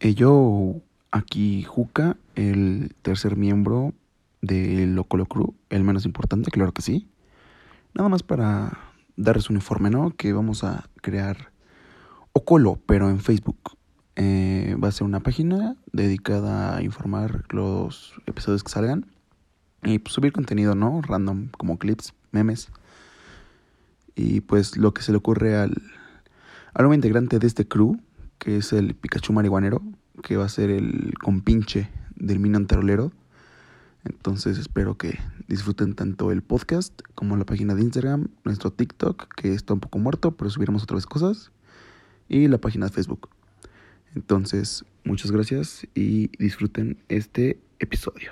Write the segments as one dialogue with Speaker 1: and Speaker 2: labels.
Speaker 1: Ello Eh, aquí Juca, el tercer miembro del Locolo Crew, el menos importante, claro que sí. Nada más para darles un informe, ¿no? Que vamos a crear Ocolo, pero en Facebook. Eh, va a ser una página dedicada a informar los episodios que salgan y pues, subir contenido, ¿no? Random, como clips, memes. Y pues lo que se le ocurre al, al nuevo integrante de este crew, que es el Pikachu marihuanero, que va a ser el compinche del Minan Tarolero. Entonces espero que disfruten tanto el podcast como la página de Instagram, nuestro TikTok, que está un poco muerto, pero subiremos otras cosas, y la página de Facebook. Entonces, muchas gracias y disfruten este episodio.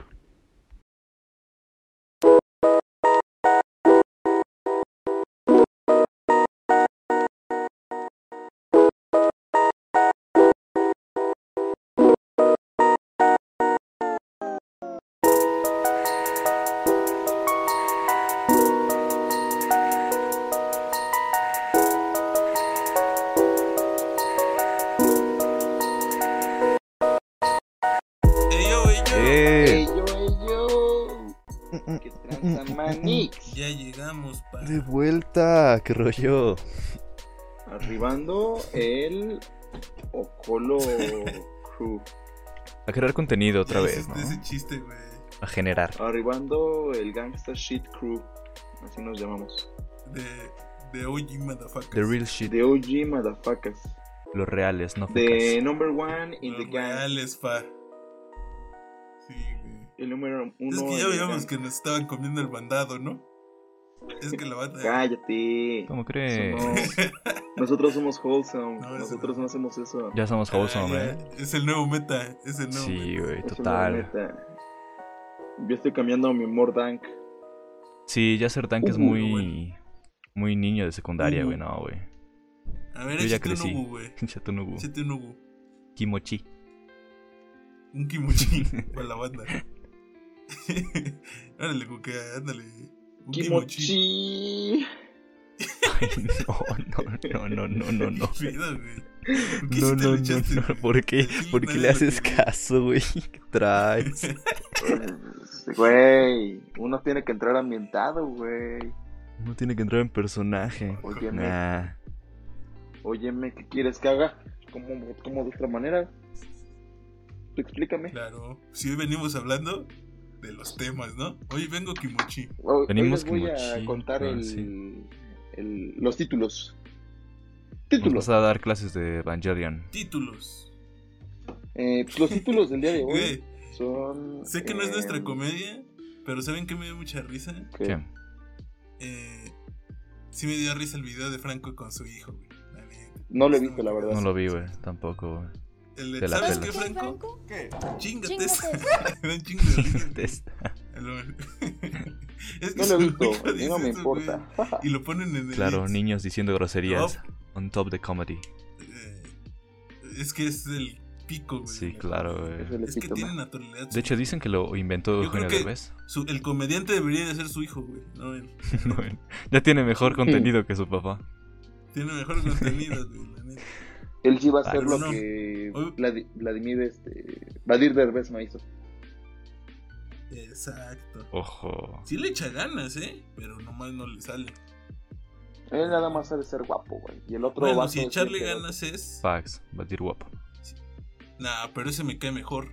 Speaker 2: Eyo, eyo.
Speaker 3: Eh, Mm,
Speaker 4: Ello, ello. ¿Qué tranza, manix?
Speaker 2: Ya llegamos, para
Speaker 3: de vuelta, qué rollo.
Speaker 4: Arribando el Ocolo Crew.
Speaker 3: A crear contenido otra vez, ¿no?
Speaker 2: Ese chiste, güey.
Speaker 3: A generar.
Speaker 4: Arribando el Gangsta Shit Crew. Así nos llamamos.
Speaker 2: De, de OG Motherfuckers.
Speaker 3: The real shit.
Speaker 4: De OG Motherfuckers.
Speaker 3: Los reales, no
Speaker 4: De
Speaker 3: focas.
Speaker 4: number one in the
Speaker 2: Los
Speaker 4: gang.
Speaker 2: reales, pa. Sí, güey.
Speaker 4: El número uno.
Speaker 2: Es que ya
Speaker 4: en el
Speaker 2: veíamos
Speaker 4: gang.
Speaker 2: que nos estaban comiendo el bandado, ¿no? Es que la banda.
Speaker 4: Cállate.
Speaker 3: ¿Cómo crees?
Speaker 4: Eso no. Nosotros somos wholesome.
Speaker 2: No, eso
Speaker 4: Nosotros
Speaker 2: no.
Speaker 4: no hacemos eso.
Speaker 3: Ya somos wholesome,
Speaker 2: Ah,
Speaker 3: ¿eh?
Speaker 2: ya, Es el nuevo meta. Es el nuevo
Speaker 3: Sí,
Speaker 2: meta.
Speaker 3: güey,
Speaker 4: Eso no es
Speaker 3: total.
Speaker 4: neta. Yo estoy cambiando mi Mordank.
Speaker 3: Sí, ya ser tanque es
Speaker 4: Uh,
Speaker 3: muy. Muy niño de secundaria,
Speaker 2: Uh.
Speaker 3: güey, no, güey.
Speaker 2: A ver,
Speaker 3: Yo ya
Speaker 2: échate un
Speaker 3: crecí.
Speaker 2: ugu, güey.
Speaker 3: Chatonugu.
Speaker 2: Échate un ugu.
Speaker 3: Kimochi.
Speaker 2: Un kimochi para la banda. ándale, Cuca, ándale. Un
Speaker 4: Kimochi.
Speaker 3: Ay, no, no, no, no, no, no. No,
Speaker 2: ¿Qué pedo, güey? ¿Por qué
Speaker 3: no,
Speaker 2: sí te
Speaker 3: no,
Speaker 2: lo echaste,
Speaker 3: no,
Speaker 2: güey?
Speaker 3: no. ¿Por qué?
Speaker 2: Aquí
Speaker 3: ¿Por qué
Speaker 2: nadie
Speaker 3: le
Speaker 2: lo
Speaker 3: haces
Speaker 2: quería.
Speaker 3: caso, güey? ¿Qué traes?
Speaker 4: Este, Güey, uno tiene que entrar ambientado, güey.
Speaker 3: Uno tiene que entrar en personaje.
Speaker 4: Óyeme,
Speaker 3: Nah.
Speaker 4: óyeme, ¿qué quieres que haga? ¿Cómo, cómo de otra manera? Tú explícame.
Speaker 2: Claro, si hoy venimos hablando de los temas, ¿no? Hoy vengo Kimochi.
Speaker 4: Oh, Hoy, hoy
Speaker 3: Venimos
Speaker 4: les voy
Speaker 3: como
Speaker 4: a contar
Speaker 3: chi- ah,
Speaker 4: el,
Speaker 3: sí.
Speaker 4: el- los títulos.
Speaker 3: Nos
Speaker 4: Títulos.
Speaker 3: vas a dar clases de Evangelion.
Speaker 2: Títulos.
Speaker 4: Eh, pues los títulos del día de hoy
Speaker 2: Güey,
Speaker 4: son...
Speaker 2: sé que no es nuestra
Speaker 4: eh,
Speaker 2: comedia, pero ¿saben qué me dio mucha risa?
Speaker 4: que-
Speaker 3: ¿Qué?
Speaker 2: Eh, sí me dio risa el video de Franco con su hijo, güey. la neta.
Speaker 4: No lo he visto, la verdad.
Speaker 3: No lo vi, güey. Tampoco, güey.
Speaker 2: El de,
Speaker 3: Te la
Speaker 2: ¿Sabes
Speaker 3: pelas.
Speaker 2: qué,
Speaker 3: ¿Qué,
Speaker 2: Franco? ¿Qué? Chingate
Speaker 5: Chíngate
Speaker 2: esa.
Speaker 5: esa.
Speaker 2: Me da un chingo de risa, güey.
Speaker 3: Test.
Speaker 2: El hombre. Es que
Speaker 4: No lo
Speaker 2: su
Speaker 4: he visto,
Speaker 2: hijo
Speaker 4: y
Speaker 2: dice
Speaker 4: no me
Speaker 2: eso, güey.
Speaker 4: importa.
Speaker 2: Y lo ponen en el.
Speaker 3: Claro,
Speaker 2: Ix.
Speaker 3: niños diciendo groserías. On top de comedy.
Speaker 2: Eh, es que es el pico, güey.
Speaker 3: Sí, claro,
Speaker 4: Es
Speaker 3: güey.
Speaker 4: el
Speaker 2: Es que
Speaker 4: epítome.
Speaker 2: tiene naturalidad.
Speaker 3: De hecho, dicen que lo inventó
Speaker 2: Yo
Speaker 3: Eugenio
Speaker 2: creo que-
Speaker 3: Derbez.
Speaker 2: Su- el comediante debería de ser su hijo, güey. No, él.
Speaker 3: No, él- ya tiene mejor contenido que su papá.
Speaker 2: Tiene mejor contenido, güey, la neta.
Speaker 4: Él sí va a hacer
Speaker 2: Claro,
Speaker 4: lo
Speaker 2: no.
Speaker 4: que
Speaker 2: Oye.
Speaker 4: Vladi- Vladimir, este, Vadir Derbez no hizo.
Speaker 2: Exacto.
Speaker 3: Ojo.
Speaker 2: Sí le echa ganas, ¿eh? Pero nomás no le sale.
Speaker 4: Él nada más sabe ser guapo, güey. Y el otro
Speaker 2: Bueno,
Speaker 4: vato
Speaker 2: si
Speaker 4: es
Speaker 2: echarle
Speaker 4: bien
Speaker 2: ganas es...
Speaker 3: Fax, batir guapo.
Speaker 2: Nah, pero ese me cae mejor.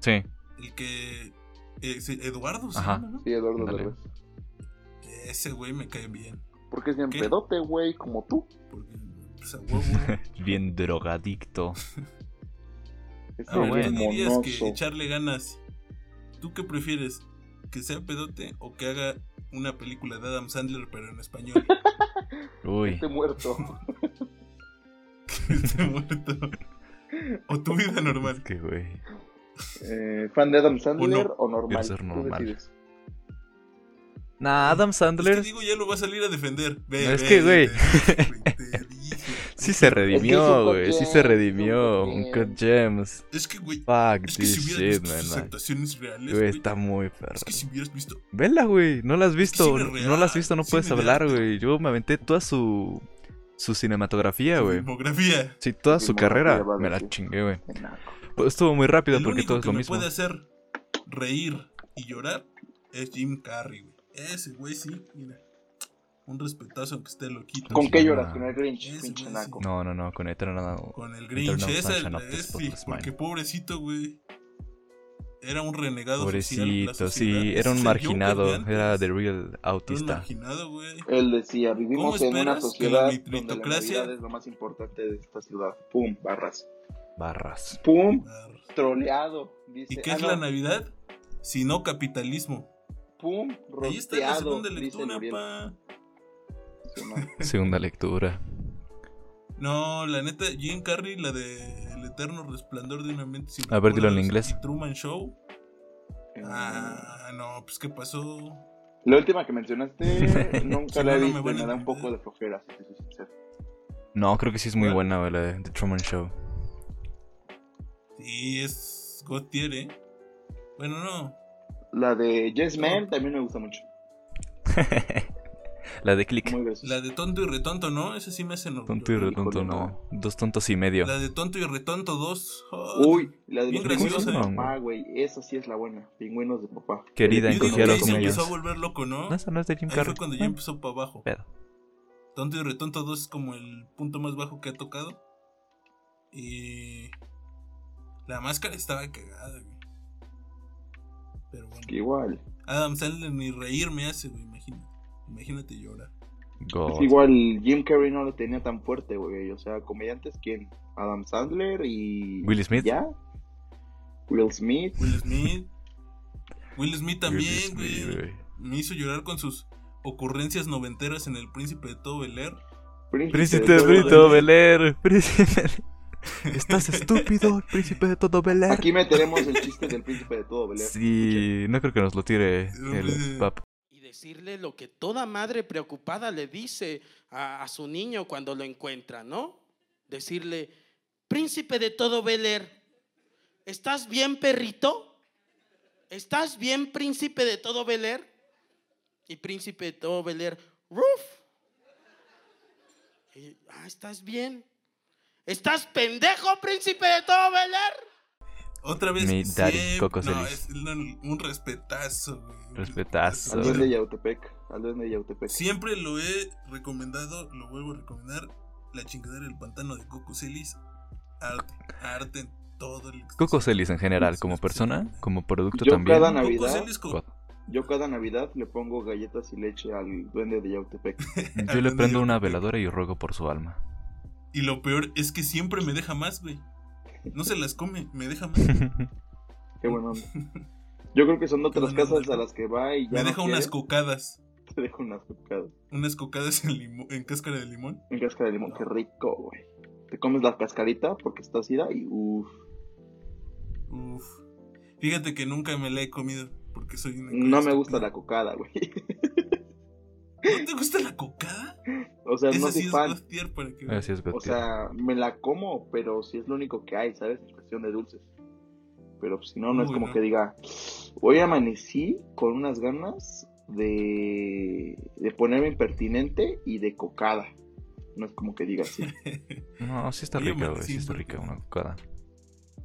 Speaker 3: Sí,
Speaker 2: El que... ese Eduardo, ¿sí?
Speaker 3: Ajá.
Speaker 2: ¿no?
Speaker 4: pedote. Sí, Eduardo
Speaker 3: Ándale.
Speaker 4: Derbez.
Speaker 2: Ese güey me cae bien.
Speaker 4: Porque es bien
Speaker 2: ¿Qué?
Speaker 4: pedote, güey, como tú.
Speaker 2: Porque, pues, a huevo.
Speaker 3: bien drogadicto.
Speaker 4: Es
Speaker 2: A
Speaker 3: No,
Speaker 4: bien
Speaker 2: ver,
Speaker 3: güey.
Speaker 2: ¿tú dirías
Speaker 4: monoso.
Speaker 2: que echarle ganas? ¿Tú qué prefieres? ¿Que sea pedote o que haga una película de Adam Sandler pero en español?
Speaker 3: Uy.
Speaker 4: Este muerto.
Speaker 2: Que esté muerto. O tu vida normal.
Speaker 3: Es que, güey.
Speaker 4: Eh, ¿Fan de Adam Sandler
Speaker 2: Uno.
Speaker 4: o normal?
Speaker 3: Quiero ser
Speaker 4: Tú
Speaker 3: normal.
Speaker 4: decides.
Speaker 3: Nah, Adam
Speaker 2: Es que
Speaker 3: Sandler
Speaker 2: digo, ya lo va a salir a defender. Ve,
Speaker 3: No, es
Speaker 2: ve,
Speaker 3: que,
Speaker 2: te
Speaker 3: güey.
Speaker 2: dije, güey, te dije.
Speaker 3: sí se redimió,
Speaker 4: hizo
Speaker 3: güey. Sí
Speaker 4: Uncut
Speaker 3: se
Speaker 4: Gems,
Speaker 3: redimió.
Speaker 4: Uncut
Speaker 3: Un Cut Gems.
Speaker 2: Es que, güey.
Speaker 3: Fuck
Speaker 2: Es que si
Speaker 3: this
Speaker 2: hubieras
Speaker 3: shit,
Speaker 2: visto
Speaker 3: man.
Speaker 2: sus
Speaker 3: like,
Speaker 2: actuaciones reales,
Speaker 3: Güey,
Speaker 2: güey.
Speaker 3: está muy perro.
Speaker 2: Es que si hubieras visto.
Speaker 3: Vela, güey. No la has
Speaker 2: sí
Speaker 3: visto.
Speaker 2: me
Speaker 3: no la has visto, no
Speaker 2: real- sí
Speaker 3: puedes
Speaker 2: me
Speaker 3: hablar,
Speaker 2: real-
Speaker 3: güey. Yo me aventé toda su.
Speaker 5: Su cinematografía, güey.
Speaker 2: Filmografía.
Speaker 5: Sí, toda su
Speaker 4: Filmografía,
Speaker 5: carrera
Speaker 4: va a
Speaker 5: me la
Speaker 4: decir.
Speaker 5: chingué, güey.
Speaker 4: de nada.
Speaker 5: Pues estuvo muy rápido
Speaker 2: El
Speaker 5: porque
Speaker 2: único
Speaker 5: todo es
Speaker 2: que
Speaker 5: lo
Speaker 2: me
Speaker 5: mismo.
Speaker 2: puede hacer reír y llorar es Jim Carrey, güey. Ese güey sí, mira. Un respetazo aunque esté loquito.
Speaker 4: ¿Con
Speaker 5: Sí,
Speaker 4: qué
Speaker 5: no.
Speaker 4: lloras? Con el Grinch,
Speaker 2: Ese
Speaker 4: pinche
Speaker 2: güey,
Speaker 4: naco.
Speaker 5: No, no, no, con Eternal.
Speaker 2: Con el Grinch,
Speaker 5: Eternal
Speaker 2: ese
Speaker 5: Sunshine of the
Speaker 2: es, sí,
Speaker 5: Spotless Mind.
Speaker 2: porque pobrecito, güey. Era un renegado social de la
Speaker 5: Pobrecito,
Speaker 2: sociedad.
Speaker 5: sí,
Speaker 2: Ese
Speaker 5: era
Speaker 2: es
Speaker 5: un
Speaker 2: el
Speaker 5: marginado,
Speaker 2: Joker de antes.
Speaker 5: era The Real
Speaker 2: Era un
Speaker 5: Autista.
Speaker 2: marginado, güey.
Speaker 4: Él decía,
Speaker 2: ¿Cómo
Speaker 4: vivimos en
Speaker 2: esperas
Speaker 4: una
Speaker 2: que
Speaker 4: sociedad
Speaker 2: la
Speaker 4: donde la
Speaker 2: meritocracia-
Speaker 4: Navidad es lo más importante de esta ciudad. Pum, barras.
Speaker 5: Barras.
Speaker 4: Pum,
Speaker 2: Barras.
Speaker 4: troleado. Dice,
Speaker 2: ¿Y qué
Speaker 4: ah,
Speaker 2: es la
Speaker 4: no,
Speaker 2: Navidad? Sino capitalismo.
Speaker 4: Pum,
Speaker 2: Ahí está la
Speaker 4: rosteado.
Speaker 2: segunda
Speaker 4: dice
Speaker 2: lectura,
Speaker 4: Nuriel.
Speaker 2: pa.
Speaker 4: Sí, no.
Speaker 5: Segunda lectura.
Speaker 2: No, la neta, Jim Carrey, la de El eterno resplandor de una mente sin
Speaker 5: A ver, dilo en
Speaker 2: recuerdos
Speaker 5: inglés.
Speaker 2: y Truman Show. Ah, no, pues ¿qué pasó?
Speaker 4: La última que mencionaste,
Speaker 2: Si
Speaker 4: nunca
Speaker 2: no,
Speaker 4: la he
Speaker 2: no me
Speaker 4: visto,
Speaker 2: van a
Speaker 4: me da un
Speaker 2: entender.
Speaker 4: poco de flojera, si te soy sincero.
Speaker 5: No, creo que sí es muy buena, güey, la de The Truman Show.
Speaker 2: Sí, es Gautier, ¿eh? Bueno, no.
Speaker 4: La de Yes Man también me gusta mucho.
Speaker 5: la de Click.
Speaker 4: Muy graciosa.
Speaker 2: La de tonto y retonto, ¿no? Esa sí me hace no.
Speaker 5: Tonto y retonto,
Speaker 4: Híjole,
Speaker 5: no.
Speaker 4: no.
Speaker 5: Dos tontos y medio.
Speaker 2: La de tonto y retonto 2.
Speaker 4: Uy, la de
Speaker 2: Bien
Speaker 4: los pingüinos de
Speaker 2: graciosa,
Speaker 5: ¿eh?
Speaker 4: papá, güey. Esa sí es la buena. Pingüinos de papá.
Speaker 2: yo
Speaker 5: Querida,
Speaker 4: El
Speaker 2: digo
Speaker 5: encogí
Speaker 2: que
Speaker 5: a
Speaker 4: episodio
Speaker 5: los
Speaker 2: ahí
Speaker 4: con
Speaker 2: se
Speaker 4: ellos.
Speaker 2: empezó a
Speaker 5: niños.
Speaker 2: volver loco, ¿no?
Speaker 5: No, esa no es de Jim
Speaker 2: Ahí
Speaker 5: Carrey.
Speaker 2: fue cuando ya
Speaker 5: Ah,
Speaker 2: empezó para abajo.
Speaker 5: pedo.
Speaker 2: Tonto y Retonto 2 es como el punto más bajo que ha tocado. Y. La máscara estaba cagada, güey. Pero bueno.
Speaker 4: Igual.
Speaker 2: Adam Sandler ni reír me hace, güey, imagínate. Imagínate llorar.
Speaker 5: God.
Speaker 4: Es igual, Jim Carrey no lo tenía tan fuerte, güey. O sea, comediantes, ¿quién? Adam Sandler y...
Speaker 5: Will Smith.
Speaker 4: ¿Ya? Will Smith.
Speaker 2: Will Smith. Will Smith
Speaker 5: Will
Speaker 2: también,
Speaker 5: Smith,
Speaker 2: güey. Me hizo llorar con sus ocurrencias noventeras en El Príncipe de todo Bel Air.
Speaker 5: Príncipe
Speaker 4: Bel-Air.
Speaker 5: de Brito, Bel Air. Príncipe. de- Estás estúpido, príncipe de todo Bel Air.
Speaker 4: Aquí meteremos el chiste del príncipe de todo, ¿verdad?
Speaker 5: Sí, no creo que nos lo tire
Speaker 2: Hombre.
Speaker 5: el papo.
Speaker 6: y decirle lo que toda madre preocupada le dice a, a su niño cuando lo encuentra, ¿no? Decirle, príncipe de todo Beler, ¿estás bien perrito? ¿Estás bien príncipe de todo Beler? Y príncipe de todo Beler, ruf. Y, ah, ¿estás bien? ¿Estás pendejo, príncipe de todo Beler?
Speaker 2: Otra vez.
Speaker 5: Mi daddy,
Speaker 2: siempre-
Speaker 5: Coco
Speaker 2: No,
Speaker 5: Celis.
Speaker 2: es un, un respetazo, güey. Un
Speaker 5: Respetazo.
Speaker 4: Al duende de Yautepec. Al duende de Yautepec.
Speaker 2: Siempre lo he recomendado, lo vuelvo a recomendar. La chingadera del pantano de Coco Celis. Arte, arte en todo el.
Speaker 5: Coco Celis en general,
Speaker 2: Sí,
Speaker 5: como
Speaker 2: sí,
Speaker 5: persona,
Speaker 2: sí.
Speaker 5: como producto
Speaker 4: Yo
Speaker 5: también.
Speaker 4: cada
Speaker 2: Coco
Speaker 4: Navidad.
Speaker 2: Celis con-
Speaker 5: God.
Speaker 4: Yo cada Navidad le pongo galletas y leche al duende de Yautepec.
Speaker 5: Yo le
Speaker 2: Al
Speaker 5: prendo
Speaker 2: Duende
Speaker 5: una
Speaker 2: de
Speaker 5: veladora y ruego por su alma.
Speaker 2: Y lo peor es que siempre me deja más, güey. No se las come, me deja más.
Speaker 4: Qué bueno. Yo creo que son de otras
Speaker 2: Qué buena
Speaker 4: casas
Speaker 2: onda.
Speaker 4: a las que va y ya
Speaker 2: Me
Speaker 4: no
Speaker 2: deja unas
Speaker 4: quiere,
Speaker 2: cocadas.
Speaker 4: Te deja unas cocadas.
Speaker 2: Unas cocadas en, limo- en cáscara de limón.
Speaker 4: En cáscara de limón, qué rico, güey. Te comes la cascarita porque está ácida y uff.
Speaker 2: Uf. Fíjate que nunca me la he comido. Porque soy una.
Speaker 4: No
Speaker 2: cosa
Speaker 4: me gusta la
Speaker 2: estúpida.
Speaker 4: cocada, güey.
Speaker 2: ¿No te gusta la cocada?
Speaker 4: O sea, no
Speaker 2: Esa sí
Speaker 4: soy
Speaker 2: es
Speaker 4: fan.
Speaker 2: hostiar para que.
Speaker 5: Así es,
Speaker 4: O
Speaker 5: Betty.
Speaker 4: sea, me la como, pero si es lo único que hay, ¿sabes? En cuestión de dulces. Pero pues, si no, no es
Speaker 2: Uy,
Speaker 4: como
Speaker 2: no.
Speaker 4: que diga, hoy amanecí con unas ganas de, de ponerme impertinente y de cocada. No es como que diga así.
Speaker 5: No, sí está
Speaker 2: Oye,
Speaker 5: rica,
Speaker 2: man,
Speaker 5: güey.
Speaker 2: sí,
Speaker 5: Sí está
Speaker 2: porque-
Speaker 5: rica una cocada.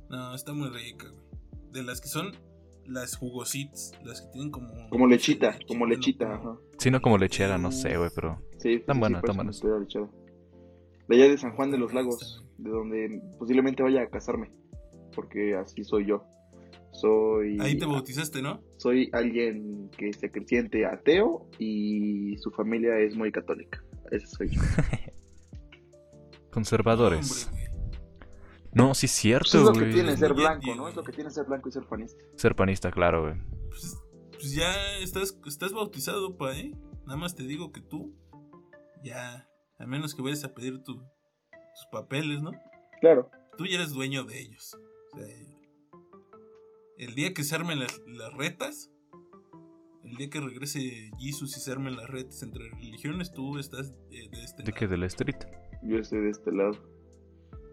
Speaker 2: No, está muy rica, güey. De las que son las jugositas, las que tienen como.
Speaker 4: Como lechita,
Speaker 2: leche,
Speaker 4: como
Speaker 2: bueno,
Speaker 4: lechita.
Speaker 2: como-
Speaker 4: Ajá.
Speaker 5: Sí, no como lechera, no sé, güey, pero.
Speaker 4: Sí,
Speaker 5: Están
Speaker 4: sí,
Speaker 5: buenas,
Speaker 4: por
Speaker 5: están
Speaker 4: eso me
Speaker 5: buenas.
Speaker 4: estoy lechada. De allá de San Juan de
Speaker 2: Están
Speaker 4: los
Speaker 2: buenas,
Speaker 4: Lagos,
Speaker 2: están
Speaker 4: de donde posiblemente vaya a casarme. Porque así soy yo. Soy.
Speaker 2: Ahí te bautizaste, ¿no?
Speaker 4: Soy alguien que se siente ateo y su familia es muy católica. Ese soy yo.
Speaker 5: Conservadores.
Speaker 2: Hombre, güey.
Speaker 5: No, sí es
Speaker 4: Eso Pues es
Speaker 5: cierto,
Speaker 4: lo que
Speaker 5: güey.
Speaker 4: tiene ser
Speaker 2: Muy
Speaker 4: blanco,
Speaker 2: bien,
Speaker 4: ¿no? Es lo que tiene ser blanco y ser fanista.
Speaker 5: Ser panista, claro, güey.
Speaker 2: Pues, pues ya estás, estás bautizado, pa, ¿eh? Nada más te digo que tú. Ya. A menos que vayas a pedir tu- tus papeles, ¿no?
Speaker 4: Claro.
Speaker 2: Tú ya eres dueño de ellos. O sea, el día que se armen las, las retas, el día que regrese Jesus y se armen las retas entre religiones, tú estás eh, de este
Speaker 5: ¿De
Speaker 2: lado.
Speaker 5: qué? Del street.
Speaker 4: Yo estoy de este lado.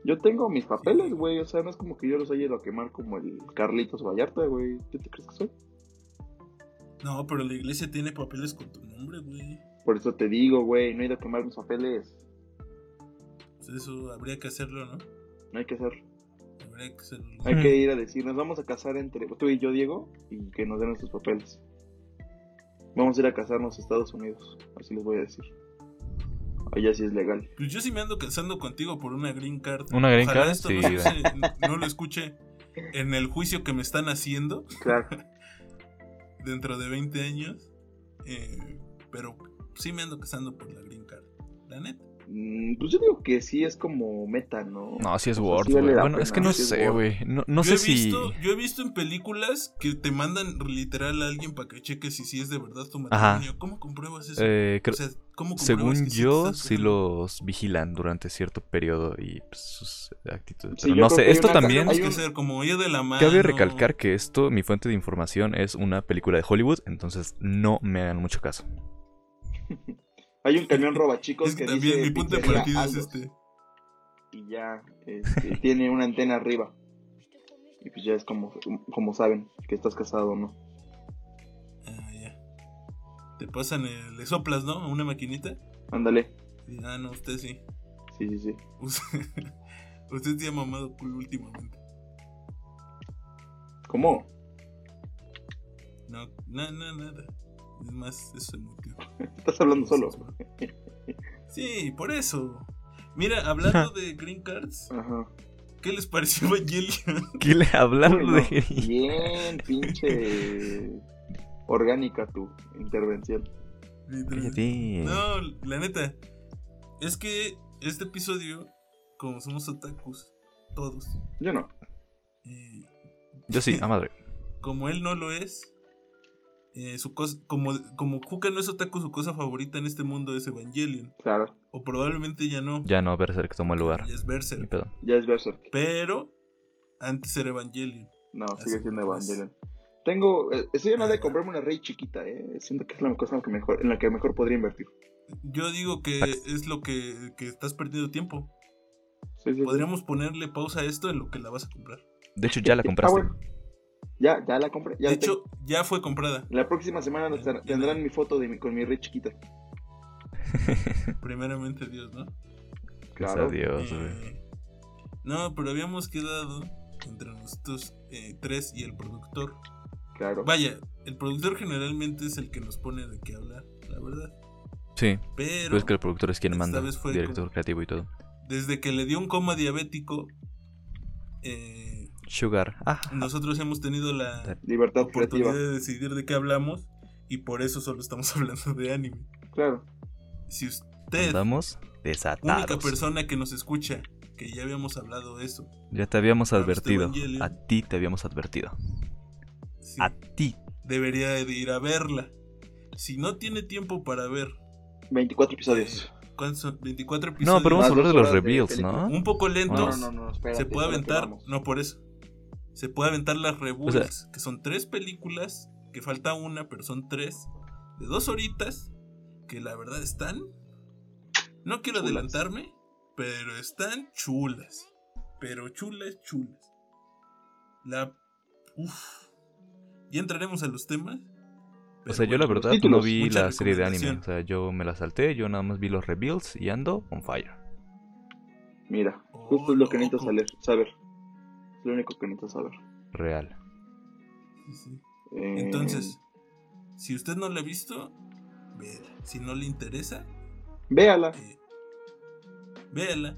Speaker 4: Yo tengo mis papeles, güey. O sea, no es como que yo los haya ido a quemar como el Carlitos Vallarta, güey. ¿Qué te crees que soy?
Speaker 2: No, pero la iglesia tiene papeles con tu nombre, güey.
Speaker 4: Por eso te digo, güey. No he ido a quemar mis papeles.
Speaker 2: eso habría que hacerlo, ¿no?
Speaker 4: No hay que hacer.
Speaker 2: Habría que hacerlo.
Speaker 4: Hay
Speaker 5: Mm.
Speaker 4: que ir a decir, nos vamos a casar entre tú y yo, Diego, y que nos den nuestros papeles. Vamos a ir a casarnos a Estados Unidos, así les voy a decir. Allá sí es legal.
Speaker 2: Pues yo sí me ando cansando contigo por una green card.
Speaker 3: Una green
Speaker 2: Ojalá
Speaker 3: card,
Speaker 2: esto
Speaker 3: sí,
Speaker 2: no, se- no lo escuche en el juicio que me están haciendo
Speaker 4: Claro.
Speaker 2: dentro de 20 años. eh, pero sí me ando casando por la green card. La neta.
Speaker 4: Mm, Pues yo digo que sí es como meta, ¿no?
Speaker 3: No, sí es
Speaker 4: O sea,
Speaker 3: Word,
Speaker 4: sí
Speaker 3: güey.
Speaker 4: vale la
Speaker 3: bueno, es que
Speaker 4: pena,
Speaker 3: no
Speaker 4: sí es
Speaker 3: sé,
Speaker 4: Word.
Speaker 3: güey. No, no
Speaker 2: yo,
Speaker 3: sé
Speaker 2: he
Speaker 3: si.
Speaker 2: visto, yo he visto en películas que te mandan literal a alguien para que cheques si, sí es de verdad tu
Speaker 3: Ajá.
Speaker 2: matrimonio. ¿Cómo compruebas eso?
Speaker 3: eh, creo-
Speaker 2: O sea, ¿cómo compruebas
Speaker 3: según
Speaker 2: que sí te
Speaker 3: yo,
Speaker 2: estás
Speaker 3: sí
Speaker 2: casando?
Speaker 3: los vigilan durante cierto periodo y pues, sus actitudes.
Speaker 4: Sí,
Speaker 3: Pero
Speaker 4: yo
Speaker 3: no
Speaker 4: creo
Speaker 3: sé,
Speaker 4: que hay
Speaker 3: esto
Speaker 4: una-
Speaker 3: también.
Speaker 2: Tenemos
Speaker 4: hay
Speaker 2: que
Speaker 4: un-
Speaker 2: ser como ir de la mano.
Speaker 3: Cabe recalcar que esto, mi fuente de información es una película de Hollywood, entonces no me hagan mucho caso.
Speaker 4: Hay un camión robachicos
Speaker 2: Es que
Speaker 4: que
Speaker 2: también
Speaker 4: dice
Speaker 2: mi punto de
Speaker 4: pizzería
Speaker 2: partida es
Speaker 4: Aldos,
Speaker 2: este.
Speaker 4: Y ya este, tiene una antena arriba. Y pues ya es como, como saben que estás casado o no.
Speaker 2: Ah, ya. Te pasan, el- le soplas, ¿no? A una maquinita.
Speaker 4: Ándale.
Speaker 2: Y, ah, no, usted sí.
Speaker 4: Sí, sí, sí.
Speaker 2: Usted, usted sí ha mamado culo últimamente.
Speaker 4: ¿Cómo?
Speaker 2: No, no, no, nada. Es más, eso es motivo.
Speaker 4: Estás hablando solo.
Speaker 2: Sí, por eso. Mira, hablando de green cards,
Speaker 4: Ajá.
Speaker 2: ¿qué les pareció Evangelion?
Speaker 3: ¿Qué le hablar
Speaker 4: Uy, no.
Speaker 3: de
Speaker 4: Bien, pinche orgánica tu intervención.
Speaker 3: Cállate.
Speaker 2: No,
Speaker 3: Mm.
Speaker 2: la neta. Es que este episodio, como somos otakus, todos,
Speaker 4: Yo no.
Speaker 2: eh,
Speaker 3: Yo sí, a madre.
Speaker 2: como él no lo es, eh, su cosa, como, como Kuka no es otaku, su cosa favorita en este mundo es Evangelion.
Speaker 4: Claro,
Speaker 2: O probablemente ya no.
Speaker 3: Ya no, Berserk tomó el lugar.
Speaker 2: Ya es
Speaker 3: Ni
Speaker 2: Berserk.
Speaker 3: pedo.
Speaker 4: ya es Berserk.
Speaker 2: Pero antes era Evangelion.
Speaker 4: No,
Speaker 2: Así
Speaker 4: sigue siendo
Speaker 2: es.
Speaker 4: Evangelion. Tengo, eh, estoy en la de comprarme una rey chiquita, eh. Siento que es la cosa en la que mejor, en la que mejor podría invertir.
Speaker 2: Yo digo que es lo que, que estás perdiendo tiempo.
Speaker 4: Sí, sí, sí.
Speaker 2: Podríamos ponerle pausa a esto en lo que la vas a comprar.
Speaker 3: De hecho, ya la
Speaker 4: Ah,
Speaker 3: compraste.
Speaker 4: bueno. Ya, ya la compré. Ya
Speaker 2: de
Speaker 4: la tengo.
Speaker 2: hecho, ya fue comprada.
Speaker 4: la próxima semana nos tra- tendrán mi foto de mi, con mi rey chiquita. Mm.
Speaker 2: Primeramente Dios, ¿no? Pues
Speaker 4: Claro.
Speaker 3: Pues Adiós, güey.
Speaker 2: Eh, no, pero habíamos quedado entre nosotros eh, tres y el productor.
Speaker 4: Claro.
Speaker 2: Vaya, el productor generalmente es el que nos pone de qué hablar, la verdad.
Speaker 3: Sí,
Speaker 2: Pero
Speaker 3: pero es Pues que el productor es quien
Speaker 2: esta
Speaker 3: manda.
Speaker 2: vez fue
Speaker 3: Director
Speaker 2: como-
Speaker 3: creativo y todo.
Speaker 2: desde que le dio un coma diabético, eh,
Speaker 3: Sugar. Ah,
Speaker 2: nosotros hemos tenido la
Speaker 4: Libertad
Speaker 2: oportunidad
Speaker 4: creativa.
Speaker 2: de decidir de qué hablamos y por eso solo estamos hablando de anime.
Speaker 4: Claro.
Speaker 2: Si usted,
Speaker 3: andamos
Speaker 2: única
Speaker 3: desatados.
Speaker 2: persona que nos escucha, que ya habíamos hablado de eso,
Speaker 3: Ya te habíamos
Speaker 2: Hablamos de
Speaker 3: advertido.
Speaker 2: Evangelion.
Speaker 3: A ti te habíamos advertido.
Speaker 2: sí,
Speaker 3: A ti.
Speaker 2: debería de ir a verla. Si no tiene tiempo para ver
Speaker 4: 24 episodios.
Speaker 2: ¿Cuántos son? 24 episodios.
Speaker 3: No, pero vamos
Speaker 4: Más
Speaker 3: a hablar de
Speaker 4: dos
Speaker 3: los
Speaker 4: horas de
Speaker 3: reveals,
Speaker 4: película.
Speaker 3: ¿no?
Speaker 2: Un poco
Speaker 4: No,
Speaker 2: lentos.
Speaker 4: no, no, no, espérate,
Speaker 2: se puede
Speaker 4: ahora que
Speaker 2: aventar.
Speaker 4: vamos.
Speaker 2: No, por eso. Se puede aventar las Reboots,
Speaker 3: O
Speaker 2: que son tres películas, que falta una, pero son tres, de dos horitas, que la verdad están. No quiero
Speaker 4: Chulas.
Speaker 2: adelantarme, pero están chulas. Pero chulas, chulas. La. Uf. Ya entraremos a los temas.
Speaker 3: O
Speaker 2: pero
Speaker 3: sea, yo la
Speaker 2: bueno,
Speaker 3: verdad no
Speaker 4: títulos,
Speaker 3: vi
Speaker 2: mucha
Speaker 3: la serie de anime.
Speaker 2: recomendación.
Speaker 3: O sea, yo me la salté, yo nada más vi los reveals y ando on fire.
Speaker 4: Mira,
Speaker 2: Oh,
Speaker 4: justo es lo que necesitas
Speaker 2: loco.
Speaker 4: saber. saber. Es lo único que necesitas saber.
Speaker 3: Real.
Speaker 2: sí, sí.
Speaker 4: Eh,
Speaker 2: Entonces, si usted no la ha visto, véala. Si no le interesa,
Speaker 4: Véala.
Speaker 2: eh, véala.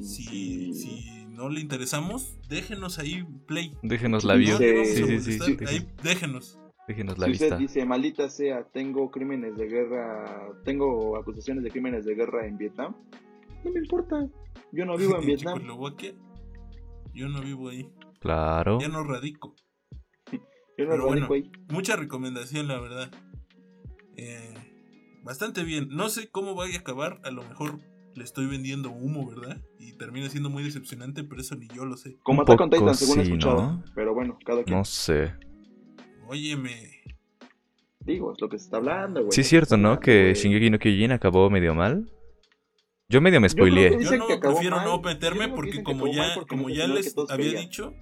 Speaker 2: Si,
Speaker 4: Sí.
Speaker 2: si no le interesamos, déjenos ahí play.
Speaker 3: Déjenos la
Speaker 4: Sí,
Speaker 3: vio.
Speaker 2: No le vamos a
Speaker 3: Sí, sí, sí.
Speaker 2: molestar,
Speaker 3: sí,
Speaker 2: ahí
Speaker 3: déjen-
Speaker 2: déjenos.
Speaker 3: Déjenos la
Speaker 4: Si usted
Speaker 3: vista.
Speaker 4: dice, maldita sea, tengo crímenes de guerra, tengo acusaciones de crímenes de guerra en Vietnam, no me importa. Yo no vivo en Vietnam.
Speaker 2: Checoslovaquia, yo no vivo ahí.
Speaker 3: Claro.
Speaker 2: Ya no radico.
Speaker 4: Yo no
Speaker 2: Pero
Speaker 4: radico
Speaker 2: bueno.
Speaker 4: ahí.
Speaker 2: Mucha recomendación, la verdad. Eh, bastante bien. No sé cómo vaya a acabar. A lo mejor le estoy vendiendo humo, ¿verdad? Y termina siendo muy decepcionante, pero eso ni yo lo sé.
Speaker 4: Como
Speaker 3: Un
Speaker 4: Attack on
Speaker 3: poco
Speaker 4: Titan, según he
Speaker 3: sí,
Speaker 4: escuchado.
Speaker 3: ¿no?
Speaker 4: Pero bueno, cada quien.
Speaker 3: No sé.
Speaker 2: Óyeme.
Speaker 4: Digo, es lo que se está hablando, güey. Este,
Speaker 3: Sí, es cierto, ¿no? Que
Speaker 4: Yo
Speaker 3: Shingeki no Kyojin acabó medio mal. Yo medio me
Speaker 4: creo que
Speaker 3: spoileé.
Speaker 4: dicen
Speaker 2: Yo no
Speaker 4: que acabó
Speaker 2: prefiero
Speaker 4: mal.
Speaker 2: no
Speaker 4: Yo
Speaker 2: meterme
Speaker 4: digo que
Speaker 2: porque
Speaker 4: dicen que
Speaker 2: como
Speaker 4: acabó
Speaker 2: ya,
Speaker 4: mal porque
Speaker 2: como
Speaker 4: no
Speaker 2: ya
Speaker 4: terminó lo que
Speaker 2: les
Speaker 4: todos
Speaker 2: había
Speaker 4: querían.
Speaker 2: dicho,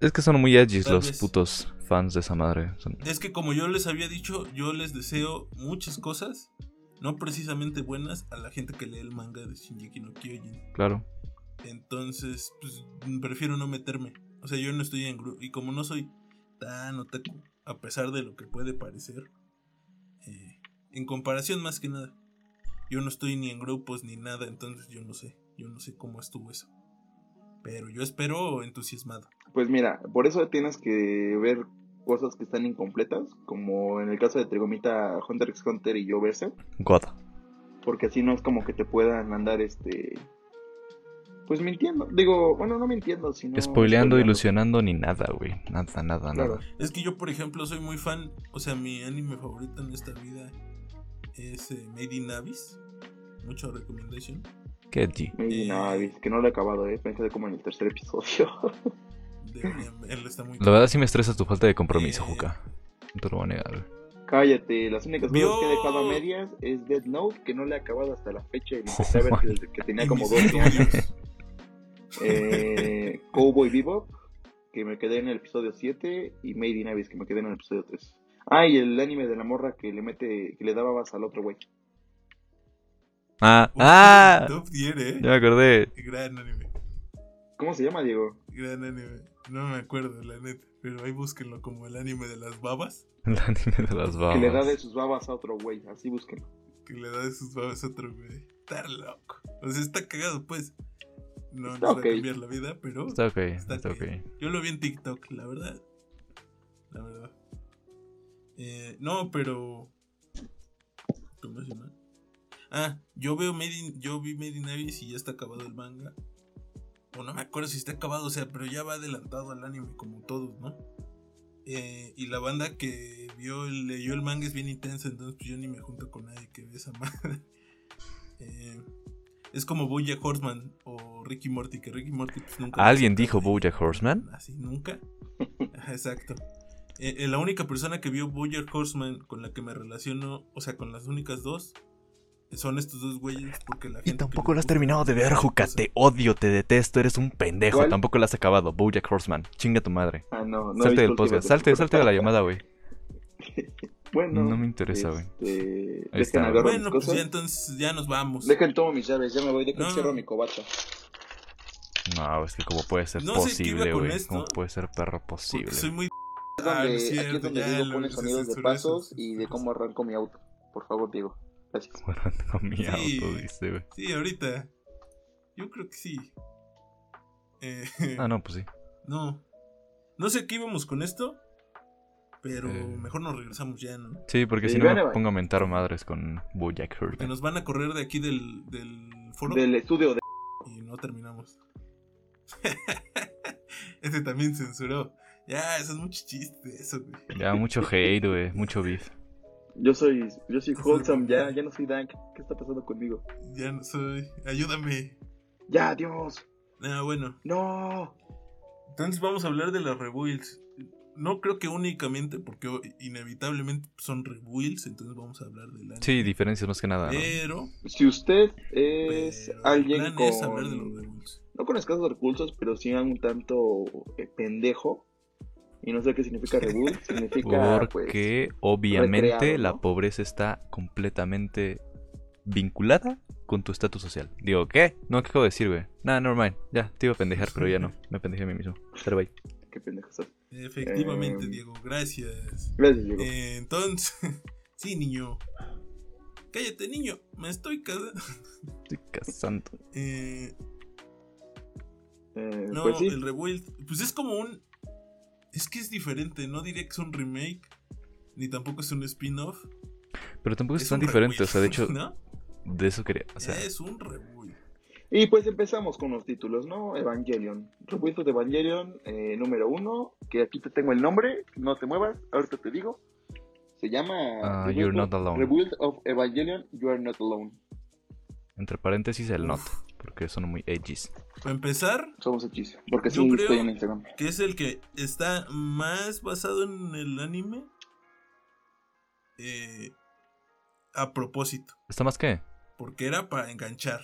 Speaker 3: Es que son muy edgys
Speaker 2: Tal
Speaker 3: los
Speaker 2: vez.
Speaker 3: putos fans de esa madre. Son-
Speaker 2: es que como yo les había dicho, yo les deseo muchas cosas no precisamente buenas a la gente que lee el manga de Shinji no Kyojin.
Speaker 3: Claro.
Speaker 2: Entonces, pues prefiero no meterme. O sea, yo no estoy en grupo. Y como no soy tan otaku, a pesar de lo que puede parecer, eh, en comparación más que nada, yo no estoy ni en grupos ni nada. Entonces, yo no sé. Yo no sé cómo estuvo eso. Pero yo espero entusiasmado.
Speaker 4: Pues mira, por eso tienes que ver cosas que están incompletas, como en el caso de Trigomita, Hunter x Hunter y yo Berserk,
Speaker 3: God.
Speaker 4: porque así no es como que te puedan andar este. Pues mintiendo, digo, bueno, no mintiendo, sino.
Speaker 3: Spoileando, ilusionando, ni nada, güey. Nada, nada,
Speaker 4: Claro.
Speaker 3: nada.
Speaker 2: Es que yo, por ejemplo, soy muy fan. O sea, mi anime favorito en esta vida es eh, Made in Abyss. Mucho recommendation.
Speaker 3: Qué G.
Speaker 4: Maybe
Speaker 2: Eh.
Speaker 4: nada, Viz, que no lo he acabado, eh. Pensé como en el tercer episodio.
Speaker 2: Deberían- él está muy
Speaker 3: La verdad sí me estresa tu falta de compromiso,
Speaker 2: Eh.
Speaker 3: Juca. No te lo voy a negar, güey.
Speaker 4: Cállate, las únicas
Speaker 2: Vio-
Speaker 4: cosas que he dejado a medias es Dead Note, que no le he acabado hasta la fecha y lo empecé a ver
Speaker 3: Bueno.
Speaker 4: desde que tenía
Speaker 2: Y
Speaker 4: como
Speaker 2: mis
Speaker 4: 12 años.
Speaker 2: estudios.
Speaker 4: Eh, Cowboy Bebop, que me quedé en el episodio 7, y Made in Abyss, que me quedé en el episodio 3. Ah, y el anime de la morra que le mete, que le daba vas al otro güey.
Speaker 3: Ah,
Speaker 2: Uf,
Speaker 3: ah.
Speaker 2: Top tier, eh.
Speaker 3: Ya me acordé.
Speaker 2: Gran anime.
Speaker 4: ¿Cómo se llama, Diego?
Speaker 2: Gran anime. No me acuerdo, la neta. Pero ahí búsquenlo como el anime de las babas.
Speaker 3: El anime de las
Speaker 4: Que le da de
Speaker 3: babas.
Speaker 4: sus babas a otro güey, así búsquenlo.
Speaker 2: Que le da de sus babas a otro güey. Está loco. O sea, está cagado, pues. No
Speaker 4: Está
Speaker 2: nos
Speaker 4: ok.
Speaker 2: va a cambiar la vida, pero
Speaker 3: Está ok,
Speaker 2: Está
Speaker 3: está ok.
Speaker 2: bien. Yo lo vi en TikTok, la verdad. La verdad. Eh, no, pero. ¿Cómo se llama? Ah, yo veo Made in- yo vi Made in Abyss y ya está acabado el manga. O no me acuerdo si está acabado, o sea, pero ya va adelantado al anime, como todos, ¿no? Eh, y la banda que vio, el- leyó el manga es bien intensa, entonces pues, yo ni me junto con nadie que ve esa madre. Eh, es como Bojack Horseman o Ricky Morty, que Ricky Morty pues, nunca...
Speaker 3: ¿Alguien dijo Bojack Horseman?
Speaker 2: Así, nunca. Ajá, Exacto. Eh, eh, la única persona que vio Bojack Horseman con la que me relaciono, o sea, con las únicas dos, eh, son estos dos güeyes, porque la gente...
Speaker 3: Y
Speaker 2: que
Speaker 3: tampoco
Speaker 2: le
Speaker 3: lo has
Speaker 2: gusta
Speaker 3: terminado de ver,
Speaker 2: esta
Speaker 3: Juca.
Speaker 2: cosa-
Speaker 3: Te odio, te detesto, eres un pendejo.
Speaker 4: ¿Cuál?
Speaker 3: Tampoco lo has acabado. Bojack Horseman. Chinga tu madre.
Speaker 4: Ah,
Speaker 3: salte
Speaker 4: no, no. he visto
Speaker 3: del
Speaker 4: el
Speaker 3: podcast.
Speaker 4: último
Speaker 3: Salte,
Speaker 4: episodio.
Speaker 3: salte de la llamada, güey.
Speaker 4: Bueno,
Speaker 3: No me interesa, güey.
Speaker 4: este,
Speaker 3: Ahí está,
Speaker 4: Dejen
Speaker 3: güey.
Speaker 4: agarro mis
Speaker 2: Bueno, pues
Speaker 4: cosas.
Speaker 2: ya entonces ya nos vamos.
Speaker 4: Dejen tomo mis llaves, ya me voy, dejen
Speaker 2: No. Ah,
Speaker 4: cierro mi covacha.
Speaker 3: No, es que cómo puede ser
Speaker 2: No sé qué
Speaker 3: posible,
Speaker 2: iba con
Speaker 3: güey.
Speaker 2: esto.
Speaker 3: ¿Cómo puede ser perro
Speaker 2: Porque
Speaker 3: posible?
Speaker 2: soy muy...
Speaker 4: Es
Speaker 2: Ah,
Speaker 4: donde,
Speaker 2: no es
Speaker 4: aquí es
Speaker 2: cierto,
Speaker 4: donde
Speaker 2: ya
Speaker 4: Diego
Speaker 2: lo-
Speaker 4: pone
Speaker 2: se
Speaker 4: sonidos de
Speaker 2: censuró eso,
Speaker 4: pasos
Speaker 2: se
Speaker 4: y de
Speaker 2: censuró
Speaker 4: cómo arranco mi auto. Por favor, Diego. Gracias.
Speaker 3: Bueno, no, mi auto,
Speaker 2: Sí.
Speaker 3: dice, güey.
Speaker 2: Sí, ahorita. Yo creo que sí. Eh,
Speaker 3: Ah, no, pues sí.
Speaker 2: no. No sé qué íbamos con esto, pero
Speaker 3: Eh.
Speaker 2: mejor nos regresamos ya, ¿no?
Speaker 3: Sí, porque
Speaker 4: Sí,
Speaker 3: si no
Speaker 4: vale,
Speaker 3: me
Speaker 4: vale.
Speaker 3: pongo a mentar madres con Bojack
Speaker 2: Porque
Speaker 3: Horseman.
Speaker 2: nos van a correr de aquí del, del foro
Speaker 4: Del estudio de.
Speaker 2: y no terminamos. este también censuró. Ya, eso es mucho chiste, eso, güey.
Speaker 3: Ya, mucho hate, güey. Mucho beef.
Speaker 4: Yo soy, yo soy wholesome, ya, ya no soy Dank. ¿Qué está pasando conmigo?
Speaker 2: Ya no soy. Ayúdame.
Speaker 4: Ya, Dios.
Speaker 2: Ah, bueno.
Speaker 4: No.
Speaker 2: Entonces vamos a hablar de las rebuilds. No creo que únicamente, porque o- inevitablemente son rebuilds, entonces vamos a hablar de la...
Speaker 3: Sí, diferencias más que nada. ¿no?
Speaker 2: Pero...
Speaker 4: Si usted es
Speaker 2: pero el
Speaker 4: alguien
Speaker 2: plan
Speaker 4: con.
Speaker 2: es hablar de los rebuilds.
Speaker 4: no con escasos recursos, pero sí un tanto eh, pendejo. Y no sé qué significa reboot. significa. pues,
Speaker 3: Porque obviamente
Speaker 4: recreado,
Speaker 3: la
Speaker 4: ¿no?
Speaker 3: pobreza está completamente vinculada con tu estatus social. Digo, ¿qué? No, ¿qué acabo de decir, güey? Nada, no mind. Ya, te iba a pendejar, pero ya no. Me pendejé a mí mismo. Pero bye.
Speaker 4: Qué pendejo estás.
Speaker 2: Efectivamente,
Speaker 4: Eh,
Speaker 2: Diego, gracias.
Speaker 4: Gracias, Diego.
Speaker 2: Eh, entonces... sí, niño. Cállate, niño. Me estoy casando.
Speaker 3: Estoy casando.
Speaker 2: Eh,
Speaker 4: Eh,
Speaker 2: no,
Speaker 4: pues sí.
Speaker 2: el rebuild... Pues es como un... Es que es diferente, no diría que es un remake, ni tampoco es un spin-off.
Speaker 3: Pero tampoco es,
Speaker 2: es
Speaker 3: tan
Speaker 2: un
Speaker 3: diferente.
Speaker 2: rebuild,
Speaker 3: Pues O sea, de hecho,
Speaker 2: ¿no?
Speaker 3: de eso quería. O sea,
Speaker 2: es un rebuild.
Speaker 4: Y pues empezamos con los títulos, ¿no? Evangelion. Rebuild de Evangelion eh, número uno. Que aquí te tengo el nombre. No te muevas. Ahorita te digo. Se llama.
Speaker 3: Ah,
Speaker 4: Rebuild
Speaker 3: You're
Speaker 4: of-
Speaker 3: Not Alone.
Speaker 4: Rebuild of Evangelion, You Are Not Alone.
Speaker 3: entre paréntesis, el not.
Speaker 2: Uf.
Speaker 3: Porque son muy edgys.
Speaker 2: Para empezar,
Speaker 4: Somos hechizos. Porque sí
Speaker 2: Yo creo-
Speaker 4: estoy en Instagram.
Speaker 2: que es el que está más basado en el anime. eh, a propósito,
Speaker 3: ¿Está más que?
Speaker 2: porque era para enganchar.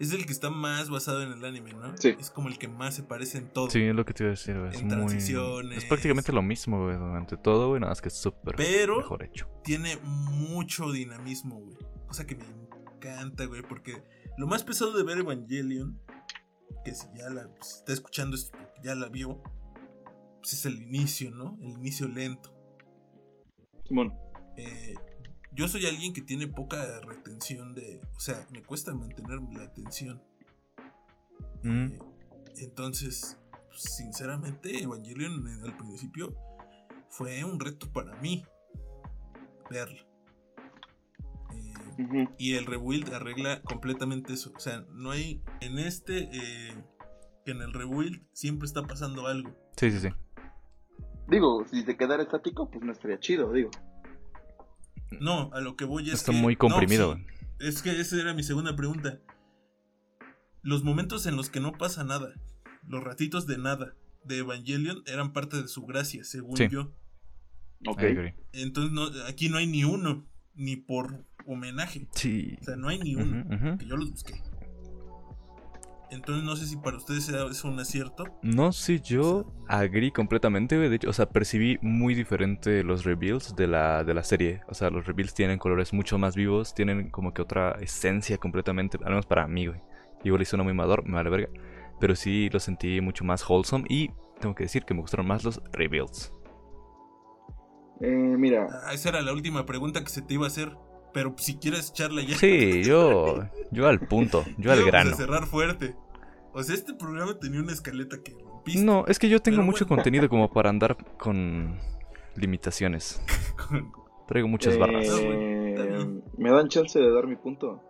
Speaker 2: Es el que está más basado en el anime, ¿no?
Speaker 4: Sí.
Speaker 2: Es como el que más se parece en todo.
Speaker 3: Sí, es lo que te iba a decir, güey. Es
Speaker 2: En
Speaker 3: muy. Es
Speaker 2: transiciones.
Speaker 3: prácticamente lo mismo, güey, durante todo, güey. Nada más que es súper
Speaker 2: Pero-
Speaker 3: mejor hecho.
Speaker 2: Tiene mucho dinamismo, güey. cosa que me encanta, güey, porque lo más pesado de ver Evangelion, que si ya la si está escuchando esto, porque ya la vio, pues es el inicio, ¿no? El inicio lento.
Speaker 4: Simón.
Speaker 2: Eh, yo soy alguien que tiene poca retención de, o sea, me cuesta mantener la atención.
Speaker 3: Mm,
Speaker 2: Eh, Entonces, pues, sinceramente, Evangelion en- al principio fue un reto para mí verla. Eh,
Speaker 4: Ujú.
Speaker 2: y el rebuild arregla completamente eso. O sea, no hay. En este. eh, que en el rebuild siempre está pasando algo.
Speaker 3: Sí, sí, sí.
Speaker 4: Digo, si te quedara estático, pues no estaría chido, digo.
Speaker 2: No, a lo que voy es.
Speaker 3: Está
Speaker 2: que-
Speaker 3: muy
Speaker 2: no,
Speaker 3: comprimido,
Speaker 2: sí,
Speaker 3: güey.
Speaker 2: es que esa era mi segunda pregunta. Los momentos en los que no pasa nada, los ratitos de nada de Evangelion eran parte de su gracia, según
Speaker 3: Sí.
Speaker 2: yo.
Speaker 4: Ok.
Speaker 3: I agree.
Speaker 2: Entonces, no, aquí no hay ni uno, ni por homenaje.
Speaker 3: Sí.
Speaker 2: O sea, no hay ni
Speaker 3: Ujú,
Speaker 2: uno.
Speaker 3: ujú.
Speaker 2: que yo los busqué. Entonces, no sé si para ustedes sea- es un acierto.
Speaker 3: No, sí, yo agree completamente, güey. De hecho, o sea, percibí muy diferente los reveals de la, de la serie. O sea, los reveals tienen colores mucho más vivos, tienen como que otra esencia completamente, al menos para mí, güey. Igual hice uno muy mador, me vale verga. Pero sí lo sentí mucho más wholesome y tengo que decir que me gustaron más los reveals.
Speaker 4: Eh, mira,
Speaker 2: Ah, esa era la última pregunta que se te iba a hacer. Pero si quieres echarla ya.
Speaker 3: Sí, yo, yo al punto, yo al
Speaker 2: Íbamos
Speaker 3: grano.
Speaker 2: A cerrar fuerte. O sea, este programa tenía una escaleta que rompiste.
Speaker 3: No, es que yo tengo
Speaker 2: Pero
Speaker 3: mucho contenido como para andar con limitaciones.
Speaker 2: Con-
Speaker 3: Traigo
Speaker 4: Eh,
Speaker 3: muchas barras.
Speaker 2: No, güey, Ah, está bien.
Speaker 4: em, ¿Me dan chance de dar mi punto?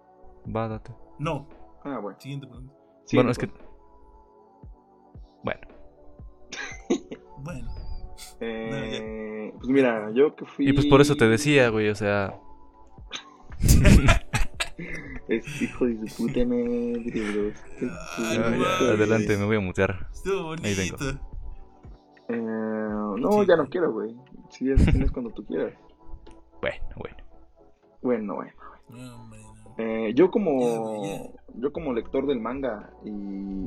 Speaker 3: Va, date.
Speaker 2: No,
Speaker 4: Ah, bueno.
Speaker 2: siguiente pregunta.
Speaker 4: Sí,
Speaker 3: bueno, es que...
Speaker 4: pues,
Speaker 3: Bueno.
Speaker 2: Bueno,
Speaker 4: eh, pues mira, yo que fui.
Speaker 3: Y pues por eso te decía, güey, o sea,
Speaker 4: Es hijo de su puta madre, bro.
Speaker 2: Ay,
Speaker 4: Ah,
Speaker 3: ya, ya,
Speaker 2: güey.
Speaker 3: adelante, me voy a mutear.
Speaker 2: estuvo
Speaker 3: Ahí vengo.
Speaker 2: bonito.
Speaker 4: Eh, no,
Speaker 2: Sí.
Speaker 4: ya no quiero, güey. Si ya tienes cuando tú quieras.
Speaker 3: Bueno, bueno.
Speaker 4: Bueno, bueno.
Speaker 2: No, hombre, no.
Speaker 4: Eh, yo
Speaker 2: Ya, güey,
Speaker 4: como yo como lector del manga y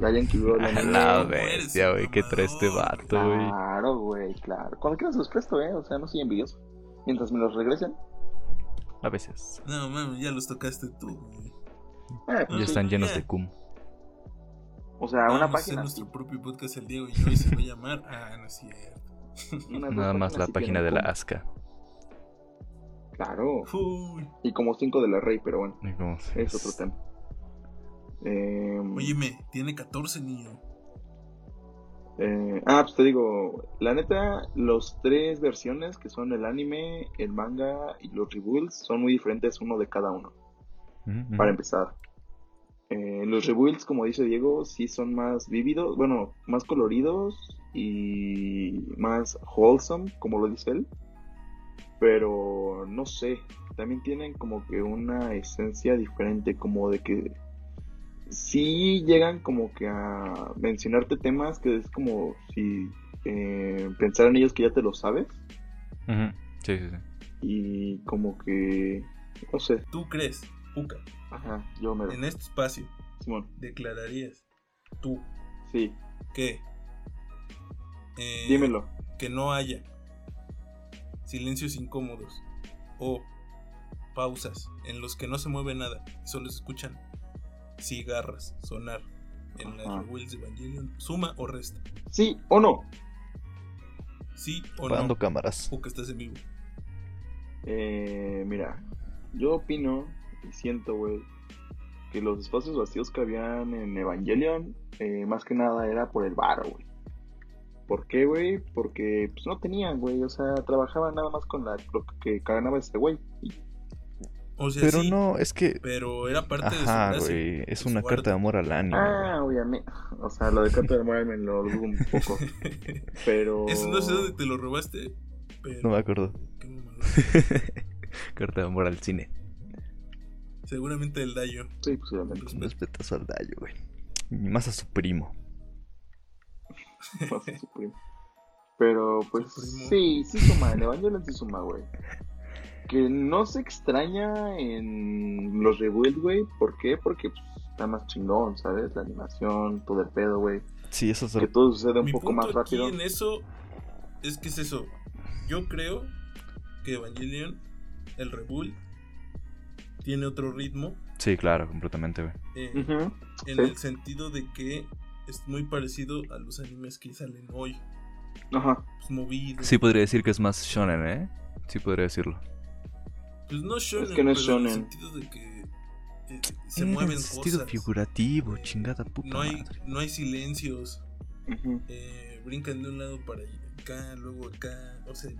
Speaker 4: alguien que vio el
Speaker 3: A
Speaker 4: anime,
Speaker 3: la
Speaker 2: no,
Speaker 3: bestia,
Speaker 2: eres
Speaker 3: güey,
Speaker 2: un
Speaker 3: que trae este
Speaker 2: mamador.
Speaker 3: vato, güey.
Speaker 4: Claro, güey, claro. Cuando quieras se los presto, eh. O sea, no soy envidioso. Mientras me los regresen.
Speaker 3: A veces.
Speaker 2: No, mami, ya los tocaste tú. güey.
Speaker 4: eh, pues,
Speaker 3: Ya están llenos de cum.
Speaker 4: O sea,
Speaker 2: Vamos
Speaker 4: una
Speaker 2: a hacer
Speaker 4: página.
Speaker 2: Ah, nuestro propio podcast el Diego y yo y se va a llamar. Ah, no es cierto.
Speaker 4: unas dos
Speaker 3: Nada más la
Speaker 4: páginas si
Speaker 3: página
Speaker 4: quieren,
Speaker 3: de la
Speaker 4: como-
Speaker 3: Aska.
Speaker 4: Claro.
Speaker 2: Uy.
Speaker 4: Y como cinco de la Rey, pero bueno,
Speaker 3: Y como-
Speaker 4: es otro tema. Eh,
Speaker 2: Óyeme, tiene 14 niños.
Speaker 4: eh, ah, pues te digo, la neta, los tres versiones que son el anime, el manga y los rebuilds son muy diferentes uno de cada uno,
Speaker 3: Ujú,
Speaker 4: para
Speaker 3: ujú.
Speaker 4: empezar. Eh, los rebuilds, como dice Diego, sí son más vívidos, bueno, más coloridos y más wholesome, como lo dice él. Pero no sé, también tienen como que una esencia diferente, como de que sí llegan como que a mencionarte temas que es como si eh, pensar en ellos que ya te lo sabes
Speaker 3: Ujú. Sí, sí, sí.
Speaker 4: y como que, no sé,
Speaker 2: ¿Tú crees, Uca,
Speaker 4: ajá, yo me lo...
Speaker 2: en este espacio
Speaker 4: Simón,
Speaker 2: declararías tú
Speaker 4: sí,
Speaker 2: que. eh,
Speaker 4: dímelo.
Speaker 2: Que no haya silencios incómodos o pausas en los que no se mueve nada y solo se escuchan cigarras sonar en las
Speaker 4: Ajá.
Speaker 2: rebuilds de Evangelion, suma o resta,
Speaker 4: Sí o no.
Speaker 2: sí o
Speaker 3: Apagando
Speaker 2: no.
Speaker 3: cámaras.
Speaker 2: Uca, estás en vivo.
Speaker 4: Eh, mira, yo opino y siento, güey, que los espacios vacíos que habían en Evangelion, eh, más que nada era por el bar, güey. ¿Por qué, güey? Porque pues no tenían, güey, o sea, trabajaban nada más con la, lo que ganaba este güey. Y-
Speaker 2: O sea,
Speaker 3: Pero
Speaker 2: sí,
Speaker 3: no, es que...
Speaker 2: pero era parte de su
Speaker 3: Ajá,
Speaker 2: gracia.
Speaker 3: güey. Es
Speaker 2: su
Speaker 3: una
Speaker 2: arte.
Speaker 3: carta de amor al anime.
Speaker 4: Ah,
Speaker 3: güey.
Speaker 4: obviamente. O sea, lo de Cato del Mar me lo dudo un poco. Pero.
Speaker 2: Eso no sé dónde te lo robaste, pero.
Speaker 3: Oh. No me acuerdo.
Speaker 2: qué mamada.
Speaker 3: Carta de amor al cine.
Speaker 2: Seguramente el Dayo.
Speaker 4: Sí, pues, posiblemente.
Speaker 3: Con
Speaker 2: Respeto.
Speaker 3: respeto Pues al daño, güey. Y más a su primo.
Speaker 4: Más a su primo. Pero pues
Speaker 2: Su primo.
Speaker 4: sí, sí suma, el Evangelion sí suma, güey. Que no se extraña en los rebuild, güey. ¿Por qué? Porque pues, está más chingón, ¿sabes? La animación, todo el pedo, güey.
Speaker 3: Sí, eso es
Speaker 4: Que
Speaker 3: lo...
Speaker 4: todo sucede un
Speaker 2: Mi
Speaker 4: poco
Speaker 2: punto
Speaker 4: más
Speaker 2: aquí
Speaker 4: rápido.
Speaker 2: en eso es que es eso. Yo creo que Evangelion, el Rebull, tiene otro ritmo.
Speaker 3: Sí, claro, completamente, güey.
Speaker 2: eh,
Speaker 4: Ujú.
Speaker 2: En
Speaker 4: sí.
Speaker 2: el sentido de que es muy parecido a los animes que salen hoy.
Speaker 4: Ajá.
Speaker 2: Pues movido.
Speaker 3: Sí podría decir que es más shonen, ¿eh? Sí podría decirlo.
Speaker 2: Pues no shonen,
Speaker 4: que no es
Speaker 2: pero en el
Speaker 4: shonen.
Speaker 2: sentido de que eh, se mueven cosas.
Speaker 3: figurativo,
Speaker 2: chingada
Speaker 3: puta
Speaker 2: no, hay, no hay silencios.
Speaker 4: Ujú.
Speaker 2: eh, brincan de un lado para acá, luego acá, o sea,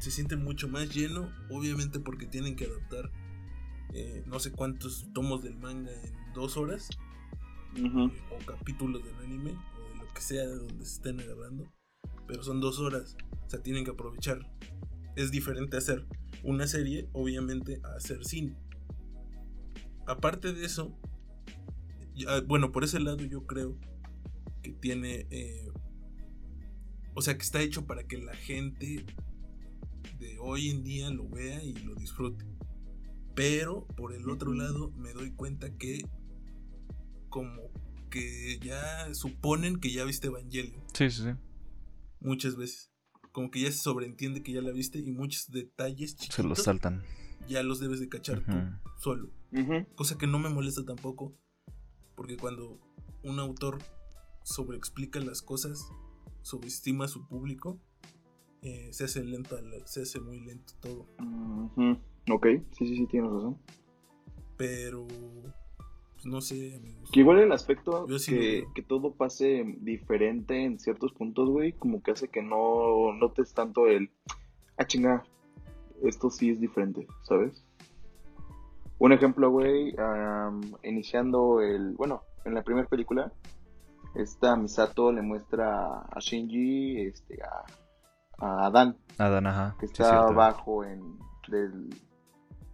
Speaker 2: se siente mucho más lleno, obviamente porque tienen que adaptar eh, no sé cuántos tomos del manga en dos horas,
Speaker 4: Ujú.
Speaker 2: eh, o capítulos del anime, o de lo que sea de donde se estén agarrando, pero son dos horas, o sea, tienen que aprovechar. Es diferente hacer una serie, obviamente, a hacer cine. Aparte de eso, ya- ah, bueno, por ese lado yo creo que tiene, eh, o sea, que está hecho para que la gente de hoy en día lo vea y lo disfrute. Pero por el otro
Speaker 4: Ujú.
Speaker 2: lado me doy cuenta que como que ya suponen que ya viste Evangelion
Speaker 3: Sí, sí, sí.
Speaker 2: muchas veces. Como que ya se sobreentiende que ya la viste y muchos detalles
Speaker 3: Se los
Speaker 2: chiquitos
Speaker 3: saltan.
Speaker 2: ya los debes de cachar
Speaker 3: Ujú.
Speaker 2: tú solo.
Speaker 4: Ujú.
Speaker 2: Cosa que no me molesta tampoco, porque cuando un autor sobreexplica las cosas, subestima a su público, eh, se hace lenta, la- se hace muy lento todo.
Speaker 4: Ujú. Ok, sí, sí, sí, tienes razón.
Speaker 2: Pero pues, no sé, amigos.
Speaker 4: Que igual el aspecto
Speaker 2: Yo sí lo
Speaker 4: que,
Speaker 2: veo.
Speaker 4: que todo pase diferente en ciertos puntos, güey, como que hace que no notes tanto el, ah, chinga, esto sí es diferente, ¿sabes? Un ejemplo, güey, am, iniciando el, bueno, en la primera película, esta Misato le muestra a Shinji, este, a, a Adán,
Speaker 3: Adán, ajá.
Speaker 4: que
Speaker 3: sí,
Speaker 4: está
Speaker 3: cierto,
Speaker 4: abajo en, del,
Speaker 3: Del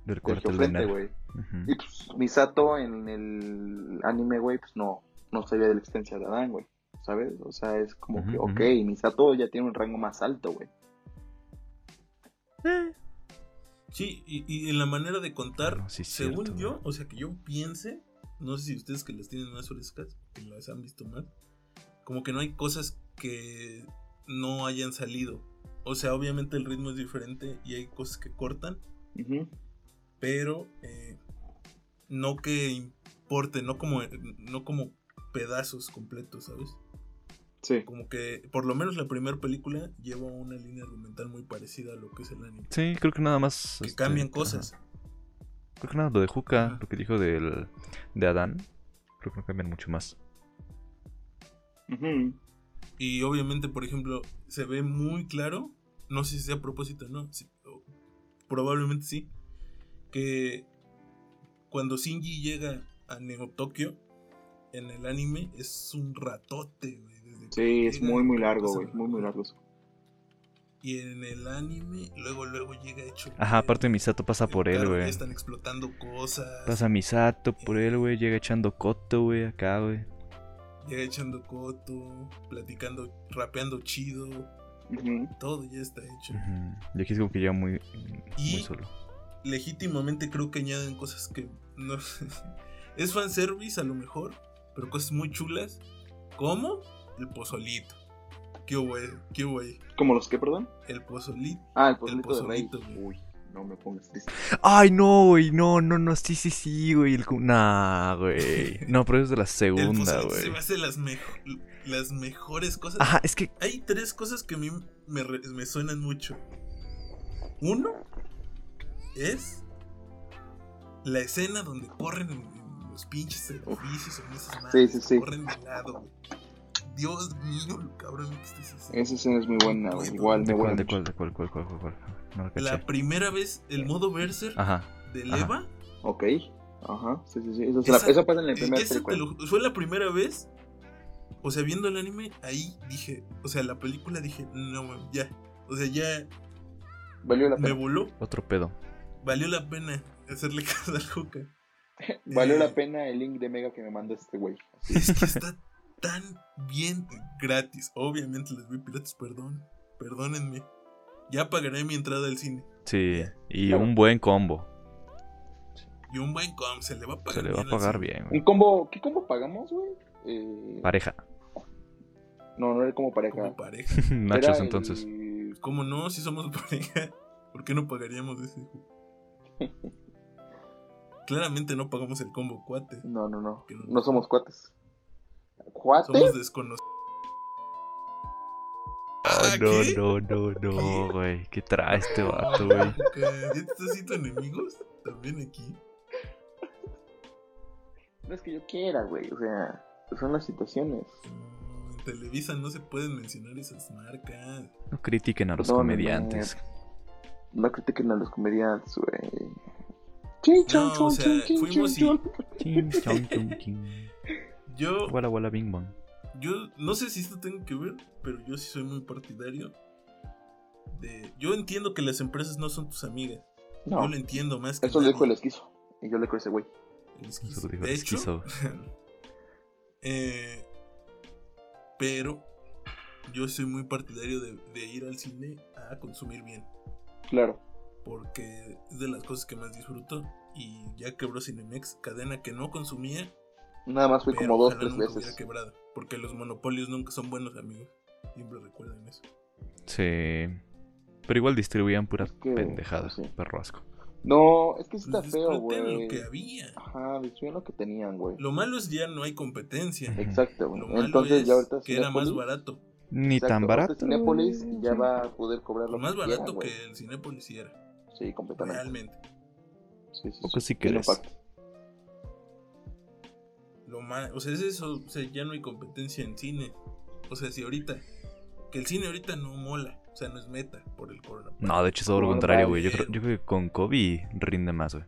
Speaker 4: del
Speaker 3: cuartel de
Speaker 4: geofrente,
Speaker 3: Ner.
Speaker 4: güey.
Speaker 3: Ujú.
Speaker 4: Y pues Misato en el anime, güey, pues no, no sabía de la existencia de Adán, güey. ¿Sabes? O sea, es como que,
Speaker 3: Ujú,
Speaker 4: ok,
Speaker 3: ujú.
Speaker 4: Misato ya tiene un rango más alto, güey.
Speaker 2: Sí, y, y en la manera de contar,
Speaker 3: Bueno, sí es
Speaker 2: según
Speaker 3: cierto,
Speaker 2: yo,
Speaker 3: güey.
Speaker 2: o sea, que yo piense, no sé si ustedes que las tienen más frescas, que las han visto más, como que no hay cosas que no hayan salido. O sea, obviamente el ritmo es diferente y hay cosas que cortan,
Speaker 4: Ujú.
Speaker 2: pero eh, no que importe, no como, no como pedazos completos, ¿sabes?
Speaker 4: Sí.
Speaker 2: Como que, por lo menos la primera película lleva una línea argumental muy parecida a lo que es el anime.
Speaker 3: Sí, creo que nada más.
Speaker 2: Que
Speaker 3: este,
Speaker 2: cambian
Speaker 3: ajá.
Speaker 2: cosas.
Speaker 3: Creo que nada, lo de Juca,
Speaker 2: Ajá.
Speaker 3: lo que dijo del, de Adán, creo que no cambian mucho más.
Speaker 4: Ujú.
Speaker 2: Y obviamente, por ejemplo, se ve muy claro, no sé si sea a propósito o no, sí, o- probablemente sí, que cuando Shinji llega a Neo Tokio, en el anime, es un ratote, güey. desde que
Speaker 4: Sí, es
Speaker 2: llega,
Speaker 4: muy, muy
Speaker 2: que
Speaker 4: largo,
Speaker 2: pasa
Speaker 4: güey.
Speaker 2: la-
Speaker 4: Muy, muy largo.
Speaker 2: Y en el anime, luego, luego llega hecho.
Speaker 3: Ajá, aparte Misato pasa por él,
Speaker 2: Claro, ya
Speaker 3: güey.
Speaker 2: Están explotando cosas.
Speaker 3: Pasa Misato por él, güey, llega echando coto, güey, acá, güey.
Speaker 2: Llega echando coto, platicando, rapeando chido.
Speaker 4: Ujú.
Speaker 2: Todo ya está hecho.
Speaker 3: Ujú. Y aquí es como que ya muy, muy
Speaker 2: Y-
Speaker 3: solo.
Speaker 2: legítimamente creo que añaden cosas que no es fanservice a lo mejor, pero cosas muy chulas, como el pozolito. ¿Qué hubo, eh? ¿Qué hubo ahí?
Speaker 4: ¿Como los que, perdón?
Speaker 2: El pozolito.
Speaker 4: Ah, el pozolito de rey.
Speaker 2: pozolito, güey.
Speaker 4: Uy, no me pongas triste.
Speaker 3: Ay, no, güey, no, no, no, sí, sí, sí, güey. El... cu- Nah, güey. No, pero es de la
Speaker 2: El
Speaker 3: segunda,
Speaker 2: pozolito
Speaker 3: güey.
Speaker 2: se me hace las, mejo- las mejores cosas.
Speaker 3: Ajá, es que.
Speaker 2: Hay tres cosas que a mí me, re- me suenan mucho. Uno es la escena donde corren en, en los pinches edificios en esas madres,
Speaker 4: sí, sí.
Speaker 2: corren de lado. güey. Dios mío, lo cabrón que estás haciendo.
Speaker 4: Esa escena es muy buena, güey. Igual,
Speaker 3: ¿De
Speaker 4: me
Speaker 3: cuál,
Speaker 4: huele
Speaker 3: de
Speaker 4: mucho.
Speaker 3: cuál, de cuál, cuál, cuál, cuál, cuál? No lo
Speaker 2: La
Speaker 3: caché.
Speaker 2: primera vez, el modo Berser
Speaker 3: Ajá.
Speaker 2: de
Speaker 3: Eh, Ah, ajá.
Speaker 2: Leva,
Speaker 4: Ok. Ajá, sí, sí, sí. Esa, se la-
Speaker 2: Esa-
Speaker 4: esa pasa en la primera
Speaker 2: esa te
Speaker 4: película.
Speaker 2: lo ju- fue la primera vez. O sea, viendo el anime, ahí dije, o sea, la película dije, no, mames, ya. O sea, ya
Speaker 4: Valió la
Speaker 2: me
Speaker 4: pena.
Speaker 2: voló.
Speaker 3: Otro pedo.
Speaker 2: Valió la pena hacerle caso al Juca.
Speaker 4: Valió
Speaker 2: eh,
Speaker 4: la pena el link de Mega que me manda este güey.
Speaker 2: Es que está tan bien gratis. Obviamente les vi piratas, perdón. Perdónenme. Ya pagaré mi entrada al cine.
Speaker 3: Sí, y
Speaker 4: Claro.
Speaker 3: un buen combo.
Speaker 2: Y un buen com se le va a pagar
Speaker 3: Se le va a
Speaker 2: bien al
Speaker 3: pagar
Speaker 2: cine.
Speaker 3: bien,
Speaker 4: Un
Speaker 3: güey.
Speaker 4: combo, ¿qué combo pagamos, güey? Eh,
Speaker 3: Pareja.
Speaker 4: no, no era como pareja.
Speaker 2: Como pareja.
Speaker 4: Era
Speaker 3: Nachos,
Speaker 4: el-
Speaker 3: entonces.
Speaker 2: ¿Cómo no? Si somos pareja, ¿por qué no pagaríamos ese juego? Claramente no pagamos el combo cuate.
Speaker 4: No, no, no.
Speaker 2: Que no-
Speaker 4: No somos cuates. ¿Cuates?
Speaker 2: Somos desconocidos. Ah,
Speaker 3: no,
Speaker 2: ¿qué?
Speaker 3: no, no, no, güey. ¿Qué trae este vato, güey?
Speaker 2: Ok, ¿Ya te estás haciendo enemigos? También aquí.
Speaker 4: No es que yo quiera, güey. O sea, son las situaciones.
Speaker 2: Mm, En Televisa no se pueden mencionar esas marcas.
Speaker 3: No critiquen a los
Speaker 4: Perdónenme.
Speaker 3: comediantes.
Speaker 4: No critiquen a los comediantes, güey. Chin, chon,
Speaker 2: No,
Speaker 4: chon,
Speaker 2: o sea,
Speaker 4: chon, chin,
Speaker 2: fuimos
Speaker 4: chon,
Speaker 2: y-
Speaker 4: chon.
Speaker 3: Chim, chom, chum, chim.
Speaker 2: Yo,
Speaker 3: Wala, wala, bing, bong.
Speaker 2: yo no sé si esto tengo que ver, pero yo sí soy muy partidario. De... Yo entiendo que las empresas no son tus amigas.
Speaker 4: No,
Speaker 2: Yo lo entiendo más que
Speaker 4: eso lo
Speaker 2: nadie.
Speaker 4: dijo el esquizo. Y yo le creo a ese güey.
Speaker 2: El esquizo.
Speaker 3: Eso lo dijo
Speaker 2: De
Speaker 3: el
Speaker 2: hecho,
Speaker 3: esquizo.
Speaker 2: eh, pero yo soy muy partidario de, de ir al cine a consumir bien.
Speaker 4: Claro.
Speaker 2: Porque es de las cosas que más disfruto. Y ya quebró Cinemex, cadena que no consumía.
Speaker 4: Nada más fui
Speaker 2: pero
Speaker 4: como dos,
Speaker 2: ojalá
Speaker 4: tres
Speaker 2: nunca hubiera
Speaker 4: veces.
Speaker 2: quebrado. Porque los monopolios nunca son buenos amigos. Siempre recuerden eso.
Speaker 3: Sí. Pero igual distribuían puras
Speaker 4: Es que,
Speaker 3: pendejadas,
Speaker 4: sí.
Speaker 3: perro asco.
Speaker 4: No, es que sí está
Speaker 2: Pues
Speaker 4: feo,
Speaker 2: disfruten
Speaker 4: güey.
Speaker 2: lo que había.
Speaker 4: Ajá, decían lo que tenían, güey.
Speaker 2: Lo malo es ya no hay competencia.
Speaker 3: Ujú.
Speaker 4: Exacto, güey.
Speaker 2: Lo malo
Speaker 4: Entonces
Speaker 2: es
Speaker 4: ya ahorita
Speaker 2: que era más
Speaker 4: Cinépolis-
Speaker 2: barato.
Speaker 3: Ni
Speaker 4: Exacto,
Speaker 3: tan
Speaker 4: ahorita
Speaker 3: barato.
Speaker 4: Cinépolis ya va a poder cobrar lo
Speaker 2: Más
Speaker 4: que quiera,
Speaker 2: barato
Speaker 4: güey.
Speaker 2: que el Cinépolis era.
Speaker 4: Sí, completamente.
Speaker 2: Realmente.
Speaker 4: Sí, sí,
Speaker 3: Poco
Speaker 4: sí.
Speaker 3: si
Speaker 4: Tiene
Speaker 3: querés.
Speaker 4: impacto.
Speaker 2: Lo ma- o sea, es eso, o sea, ya no hay competencia en cine. O sea, si ahorita, que el cine ahorita no mola, o sea, no es meta por el corona.
Speaker 3: No, de hecho es todo lo
Speaker 4: No,
Speaker 3: contrario, güey.
Speaker 4: vale.
Speaker 3: Yo creo, yo creo que con Kobe rinde más, güey.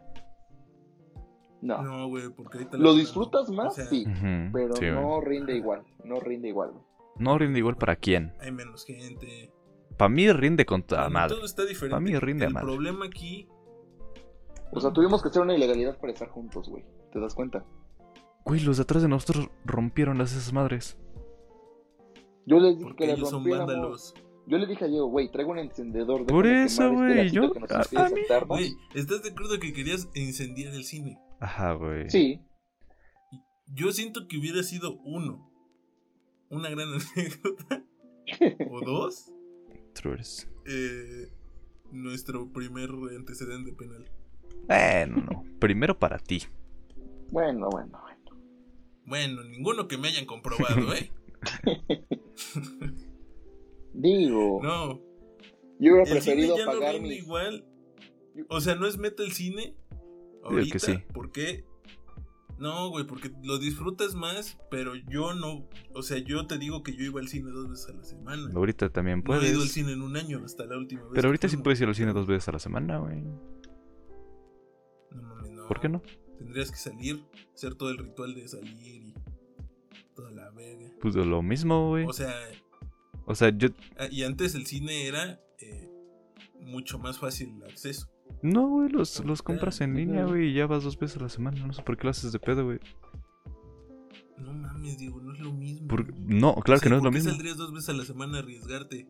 Speaker 4: No.
Speaker 2: No, güey, porque ahorita... la
Speaker 4: ¿Lo
Speaker 2: neta
Speaker 4: disfrutas
Speaker 2: no.
Speaker 4: más?
Speaker 2: O sea,
Speaker 4: sí.
Speaker 3: Ujú,
Speaker 4: Pero
Speaker 3: sí, güey.
Speaker 4: no rinde igual. No rinde igual, güey.
Speaker 3: No rinde igual para quién.
Speaker 2: Hay menos gente.
Speaker 3: Para mí rinde con toda
Speaker 2: Como
Speaker 3: madre.
Speaker 2: Todo está diferente.
Speaker 3: Pa' mí rinde a
Speaker 2: El
Speaker 3: madre.
Speaker 2: problema aquí...
Speaker 4: O sea, tuvimos que hacer una ilegalidad para estar juntos, güey. ¿Te das cuenta?
Speaker 3: Güey, los de atrás de nosotros rompieron las esas madres.
Speaker 4: Yo les dije
Speaker 2: Porque
Speaker 4: que le
Speaker 2: ellos son
Speaker 4: rompiéramos.
Speaker 2: vándalos.
Speaker 4: Yo le dije a Diego, güey, traigo un encendedor. déjame
Speaker 3: Por
Speaker 4: quemar
Speaker 3: eso,
Speaker 4: este
Speaker 3: güey,
Speaker 4: gatito
Speaker 3: yo-
Speaker 4: que nos
Speaker 3: a-
Speaker 4: impide
Speaker 3: a mí-
Speaker 4: saltarnos".
Speaker 2: Güey, ¿estás de acuerdo que querías incendiar el cine?
Speaker 3: Ajá, güey.
Speaker 4: Sí,
Speaker 2: Yo siento que hubiera sido uno. Una gran anécdota. o dos.
Speaker 3: Truers.
Speaker 2: eh, nuestro primer antecedente penal.
Speaker 3: Eh, no, no. Primero para ti.
Speaker 4: bueno, bueno, bueno.
Speaker 2: Bueno, ninguno que me hayan comprobado, ¿eh?
Speaker 4: Digo,
Speaker 2: No,
Speaker 4: yo hubiera
Speaker 2: el cine
Speaker 4: preferido
Speaker 2: ya no
Speaker 4: pagar
Speaker 2: rinde
Speaker 4: mi.
Speaker 2: igual. O sea, no es meta el cine. Ahorita,
Speaker 3: que sí.
Speaker 2: ¿Por qué? No, güey, porque lo disfrutas más, pero yo no. O sea, yo te digo que yo iba al cine dos veces a la semana. No,
Speaker 3: Ahorita también
Speaker 2: he
Speaker 3: puedes.
Speaker 2: ido al cine en un año, hasta la última vez.
Speaker 3: pero ahorita
Speaker 2: que
Speaker 3: sí
Speaker 2: fuimos.
Speaker 3: puedes ir al cine dos veces a la semana, güey.
Speaker 2: No, mames, no.
Speaker 3: ¿Por qué no?
Speaker 2: Tendrías que salir, hacer todo el ritual de salir y. toda la verga.
Speaker 3: Pues lo mismo, güey.
Speaker 2: O sea,
Speaker 3: O sea, yo.
Speaker 2: Ah, Y antes el cine era eh, mucho más fácil el acceso.
Speaker 3: No, güey, los, los compras en
Speaker 4: Ujú.
Speaker 3: línea, güey, y ya vas dos veces a la semana. No sé por qué lo haces de pedo, güey.
Speaker 2: No mames, digo, no es lo mismo.
Speaker 3: Por- No, claro que
Speaker 2: Sí,
Speaker 3: no es
Speaker 2: ¿por
Speaker 3: lo
Speaker 2: qué
Speaker 3: mismo.
Speaker 2: saldrías dos veces a la semana a arriesgarte?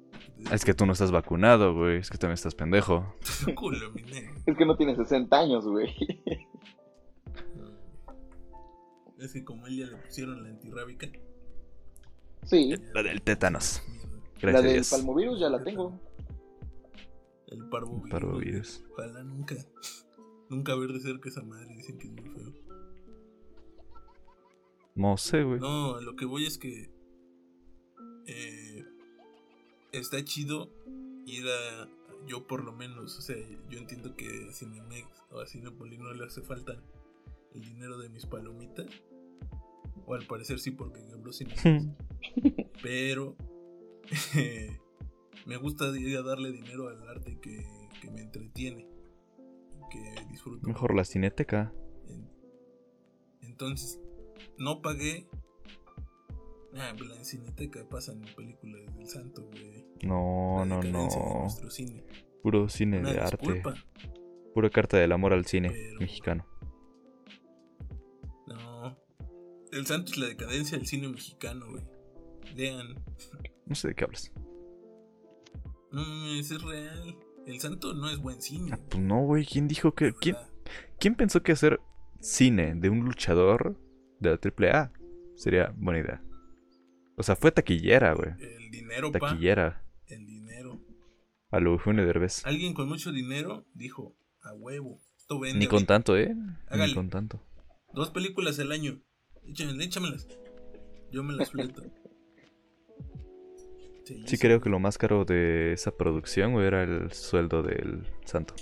Speaker 3: Es que tú no estás vacunado, güey. Es que también estás pendejo.
Speaker 2: Culo, mi negro.
Speaker 4: Es que no tiene 60 años, güey.
Speaker 2: Es que como él ya le pusieron la antirrábica.
Speaker 4: Sí,
Speaker 3: La del tétanos.
Speaker 2: mierda.
Speaker 4: la
Speaker 3: Gracias. a
Speaker 4: del
Speaker 3: Dios.
Speaker 4: palmovirus ya la tengo.
Speaker 2: El parvovirus.
Speaker 3: Parvovirus.
Speaker 2: Ojalá nunca. Nunca ver de cerca esa madre. Dicen que es muy feo.
Speaker 3: No sé, güey.
Speaker 2: No, a lo que voy es que eh, está chido ir a yo por lo menos, o sea, yo entiendo que a Cinemex o a Cinepolis no le hace falta el dinero de mis palomitas. O al parecer sí porque quebró Cinemex. pero eh, me gusta ir a darle dinero al arte que, que me entretiene. Que disfruto.
Speaker 3: Mejor la cineteca.
Speaker 2: En- Entonces, no pagué. Ah, pero en Cineteca pasan películas del santo, güey.
Speaker 3: No,
Speaker 2: La
Speaker 3: no,
Speaker 2: decadencia de
Speaker 3: no.
Speaker 2: nuestro cine.
Speaker 3: Puro cine
Speaker 2: Una
Speaker 3: de arte.
Speaker 2: disculpa.
Speaker 3: Pura carta del amor al cine
Speaker 2: Pero-
Speaker 3: mexicano.
Speaker 2: No. El santo es la decadencia del cine mexicano, güey. Lean.
Speaker 3: No sé de qué hablas.
Speaker 2: No, mames, es real. El santo no es buen cine.
Speaker 3: Pues no, güey. ¿Quién dijo
Speaker 2: la
Speaker 3: que.? ¿Quién,
Speaker 2: verdad.
Speaker 3: ¿Quién pensó que hacer cine de un luchador de la AAA sería buena idea? O sea, fue taquillera, güey.
Speaker 2: El dinero, pa.
Speaker 3: Taquillera.
Speaker 2: El dinero.
Speaker 3: A lo Eugenio Derbez.
Speaker 2: Alguien con mucho dinero dijo, a huevo, Esto vende,
Speaker 3: Ni con
Speaker 2: güey.
Speaker 3: tanto, ¿eh?
Speaker 2: Hágale.
Speaker 3: Ni con tanto.
Speaker 2: Dos películas al año. Échamelas, échamelas. Yo me las fleto. Sí,
Speaker 3: Sí creo que lo más caro de esa producción güey, era el sueldo del santo.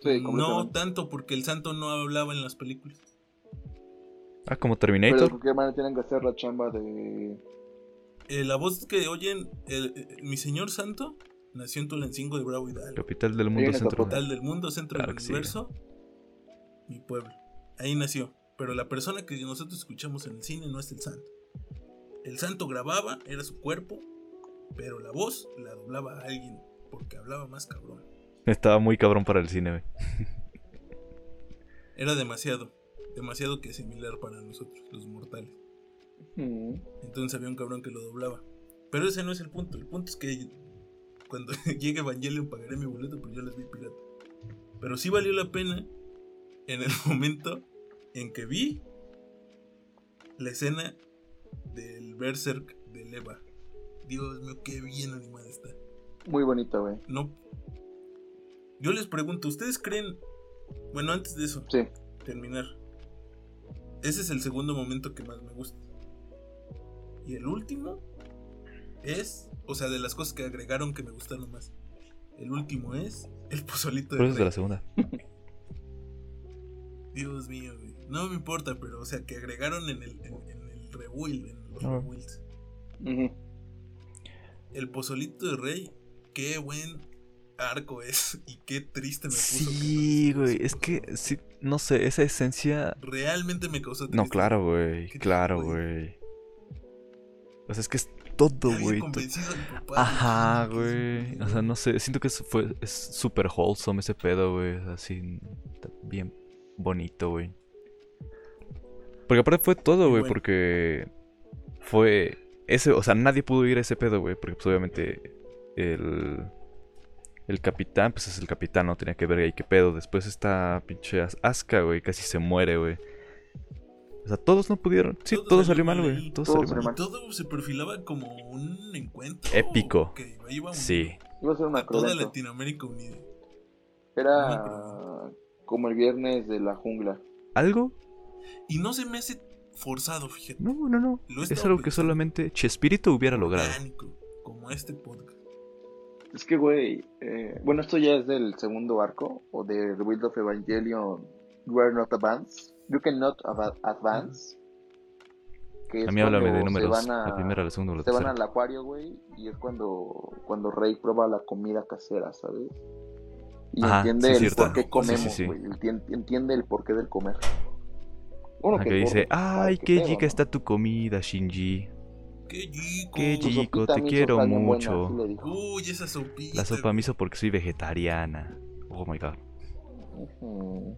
Speaker 4: Sí,
Speaker 2: No
Speaker 4: completamente.
Speaker 2: tanto porque el santo no hablaba en las películas.
Speaker 3: Ah, como
Speaker 4: Pero de
Speaker 3: Terminator.
Speaker 4: cualquier manera tienen que hacer la chamba de.
Speaker 2: Eh, la voz que oyen, el- eh, mi señor santo, nació en Tulancingo de Bravo Hidalgo.
Speaker 3: Capital del mundo
Speaker 4: en
Speaker 3: central.
Speaker 4: Zapotal.
Speaker 2: Tal del mundo, centro
Speaker 3: Claro
Speaker 2: del
Speaker 3: que sí.
Speaker 2: universo. Mi pueblo. Ahí nació. Pero la persona que nosotros escuchamos en el cine no es el santo. El santo grababa, era su cuerpo, pero la voz la doblaba a alguien porque hablaba más cabrón.
Speaker 3: Estaba muy cabrón para el cine, güey.
Speaker 2: Era demasiado, demasiado que similar para nosotros, los mortales.
Speaker 4: Mm.
Speaker 2: Entonces había un cabrón que lo doblaba. Pero ese no es el punto. El punto es que cuando llegue Evangelion pagaré mi boleto, pero yo les vi pirata. Pero sí valió la pena en el momento en que vi la escena del Berserk de Leva. Dios mío, qué bien animada está.
Speaker 4: Muy bonita, güey.
Speaker 2: No. Yo les pregunto, ¿ustedes creen? Bueno, antes de eso,
Speaker 4: Sí.
Speaker 2: terminar. Ese es el segundo momento que más me gusta. Y el último es, o sea, de las cosas que agregaron que me gustaron más. El último es el pozolito
Speaker 3: Por
Speaker 2: de,
Speaker 3: eso Pues es de la segunda.
Speaker 2: Dios mío, güey. No me importa, pero o sea, que agregaron en el, en, en el rebuild, en los
Speaker 3: Ah.
Speaker 2: rebuilds.
Speaker 4: Ujú.
Speaker 2: El pozolito de rey, qué buen arco es y qué triste me puso. que no
Speaker 3: Sí,
Speaker 2: les-
Speaker 3: güey. Es que, sí, no sé, esa esencia
Speaker 2: realmente me causó
Speaker 3: No,
Speaker 2: tristeza.
Speaker 3: claro, güey.
Speaker 2: ¿Qué te
Speaker 3: Claro,
Speaker 2: digo,
Speaker 3: güey. O sea, es que es todo,
Speaker 2: Ya había
Speaker 3: güey. to-
Speaker 2: convencido a mi papá, güey. No, que
Speaker 3: Ajá,
Speaker 2: es un
Speaker 3: güey.
Speaker 2: pedo.
Speaker 3: O sea, no sé. Siento que eso fue, es súper wholesome ese pedo, güey. Así, está bien bonito, güey. Porque aparte fue todo,
Speaker 2: Y
Speaker 3: güey.
Speaker 2: bueno.
Speaker 3: Porque fue ese. O sea, nadie pudo ir a ese pedo, güey. Porque pues, obviamente el. El capitán, pues es el capitán, no tenía que ver ahí qué pedo. Después esta pinche As- Asca, güey, casi se muere, güey. O sea, todos no pudieron. Sí,
Speaker 2: Todo
Speaker 3: todo
Speaker 2: salió
Speaker 3: salió mal,
Speaker 2: mal
Speaker 3: güey.
Speaker 2: ahí.
Speaker 3: Todo
Speaker 4: Todo
Speaker 3: salió
Speaker 4: salió
Speaker 3: mal.
Speaker 4: mal.
Speaker 2: Y todo se perfilaba como un encuentro
Speaker 3: Épico.
Speaker 2: que iba a unir
Speaker 3: Sí.
Speaker 4: Iba a ser una
Speaker 2: a toda
Speaker 4: cruda.
Speaker 2: Latinoamérica unida.
Speaker 4: Era como el viernes de la jungla.
Speaker 3: ¿Algo?
Speaker 2: Y no se me hace forzado, fíjate.
Speaker 3: No, no, no.
Speaker 2: Lo he
Speaker 3: Es
Speaker 2: estado
Speaker 3: algo que
Speaker 2: pensando.
Speaker 3: solamente Chespirito hubiera logrado.
Speaker 2: Orgánico, como este podcast.
Speaker 4: Es que, güey, eh, bueno, esto ya es del segundo arco, o de The Wind of Evangelion, You Are Not Advanced, You Cannot Ava- Advance. Que es
Speaker 3: A mí háblame de
Speaker 4: cuando se
Speaker 3: números.
Speaker 4: van a-
Speaker 3: La primera, la segunda, la
Speaker 4: se van
Speaker 3: tercera.
Speaker 4: al acuario, güey, y es cuando, cuando Rey prueba la comida casera, ¿sabes? Y
Speaker 3: Ajá, sí,
Speaker 4: entiende el
Speaker 3: cierto.
Speaker 4: por qué comemos,
Speaker 3: Sí, sí, sí.
Speaker 4: güey. entien- Entiende el porqué del comer. Uno
Speaker 3: Ah, que dice, ay, qué
Speaker 4: que
Speaker 3: chica está tu comida, Shinji.
Speaker 2: Qué chico.
Speaker 3: Qué chico. Chico, te quiero mucho.
Speaker 2: Uy, esa sopita.
Speaker 3: La sopa
Speaker 2: güey.
Speaker 3: me hizo porque soy vegetariana. Oh my god.
Speaker 2: Sí, güey.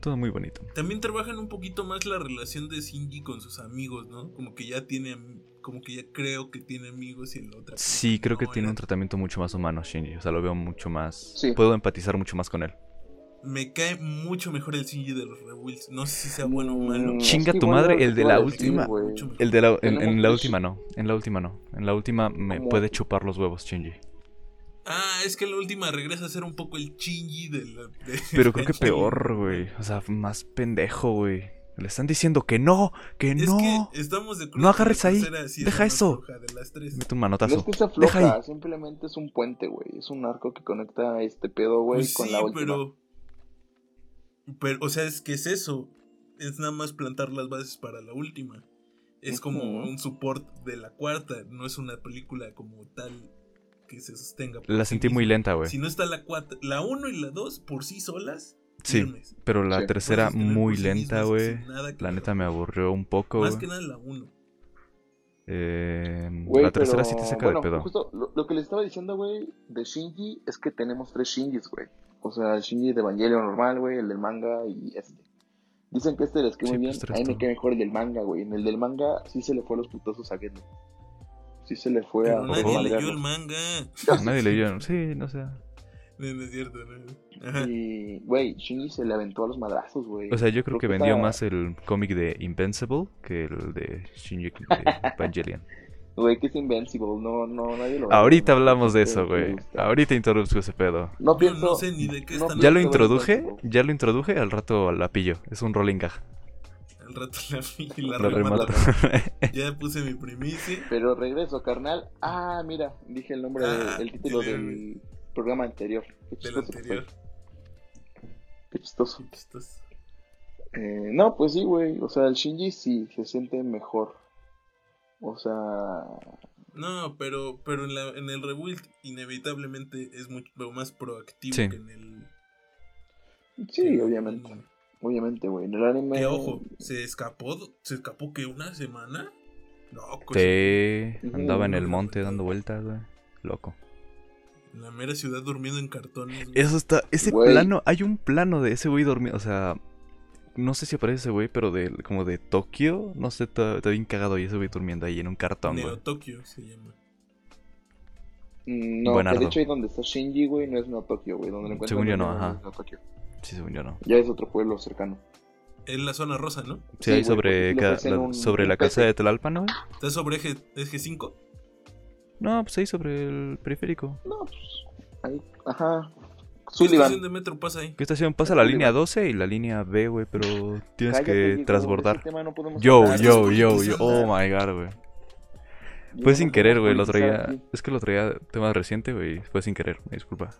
Speaker 3: Todo muy bonito.
Speaker 2: También trabajan un poquito más la relación de Shinji con sus amigos, ¿no? Como que ya tiene, am- como que ya creo que tiene amigos y el otro.
Speaker 3: Sí, creo que
Speaker 2: no,
Speaker 3: tiene
Speaker 2: era-
Speaker 3: un tratamiento mucho más humano, Shinji. O sea, lo veo mucho más.
Speaker 4: Sí.
Speaker 3: Puedo empatizar mucho más con él.
Speaker 2: Me cae mucho mejor el Shinji de los Rebuilds. No sé si sea bueno o malo.
Speaker 3: Mm, Chinga tu madre, el de la última.
Speaker 2: Mucho mejor.
Speaker 3: El de la, en,
Speaker 4: Tenemos
Speaker 3: en la
Speaker 4: un-
Speaker 3: última no. En la última no. En la última me
Speaker 4: Como-
Speaker 3: puede chupar los huevos, Shinji.
Speaker 2: Ah, es que la última regresa a ser un poco el chingy de la. de-
Speaker 3: Pero creo que
Speaker 2: de-
Speaker 3: peor, güey. O sea, más pendejo, güey. Le están diciendo que no, que
Speaker 2: Es
Speaker 3: no.
Speaker 2: que estamos de acuerdo
Speaker 3: No
Speaker 2: que la
Speaker 3: agarres ahí.
Speaker 2: tercera sí es
Speaker 3: Deja
Speaker 2: la más
Speaker 3: eso.
Speaker 2: floja de las tres.
Speaker 3: Mete un
Speaker 4: No
Speaker 3: manotazo.
Speaker 4: es que sea
Speaker 3: Deja ahí.
Speaker 4: floja, simplemente es un puente, güey. Es un arco que conecta este pedo, güey,
Speaker 2: Pues
Speaker 4: con
Speaker 2: sí,
Speaker 4: la última.
Speaker 2: pero. Pero, o sea, es que es eso. Es nada más plantar las bases para la última. Es como
Speaker 4: Ujú.
Speaker 2: un support de la cuarta. No es una película como tal que se sostenga. por
Speaker 3: La
Speaker 2: sí
Speaker 3: sentí
Speaker 2: misma.
Speaker 3: muy lenta, güey.
Speaker 2: Si no está la cuatro, la uno y la dos por sí solas.
Speaker 3: Sí,
Speaker 2: firmes.
Speaker 3: pero la
Speaker 4: Sí.
Speaker 3: tercera
Speaker 2: Puedes tener
Speaker 3: muy
Speaker 2: por sí
Speaker 3: lenta,
Speaker 2: mismas,
Speaker 3: güey.
Speaker 2: sin nada que
Speaker 3: La
Speaker 2: ver.
Speaker 3: neta me aburrió un poco,
Speaker 2: Más
Speaker 3: güey.
Speaker 2: que nada la uno.
Speaker 3: Eh,
Speaker 4: Güey,
Speaker 3: la tercera
Speaker 4: pero,
Speaker 3: sí te saca
Speaker 4: bueno,
Speaker 3: de
Speaker 4: pues,
Speaker 3: pedo.
Speaker 4: Justo lo, lo que les estaba diciendo, güey, de Shinji es que tenemos tres Shinjis, güey. O sea, el Shinji de Evangelion normal, güey, el del manga y este. Dicen que este les quedó
Speaker 3: Sí,
Speaker 4: muy bien.
Speaker 3: pues, tres
Speaker 4: A mí me
Speaker 3: todo.
Speaker 4: queda mejor el del manga, güey. En el del manga sí se le fue a los putazos a Gendo. Sí se le fue
Speaker 2: Pero
Speaker 4: a.
Speaker 2: nadie
Speaker 3: Ojo.
Speaker 2: leyó el
Speaker 4: madrearlos.
Speaker 2: manga.
Speaker 3: Nadie le dio. Sí, no sé.
Speaker 2: No, no es cierto, no. Ajá.
Speaker 4: Y, güey, Shinji se le aventó a los madrazos, güey.
Speaker 3: O sea, yo creo que vendió
Speaker 4: estaba-
Speaker 3: más el cómic de Invincible que el de Shinji de Evangelion.
Speaker 4: Güey, que es Invincible, no, no, nadie lo
Speaker 3: Ahorita
Speaker 4: no,
Speaker 3: hablamos de
Speaker 4: no
Speaker 3: eso,
Speaker 4: me
Speaker 3: güey.
Speaker 4: gusta.
Speaker 3: Ahorita introduzco ese pedo.
Speaker 4: No
Speaker 2: Yo
Speaker 4: pienso.
Speaker 2: no sé ni de qué están
Speaker 3: Ya
Speaker 4: pienso
Speaker 3: lo
Speaker 4: ver
Speaker 3: introduje,
Speaker 4: Invincible.
Speaker 3: ya lo introduje, al rato la pillo. Es un rolling gag.
Speaker 2: Al rato la, vi y la
Speaker 3: Lo
Speaker 2: remato.
Speaker 3: remato.
Speaker 2: Ya puse mi primicia.
Speaker 4: Pero regreso, carnal. Ah, mira, dije el nombre,
Speaker 2: Ah,
Speaker 4: del título
Speaker 2: sí,
Speaker 4: del programa anterior. Qué
Speaker 2: Del
Speaker 4: chistoso.
Speaker 2: anterior. pues,
Speaker 4: güey, Qué chistoso.
Speaker 2: Chistoso.
Speaker 4: Eh, no, pues sí, güey. O sea, el Shinji sí se siente mejor. O sea,
Speaker 2: No, pero, pero en, la, en el Rebuild inevitablemente es mucho más proactivo
Speaker 3: Sí.
Speaker 2: que en el...
Speaker 4: sí,
Speaker 2: que en el
Speaker 4: obviamente.
Speaker 2: anime.
Speaker 4: Obviamente, güey. En el anime.
Speaker 2: Que ojo, se escapó, se escapó que una semana. No, cosa-
Speaker 3: Te
Speaker 4: Ujú.
Speaker 3: andaba en el monte dando vueltas, güey. Loco.
Speaker 2: en la mera ciudad durmiendo en cartones. güey.
Speaker 3: Eso está. Ese
Speaker 4: Güey.
Speaker 3: plano. Hay un plano de ese güey dormido. O sea. No sé si aparece ese güey, pero de, como de Tokio. No sé, está, está bien cagado. Y ese güey durmiendo ahí en un cartón,
Speaker 2: Neo
Speaker 3: güey.
Speaker 2: Tokio se llama.
Speaker 4: Mm, No, que
Speaker 3: Buenardo.
Speaker 4: de hecho ahí donde está Shinji, güey, no es Nueva Tokio, güey. Donde lo encuentran
Speaker 3: Según yo no,
Speaker 4: es
Speaker 3: ajá.
Speaker 4: Nueva Tokio.
Speaker 3: Sí, según yo no.
Speaker 4: Ya es otro pueblo cercano.
Speaker 2: Es la zona rosa, ¿no?
Speaker 3: Sí,
Speaker 4: Sí,
Speaker 3: ahí
Speaker 4: güey, porque
Speaker 3: sobre,
Speaker 4: sí le
Speaker 3: ca-
Speaker 4: ofrecen
Speaker 3: la,
Speaker 4: un-
Speaker 3: sobre
Speaker 4: un
Speaker 3: la casa
Speaker 4: pete.
Speaker 3: de Tlalpan, güey.
Speaker 2: Está sobre eje, eje 5.
Speaker 3: No, pues ahí sobre el periférico.
Speaker 4: No, pues. Ahí, ajá.
Speaker 2: ¿Qué estación
Speaker 4: Sullivan.
Speaker 2: de metro pasa ahí?
Speaker 3: ¿Qué estación? Pasa
Speaker 4: Es
Speaker 3: la
Speaker 4: Bolívar.
Speaker 3: línea 12 y la línea B, güey, pero tienes
Speaker 4: Cállate,
Speaker 3: que
Speaker 4: Diego,
Speaker 3: transbordar.
Speaker 4: ese tema no podemos
Speaker 3: Yo,
Speaker 4: hablar.
Speaker 3: yo,
Speaker 2: Estás
Speaker 3: yo, yo. Oh
Speaker 2: politizando.
Speaker 3: my god, güey.
Speaker 4: Ya
Speaker 3: Fue
Speaker 4: nos
Speaker 3: sin querer,
Speaker 4: vamos
Speaker 3: güey. Lo
Speaker 4: a politizar
Speaker 3: traía.
Speaker 4: aquí.
Speaker 3: Es que lo traía tema reciente, güey. Fue sin querer. Me disculpa.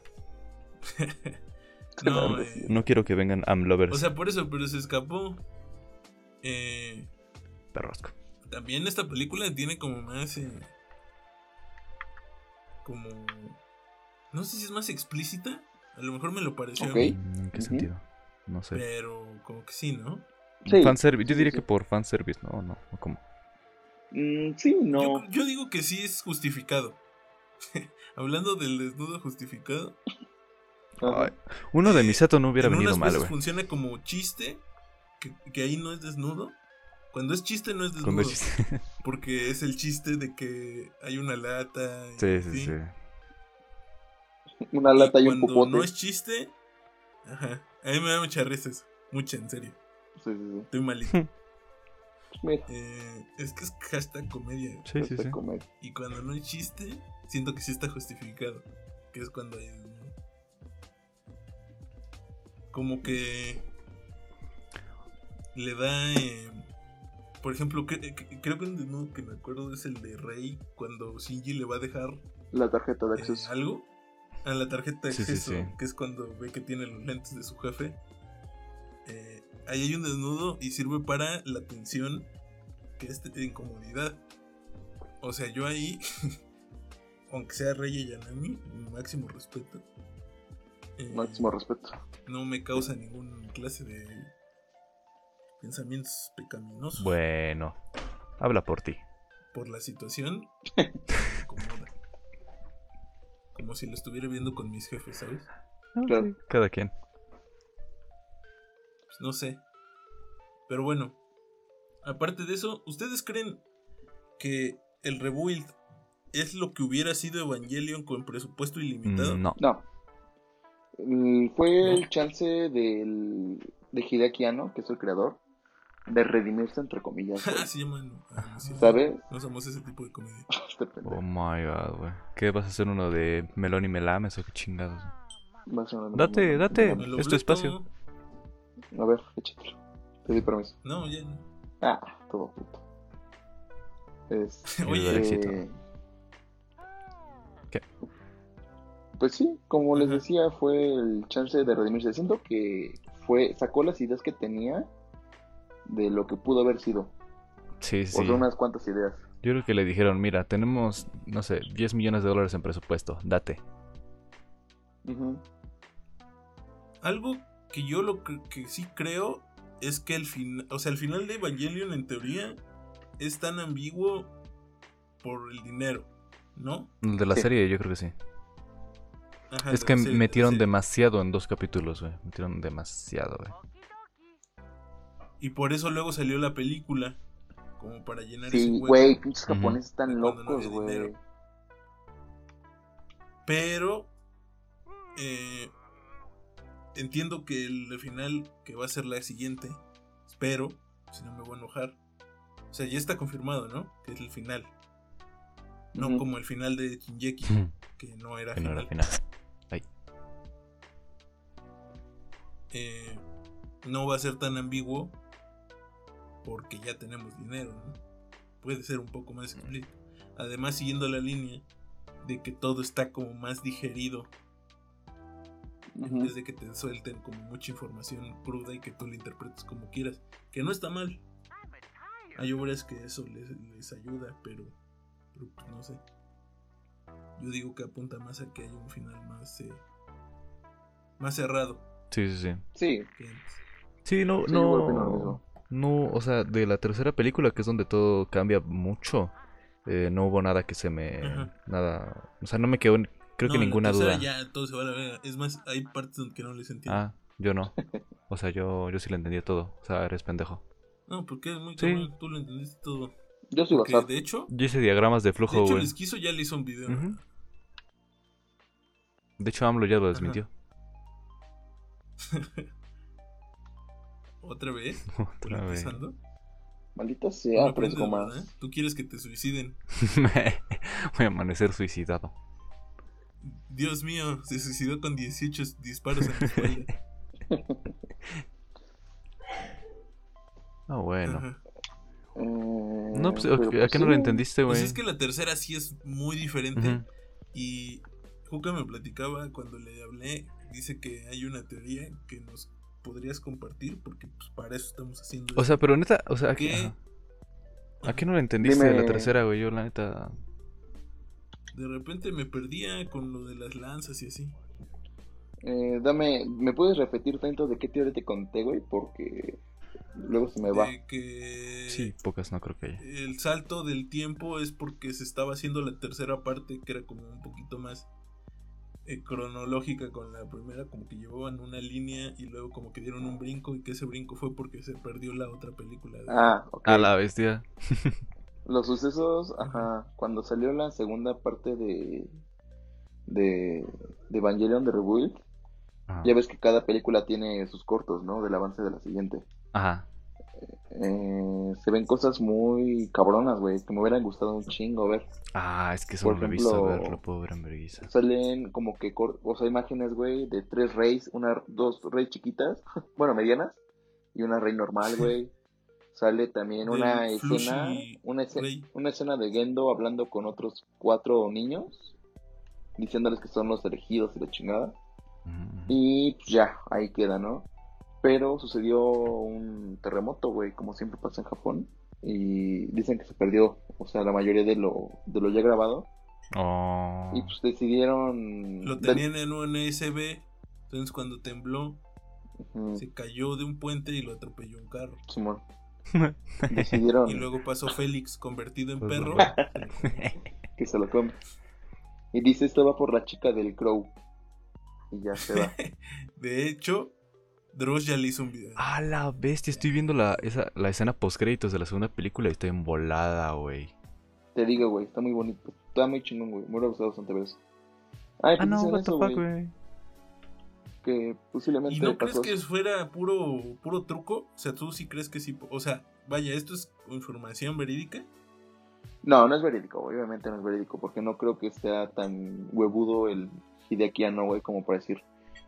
Speaker 2: No, eh,
Speaker 3: No quiero que vengan amlovers
Speaker 2: o sea, por eso, pero se escapó. Eh,
Speaker 3: perrosco.
Speaker 2: también esta película tiene como más. eh, como. No sé si es más explícita. A lo mejor me lo pareció. a
Speaker 4: Ok.
Speaker 2: mí,
Speaker 3: Mm, ¿En qué
Speaker 4: Ujú.
Speaker 3: sentido? No sé.
Speaker 2: Pero como que sí, ¿no?
Speaker 4: Sí,
Speaker 3: Fanservice. Yo
Speaker 4: sí,
Speaker 3: diría
Speaker 4: sí.
Speaker 3: que por fanservice, ¿no? ¿O No, ¿O ¿cómo?
Speaker 4: Mm, sí, no.
Speaker 2: Yo, yo digo que sí es justificado. Hablando del desnudo justificado.
Speaker 4: Ajá.
Speaker 3: Ay, uno de Misato no hubiera
Speaker 2: en
Speaker 3: venido
Speaker 2: unas
Speaker 3: mal,
Speaker 2: veces
Speaker 3: güey.
Speaker 2: funciona como chiste, que, que ahí no es desnudo. Cuando es chiste no es desnudo.
Speaker 3: Cuando chiste.
Speaker 2: Porque es el chiste de que hay una lata. y
Speaker 3: Sí, sí,
Speaker 2: así.
Speaker 3: sí.
Speaker 4: Una lata y un
Speaker 2: cuando
Speaker 4: pupote.
Speaker 2: no es chiste. Ajá. A mí me da mucha risa eso. Mucha, en serio.
Speaker 4: Sí, sí,
Speaker 2: Estoy malito.
Speaker 4: sí. Mira, pues,
Speaker 2: Eh, es que es hashtag comedia.
Speaker 3: Sí, sí,
Speaker 4: esta
Speaker 3: sí.
Speaker 4: comedia.
Speaker 2: Y cuando no hay chiste, siento que sí está justificado. Que es cuando hay. un- Como que. Le da. eh, por ejemplo, cre- cre- creo que un desnudo que me acuerdo es el de Rey. Cuando Shinji le va a dejar
Speaker 4: La tarjeta de
Speaker 2: eh,
Speaker 4: acceso.
Speaker 2: algo a la tarjeta de
Speaker 3: Sí, sí,
Speaker 2: acceso,
Speaker 3: sí.
Speaker 2: que es cuando ve que tiene los lentes de su jefe. Eh, ahí hay un desnudo y sirve para la tensión que es de incomodidad. O sea, yo ahí, aunque sea Rey y Yanami, mi máximo respeto, eh,
Speaker 4: Máximo respeto.
Speaker 2: no me causa ningún clase de pensamientos pecaminosos
Speaker 3: Bueno. Habla por ti.
Speaker 2: por la situación. me incomoda. Como si lo estuviera viendo con mis jefes, ¿sabes?
Speaker 3: No,
Speaker 4: Claro.
Speaker 3: Ah, sí, Cada quien.
Speaker 2: Pues no sé. Pero bueno, aparte de eso, ¿ustedes creen que el Rebuild es lo que hubiera sido Evangelion con presupuesto ilimitado?
Speaker 3: Mm, No.
Speaker 4: No. Mm, Fue
Speaker 2: No.
Speaker 4: el chance del, de Hideaki Anno, que es el creador, de redimirse, entre comillas. güey.
Speaker 2: Ah, sí, mano. Ah, no es cierto.
Speaker 4: ¿Sabes?
Speaker 2: No somos ese tipo de comedia.
Speaker 4: Este pendejo.
Speaker 3: Oh my god, güey. ¿Qué vas a hacer uno de melón y melames o qué chingados?
Speaker 4: Más o menos.
Speaker 3: Date, date.
Speaker 4: Este
Speaker 2: Me lo
Speaker 3: Es tu
Speaker 2: bloqueo.
Speaker 3: espacio.
Speaker 4: A ver, échatelo. Te di permiso.
Speaker 2: No, ya no.
Speaker 4: Ah, todo puto. Este,
Speaker 2: Oye.
Speaker 3: Éxito. ¿Qué?
Speaker 4: Pues sí, como les
Speaker 2: Ajá.
Speaker 4: decía, fue el chance de redimirse. Siento que fue sacó las ideas que tenía de lo que pudo haber sido.
Speaker 3: Sí, sí.
Speaker 4: O
Speaker 3: sí.
Speaker 4: sea, unas cuantas ideas.
Speaker 3: Yo creo que le dijeron, mira, tenemos, no sé, 10 millones de dólares en presupuesto, date.
Speaker 4: Ujú.
Speaker 2: Algo que yo lo que, que sí creo es que el final, o sea, el final de Evangelion en teoría es tan ambiguo por el dinero, ¿no?
Speaker 3: El de la
Speaker 4: Sí.
Speaker 3: serie, yo creo que sí.
Speaker 2: Ajá,
Speaker 3: es
Speaker 2: de
Speaker 3: que
Speaker 2: la serie- de la
Speaker 3: metieron
Speaker 2: serie.
Speaker 3: demasiado en dos capítulos, güey. Metieron demasiado, güey.
Speaker 2: Y por eso luego salió la película. Como para llenar ese
Speaker 4: Sí,
Speaker 2: hueco.
Speaker 4: güey, pinches
Speaker 3: Ujú.
Speaker 4: japoneses tan
Speaker 2: Cuando no
Speaker 4: locos,
Speaker 2: había
Speaker 4: güey.
Speaker 2: dinero. Pero. eh, entiendo que el final, que va a ser la siguiente. Espero. Si no me voy a enojar. O sea, ya está confirmado, ¿no? Que es el final. No
Speaker 4: Ujú.
Speaker 2: como el final de Shinjeki, que no era
Speaker 3: Que no
Speaker 2: final.
Speaker 3: era final.
Speaker 2: Eh, no va a ser tan ambiguo porque ya tenemos dinero, ¿no? Puede ser un poco más explícito. Además, siguiendo la línea de que todo está como más digerido en vez de que te suelten como mucha información cruda y que tú la interpretes como quieras. Que no está mal. Hay obras que eso les, les ayuda, pero, pero, pues, no sé. Yo digo que apunta más a que haya un final más, eh, más cerrado
Speaker 3: Sí, sí, sí.
Speaker 4: Sí,
Speaker 2: que antes.
Speaker 3: Sí, no,
Speaker 4: Sí, yo opino lo
Speaker 3: no.
Speaker 4: mismo.
Speaker 3: No, o sea, de la tercera película, que es donde todo cambia mucho, eh, no hubo nada que se me.
Speaker 2: Ajá.
Speaker 3: Nada. O sea, no me quedó, ni- creo que
Speaker 2: No, en la
Speaker 3: ninguna
Speaker 2: tercera
Speaker 3: duda.
Speaker 2: Ya todo se va a la verga. Es más, hay partes donde que no les entiendo.
Speaker 3: Ah, yo no. O sea, yo, yo sí le entendí todo. O sea, eres pendejo.
Speaker 2: No, porque es muy
Speaker 3: Sí.
Speaker 2: cabrón, tú lo entendiste todo.
Speaker 4: yo soy
Speaker 2: Porque,
Speaker 4: bastante.
Speaker 2: de hecho,
Speaker 3: Yo hice diagramas de
Speaker 2: de
Speaker 3: flujo,
Speaker 2: hecho
Speaker 3: güey.
Speaker 2: les quiso ya le hizo un video.
Speaker 3: Ujú. De hecho, AMLO ya lo desmintió.
Speaker 2: Otra vez,
Speaker 3: Otra vez.
Speaker 2: empezando.
Speaker 4: Maldita
Speaker 2: No
Speaker 4: sea, tres
Speaker 2: aprendes, ¿verdad?
Speaker 4: gomas.
Speaker 2: Tú quieres que te suiciden.
Speaker 3: Voy a amanecer suicidado.
Speaker 2: Dios mío, se suicidó con 18 disparos en la espalda.
Speaker 3: Ah, bueno.
Speaker 2: Ajá.
Speaker 4: Eh,
Speaker 3: No, pues,
Speaker 4: pero
Speaker 3: ¿a qué no
Speaker 4: sí.
Speaker 3: lo entendiste, güey?
Speaker 2: Pues es que la tercera sí es muy diferente.
Speaker 3: Ujú.
Speaker 2: Y Juca me platicaba cuando le hablé, dice que hay una teoría que nos podrías compartir porque pues, para eso estamos haciendo.
Speaker 3: O sea, pero neta, o sea, ¿a
Speaker 2: ¿Qué?
Speaker 3: qué, ajá. ¿A qué no la entendiste de la
Speaker 4: Dime.
Speaker 3: tercera, güey? Yo, la neta.
Speaker 2: De repente me perdía con lo de las lanzas y así.
Speaker 4: Eh, dame, ¿me puedes repetir tanto de qué teoría te conté, güey? Porque luego se me va.
Speaker 2: De que
Speaker 3: Sí, pocas no creo que haya.
Speaker 2: el salto del tiempo es porque se estaba haciendo la tercera parte que era como un poquito más eh, cronológica con la primera, como que llevaban una línea y luego como que dieron un brinco y que ese brinco fue porque se perdió la otra película. de-
Speaker 4: Ah, ok.
Speaker 3: A la bestia.
Speaker 4: Los sucesos, ajá, cuando salió la segunda parte de de, de Evangelion de Rebuild,
Speaker 3: Ajá.
Speaker 4: ya ves que cada película tiene sus cortos, ¿no? Del avance de la siguiente.
Speaker 3: Ajá.
Speaker 4: Eh, se ven cosas muy cabronas, güey, que me hubieran gustado un chingo ver.
Speaker 3: Ah, es que eso
Speaker 4: Por
Speaker 3: no lo he visto. A ver,
Speaker 4: ejemplo-
Speaker 3: lo puedo ver en vergüenza.
Speaker 4: Salen como que, cor- o sea, imágenes, güey, de tres reyes, una, dos reyes chiquitas, bueno, medianas, y una rey normal, güey. Sale también
Speaker 2: Del
Speaker 4: una escena,
Speaker 2: Flushi
Speaker 4: una escena,
Speaker 2: Rey.
Speaker 4: una escena de Gendo hablando con otros cuatro niños, diciéndoles que son los elegidos y la chingada.
Speaker 3: Mm.
Speaker 4: Y pues, ya, ahí queda, ¿no? Pero sucedió un terremoto, güey, como siempre pasa en Japón. Y dicen que se perdió, o sea, la mayoría de lo, de lo ya grabado.
Speaker 3: Oh.
Speaker 4: Y pues decidieron...
Speaker 2: Lo tenían en un USB, entonces cuando tembló
Speaker 4: Ujú,
Speaker 2: se cayó de un puente y lo atropelló un carro.
Speaker 4: Mm, Simón. Decidieron
Speaker 2: Y luego pasó Félix convertido en
Speaker 3: Pues,
Speaker 2: perro.
Speaker 3: ajá.
Speaker 4: que se lo come. Y dice, esto va por la chica del Crow. Y ya se va.
Speaker 2: De hecho, Dross ya le hizo un video.
Speaker 3: A la bestia, estoy viendo la, esa, la escena post créditos de la segunda película y estoy embolada, güey.
Speaker 4: Te digo, güey, está muy bonito. Está muy chingón, güey. Me hubiera gustado bastante ver eso. Ay,
Speaker 3: Ah,
Speaker 4: pues
Speaker 3: no,
Speaker 4: dicen
Speaker 3: what the
Speaker 4: eso,
Speaker 3: fuck,
Speaker 4: güey.
Speaker 3: güey.
Speaker 4: Que posiblemente
Speaker 2: ¿Y no crees
Speaker 4: pasó
Speaker 2: que
Speaker 4: eso.
Speaker 2: fuera puro, puro truco? O sea, tú sí crees que sí. O sea, vaya, esto es información verídica.
Speaker 4: No, no es verídico, güey, obviamente no es verídico, porque no creo que sea tan huevudo el Hideaki Anno, güey, como para decir,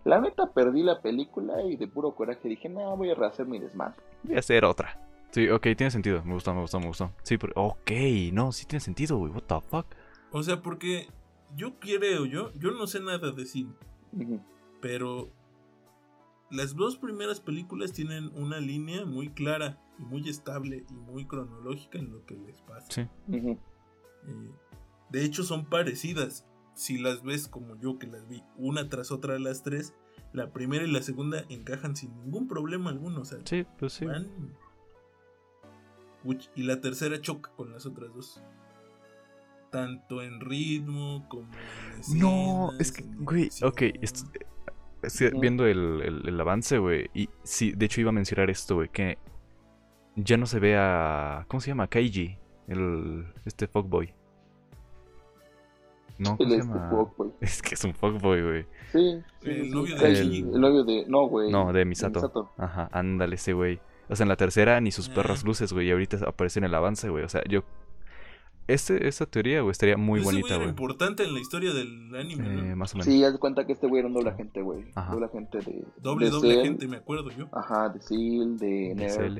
Speaker 4: la neta perdí la película y de puro coraje dije, no, voy a rehacer mi desmadre.
Speaker 3: Voy a hacer otra. Sí, ok, tiene sentido. Me gustó, me gustó, me gustó. Sí, pero. Ok, no, sí tiene sentido, güey. What the fuck.
Speaker 2: O sea, porque yo creo, yo, yo no sé nada de cine,
Speaker 4: Ujú.
Speaker 2: pero las dos primeras películas tienen una línea muy clara y muy estable y muy cronológica en lo que les pasa.
Speaker 3: Sí.
Speaker 4: Ujú.
Speaker 2: Eh, de hecho, son parecidas. Si las ves como yo que las vi una tras otra las tres, la primera y la segunda encajan sin ningún problema alguno. O sea,
Speaker 3: Sí, pues sí.
Speaker 2: van. Uch, Y la tercera choca con las otras dos. Tanto en ritmo como en
Speaker 3: No,
Speaker 2: escenas,
Speaker 3: es que,
Speaker 2: en
Speaker 3: güey,
Speaker 2: dirección.
Speaker 3: ok, est- estoy
Speaker 4: Ujú.
Speaker 3: viendo el, el- el avance, güey, y sí, de hecho iba a mencionar esto, güey, que ya no se ve a, ¿cómo se llama? Kaiji, el, este fuckboy. No, ¿cómo
Speaker 4: El
Speaker 3: se
Speaker 4: este
Speaker 3: llama?
Speaker 4: fuck, güey.
Speaker 3: Es que es un fuckboy, güey.
Speaker 4: Sí, sí,
Speaker 2: El
Speaker 4: sí,
Speaker 2: novio
Speaker 4: sí,
Speaker 3: de
Speaker 4: sí,
Speaker 3: Shinji.
Speaker 4: El novio de... No, güey.
Speaker 3: No, de Misato. Ajá, ándale ese güey. O sea, en la tercera ni sus
Speaker 2: Ah.
Speaker 3: perras luces, güey, y ahorita aparece en el avance, güey. O sea, yo Este, esta teoría, güey, estaría muy
Speaker 2: Ese güey
Speaker 3: bonita,
Speaker 2: era
Speaker 3: güey.
Speaker 2: importante en la historia del anime,
Speaker 3: Eh,
Speaker 2: ¿no?
Speaker 3: más o menos.
Speaker 4: Sí, haz de cuenta que este güey era un doble agente, güey.
Speaker 3: Ajá.
Speaker 4: Doble agente de.
Speaker 2: Doble,
Speaker 4: de
Speaker 2: doble
Speaker 4: Cell.
Speaker 2: gente, me acuerdo yo.
Speaker 4: Ajá, de Seal, de
Speaker 3: Dile
Speaker 4: Nerf.
Speaker 3: SL.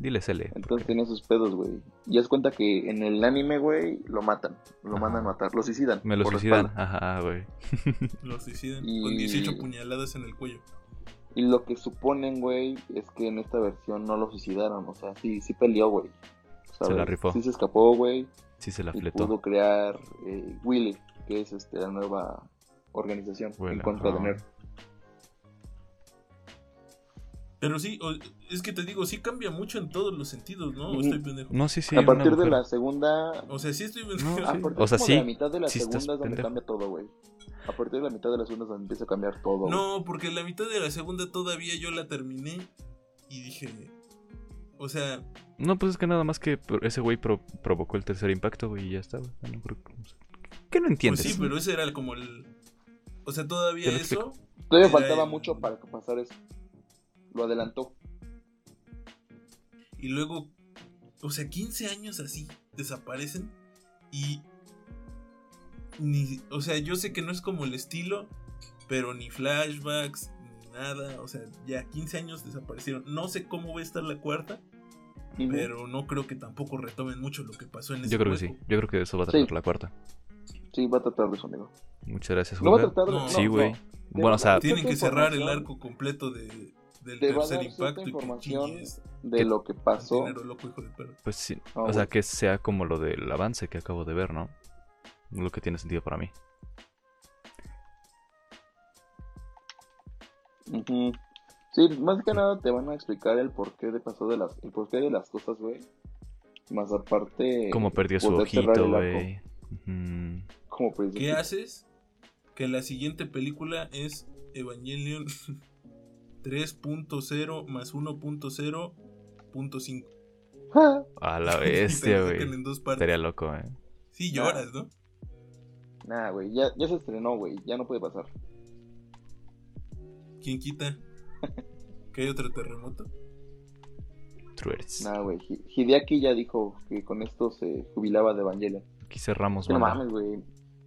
Speaker 3: Dile SL.
Speaker 4: Entonces tenía sus pedos, güey. Y haz cuenta que en el anime, güey, lo matan. Lo
Speaker 3: Ajá.
Speaker 4: mandan a matar. Lo suicidan.
Speaker 3: Me lo
Speaker 4: por la
Speaker 3: suicidan.
Speaker 4: espalda.
Speaker 3: Ajá, ah, güey.
Speaker 2: Lo suicidan
Speaker 4: Y-
Speaker 2: con 18 puñaladas en el cuello.
Speaker 4: Y lo que suponen, güey, es que en esta versión no lo suicidaron. O sea, sí, sí peleó, güey. ¿Sabes?
Speaker 3: la rifó.
Speaker 4: Sí se escapó, güey.
Speaker 3: Sí se la
Speaker 4: Y
Speaker 3: fletó.
Speaker 4: pudo crear eh, Willy, que es este, la nueva organización
Speaker 3: Willy,
Speaker 4: en contra de
Speaker 3: ajá.
Speaker 4: Nerf.
Speaker 2: Pero sí, o- es que te digo, sí cambia mucho en todos los sentidos, ¿no? O
Speaker 3: Mm.
Speaker 4: Ujú.
Speaker 2: estoy pendejo.
Speaker 3: No, sí, sí.
Speaker 4: a
Speaker 3: una
Speaker 4: partir de
Speaker 3: mujer.
Speaker 4: la segunda
Speaker 2: O sea, sí estoy
Speaker 3: No,
Speaker 2: pendejo.
Speaker 4: A
Speaker 3: sí.
Speaker 4: partir
Speaker 3: O sea,
Speaker 4: como
Speaker 3: sí.
Speaker 4: de la mitad de la
Speaker 3: sí
Speaker 4: segunda
Speaker 3: estás
Speaker 4: es donde
Speaker 3: pendejo.
Speaker 4: cambia todo, güey. A partir de la mitad de la segunda es donde empieza a cambiar todo. güey.
Speaker 2: No, porque la mitad de la segunda todavía yo la terminé y dije, o sea,
Speaker 3: No, pues es que nada más que pro- ese güey pro- provocó el tercer impacto, güey, y ya está, güey. No creo que- o sea, ¿Qué no
Speaker 2: pues
Speaker 3: entiendes?
Speaker 2: sí, pero ese era como el... O sea, todavía
Speaker 3: Te lo
Speaker 2: eso...
Speaker 4: Todavía
Speaker 2: Era
Speaker 4: faltaba
Speaker 2: el-
Speaker 4: mucho para que pasara eso. Lo adelantó.
Speaker 2: Y luego, o sea, 15 años así desaparecen y ni, o sea, yo sé que no es como el estilo, pero ni flashbacks ni nada, o sea, ya 15 años desaparecieron. No sé cómo va a estar la cuarta,
Speaker 4: Ujú.
Speaker 2: pero no creo que tampoco retomen mucho lo que pasó en ese
Speaker 3: Yo creo que
Speaker 2: hueco.
Speaker 3: sí. Yo creo que de eso va a tratar
Speaker 4: Sí.
Speaker 3: la cuarta.
Speaker 4: Sí, va a tratar de eso, amigo.
Speaker 3: Muchas gracias,
Speaker 4: Lo va a
Speaker 3: Julga.
Speaker 4: tratar de
Speaker 2: No,
Speaker 4: no,
Speaker 3: Sí,
Speaker 4: no.
Speaker 3: güey.
Speaker 4: Te-
Speaker 3: Bueno, o sea,
Speaker 4: te-
Speaker 2: Tienen que
Speaker 4: cierta
Speaker 2: cerrar el
Speaker 4: información
Speaker 2: arco completo de, del
Speaker 4: Te va a
Speaker 2: tercer
Speaker 4: dar
Speaker 2: impacto
Speaker 4: cierta
Speaker 2: y que
Speaker 4: información
Speaker 2: chingues
Speaker 4: de lo que pasó.
Speaker 2: dinero loco hijo de perro.
Speaker 3: Pues sí.
Speaker 4: Ah,
Speaker 3: o sea,
Speaker 4: güey.
Speaker 3: que sea como lo del avance que acabo de ver, ¿no? Lo que tiene sentido para mí.
Speaker 4: Ujú. Sí, más que nada te van a explicar el porqué de pasó de las, el porqué de las cosas, güey. Más aparte.
Speaker 3: Como perdió su
Speaker 4: poder cerrar
Speaker 3: ojito,
Speaker 4: el arco.
Speaker 3: güey. Ujú.
Speaker 4: Como pues, perdió su
Speaker 2: ¿Qué
Speaker 4: ojito.
Speaker 2: haces? Que la siguiente película es Evangelion 3.0 más 1.0.5.
Speaker 4: ¡Ah!
Speaker 3: A la
Speaker 2: Y te
Speaker 3: bestia,
Speaker 2: lo sacan
Speaker 3: güey.
Speaker 2: en dos partes.
Speaker 3: Estaría loco, ¿eh?
Speaker 2: Sí, lloras, ¿no?
Speaker 4: Nah, güey, ya, ya se estrenó, güey. Ya no puede pasar.
Speaker 2: ¿Quién quita? ¿Que hay otro terremoto?
Speaker 3: Truers.
Speaker 4: Nah, güey. Hi- Hideaki ya dijo que con esto se jubilaba de Evangelion.
Speaker 3: Aquí cerramos,
Speaker 4: Que no
Speaker 3: banda.
Speaker 4: mames, güey.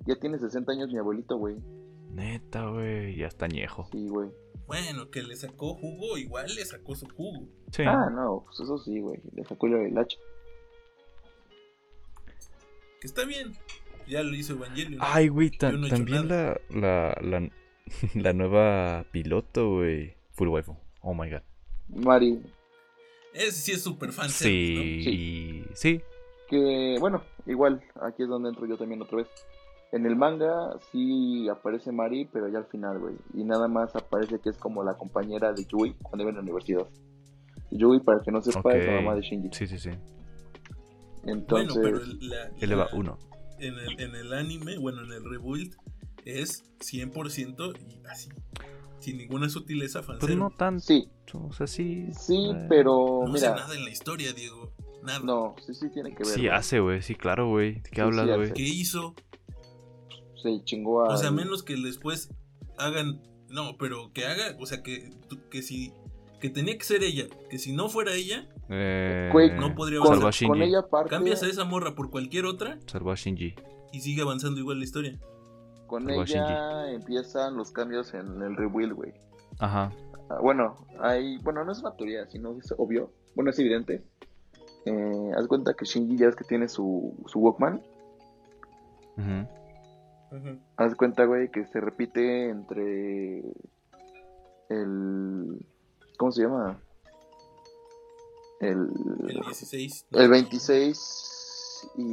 Speaker 4: Ya tiene 60 años mi abuelito, güey.
Speaker 3: Neta, güey. Ya está añejo.
Speaker 4: Sí, güey.
Speaker 2: Bueno, que le sacó jugo, igual le sacó su jugo.
Speaker 3: Sí.
Speaker 4: Ah, no, pues eso sí, güey. Le sacó el hacha.
Speaker 2: Que está bien. Ya lo hizo Evangelion.
Speaker 3: Ay, güey, ta-
Speaker 2: Yo no he hecho
Speaker 3: también la, la, la, la nueva piloto, güey. Full waifu. Oh my god.
Speaker 4: Mari,
Speaker 2: Ese sí es super fan.
Speaker 3: Sí, sí.
Speaker 4: que bueno, igual, aquí es donde entro yo también otra vez. En el manga sí aparece Mari, pero ya al final, güey. Y nada más aparece que es como la compañera de Yui cuando iba en la universidad. Yui, para el que no sepa, es la
Speaker 3: Ok.
Speaker 4: mamá de Shinji.
Speaker 3: Sí, sí, sí.
Speaker 4: Entonces,
Speaker 2: bueno, pero el- la,
Speaker 3: Eleva
Speaker 2: la-
Speaker 3: 1.
Speaker 2: En el, en el anime, bueno, en el rebuild, es 100% y así. Sin ninguna sutileza,
Speaker 3: Pues
Speaker 2: fancero.
Speaker 3: no tanto.
Speaker 4: sí,
Speaker 3: O sea, sí.
Speaker 4: sí,
Speaker 3: eh,
Speaker 4: pero
Speaker 2: No hace
Speaker 4: mira,
Speaker 2: nada en la historia, Diego. Nada.
Speaker 4: no, sí, sí tiene que ver.
Speaker 3: Sí
Speaker 4: güey.
Speaker 3: hace, güey. Sí, claro, güey. ¿De qué
Speaker 4: Sí,
Speaker 3: hablas,
Speaker 4: sí hace.
Speaker 3: güey?
Speaker 2: ¿Qué hizo?
Speaker 4: Se chingó a.
Speaker 2: O sea, menos que después hagan. No, pero que haga. O sea, que, tú- que si. Que tenía que ser ella. Que si no fuera ella,
Speaker 3: Eh,
Speaker 4: Quake,
Speaker 2: no podría
Speaker 3: salva
Speaker 2: avanzar.
Speaker 3: a Shinji.
Speaker 4: Con ella parte.
Speaker 2: cambias a esa morra por cualquier otra
Speaker 3: Salvó a Shinji.
Speaker 2: y sigue avanzando igual la historia.
Speaker 4: Con
Speaker 3: Salvó a
Speaker 4: ella empiezan los cambios en el rebuild, güey.
Speaker 3: Ajá.
Speaker 4: Ah, Bueno, hay, bueno, no es una teoría, sino es obvio. Bueno, es evidente. Eh, haz cuenta que Shinji ya es que tiene su, su Walkman.
Speaker 3: Ujú.
Speaker 4: Haz cuenta, güey, que se repite entre el... ¿Cómo se llama? El...
Speaker 2: El 16.
Speaker 4: El 26 y...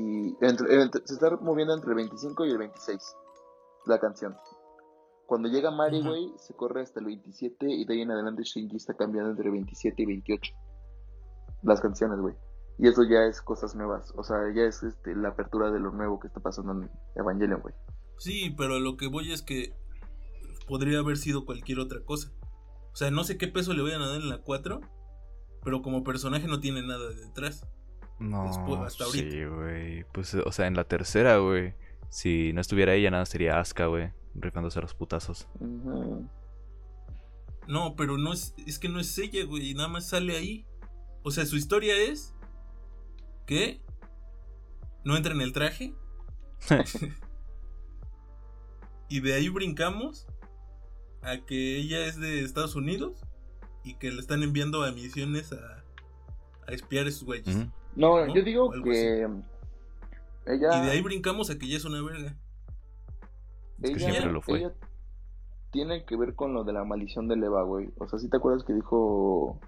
Speaker 4: entre- entre- se está moviendo entre el 25 y el 26. La canción. Cuando llega Mari,
Speaker 2: Ajá.
Speaker 4: güey, se corre hasta el 27 y de ahí en adelante Shinji está cambiando entre 27 y 28. Las canciones, güey. Y eso ya es cosas nuevas. O sea, ya es este, la apertura de lo nuevo que está pasando en Evangelion, güey.
Speaker 2: Sí, pero lo que voy es que podría haber sido cualquier otra cosa. O sea, no sé qué peso le vayan a dar en la 4, pero como personaje no tiene nada detrás.
Speaker 3: No,
Speaker 2: Después- hasta ahorita.
Speaker 3: sí, güey. Pues, o sea, en la tercera, güey. Si no estuviera ella, nada, sería Asuka, güey. Rifándose a los putazos.
Speaker 4: Ujú.
Speaker 2: No, pero no es, es que no es ella, güey, nada más sale ahí. O sea, su historia es que no entra en el traje. y de ahí brincamos a que ella es de Estados Unidos y que le están enviando a misiones a, a espiar a esos güeyes.
Speaker 3: Ujú.
Speaker 4: No,
Speaker 2: ¿No?
Speaker 4: yo digo
Speaker 2: O algo
Speaker 4: que
Speaker 2: Y de
Speaker 4: ella,
Speaker 2: ahí brincamos a que ella es una verga.
Speaker 3: Es que
Speaker 4: ella-
Speaker 3: siempre lo fue.
Speaker 4: ella tiene que ver con lo de la maldición de Eva, güey. O sea, si te acuerdas que dijo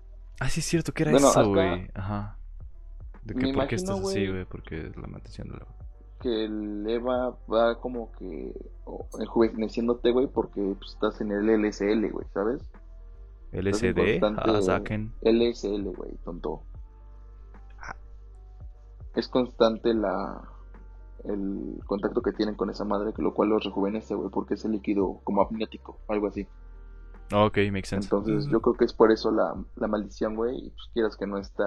Speaker 3: Ah, sí, es cierto que era
Speaker 4: Bueno,
Speaker 3: eso,
Speaker 4: hasta-
Speaker 3: güey. Ajá. De que
Speaker 4: Me
Speaker 3: por qué
Speaker 4: imagino,
Speaker 3: estás así,
Speaker 4: güey.
Speaker 3: güey, porque es la maldición de la.
Speaker 4: que el Eva va como que o- enjuveneciéndote, güey, porque pues, estás en el LSL, güey, ¿sabes?
Speaker 3: LSD,
Speaker 4: constante-
Speaker 3: a Zaken.
Speaker 4: LSL, güey, tonto.
Speaker 3: Ah.
Speaker 4: Es constante la el contacto que tienen con esa madre, que lo cual los rejuvenece, güey, porque es el líquido como amniótico, algo así.
Speaker 3: Ok, makes sense.
Speaker 4: Entonces
Speaker 2: Ujú.
Speaker 4: yo creo que es por eso la, la maldición, güey, y pues quieras que no está,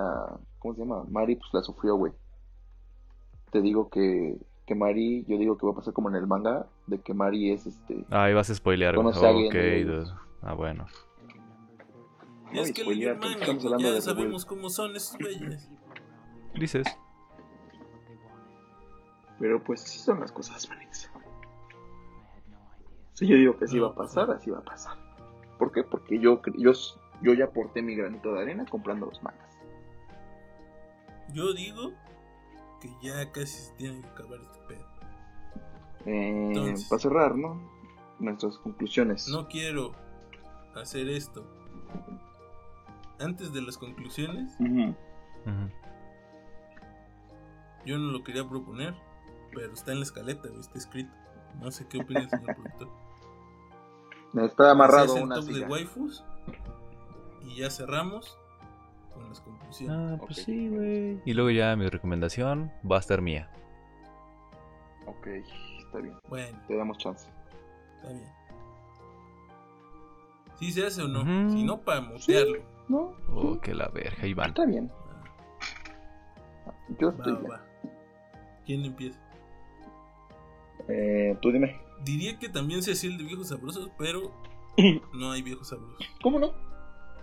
Speaker 4: ¿cómo se llama? Mari pues la sufrió, güey. Te digo que, que Mari, yo digo que va a pasar como en el manga, de que Mari es este...
Speaker 3: Ah, ahí vas a spoilear, güey.
Speaker 4: Conoce a alguien
Speaker 3: ok,
Speaker 4: de los-
Speaker 3: dude. Ah, bueno.
Speaker 2: Ya es
Speaker 4: Ay,
Speaker 2: que
Speaker 4: spoilear,
Speaker 2: el
Speaker 4: porque
Speaker 2: manga,
Speaker 4: estamos
Speaker 2: pues,
Speaker 4: hablando
Speaker 2: ya
Speaker 4: de
Speaker 2: sabemos cómo son esos güeyes.
Speaker 3: Dices.
Speaker 4: Pero pues sí son las cosas, Félix. Si yo digo que así va a pasar, así va a pasar. ¿Por qué? Porque yo, cre- yo, s- yo ya aporté mi granito de arena comprando los mangas.
Speaker 2: Yo digo que ya casi se tiene que acabar este pedo.
Speaker 4: Eh,
Speaker 2: Entonces.
Speaker 4: para cerrar, ¿no? Nuestras conclusiones.
Speaker 2: No quiero hacer esto. Antes de las conclusiones,
Speaker 4: Ujú.
Speaker 3: Ujú.
Speaker 2: yo no lo quería proponer, pero está en la escaleta, güey, está escrito. No sé qué opina el señor productor.
Speaker 4: Está amarrado
Speaker 2: Ese
Speaker 4: a
Speaker 2: es el
Speaker 4: una
Speaker 2: top de
Speaker 4: silla.
Speaker 2: waifus. Y ya cerramos con las conclusiones.
Speaker 3: Ah, pues
Speaker 4: Ok.
Speaker 3: sí, güey. Y luego ya mi recomendación va a estar mía.
Speaker 4: Ok, está bien.
Speaker 2: Bueno,
Speaker 4: Te damos chance.
Speaker 2: está bien. Si se hace o no.
Speaker 3: Ujú.
Speaker 2: Si no, para mutearlo.
Speaker 4: No,
Speaker 3: Oh,
Speaker 4: sí,
Speaker 3: que la verga, Iván.
Speaker 4: está bien. Yo
Speaker 2: Va,
Speaker 4: estoy
Speaker 2: va,
Speaker 4: bien.
Speaker 2: va. ¿Quién empieza?
Speaker 4: Eh, tú dime.
Speaker 2: Diría que también se hacía el de viejos sabrosos, pero no hay viejos sabrosos.
Speaker 4: ¿Cómo no?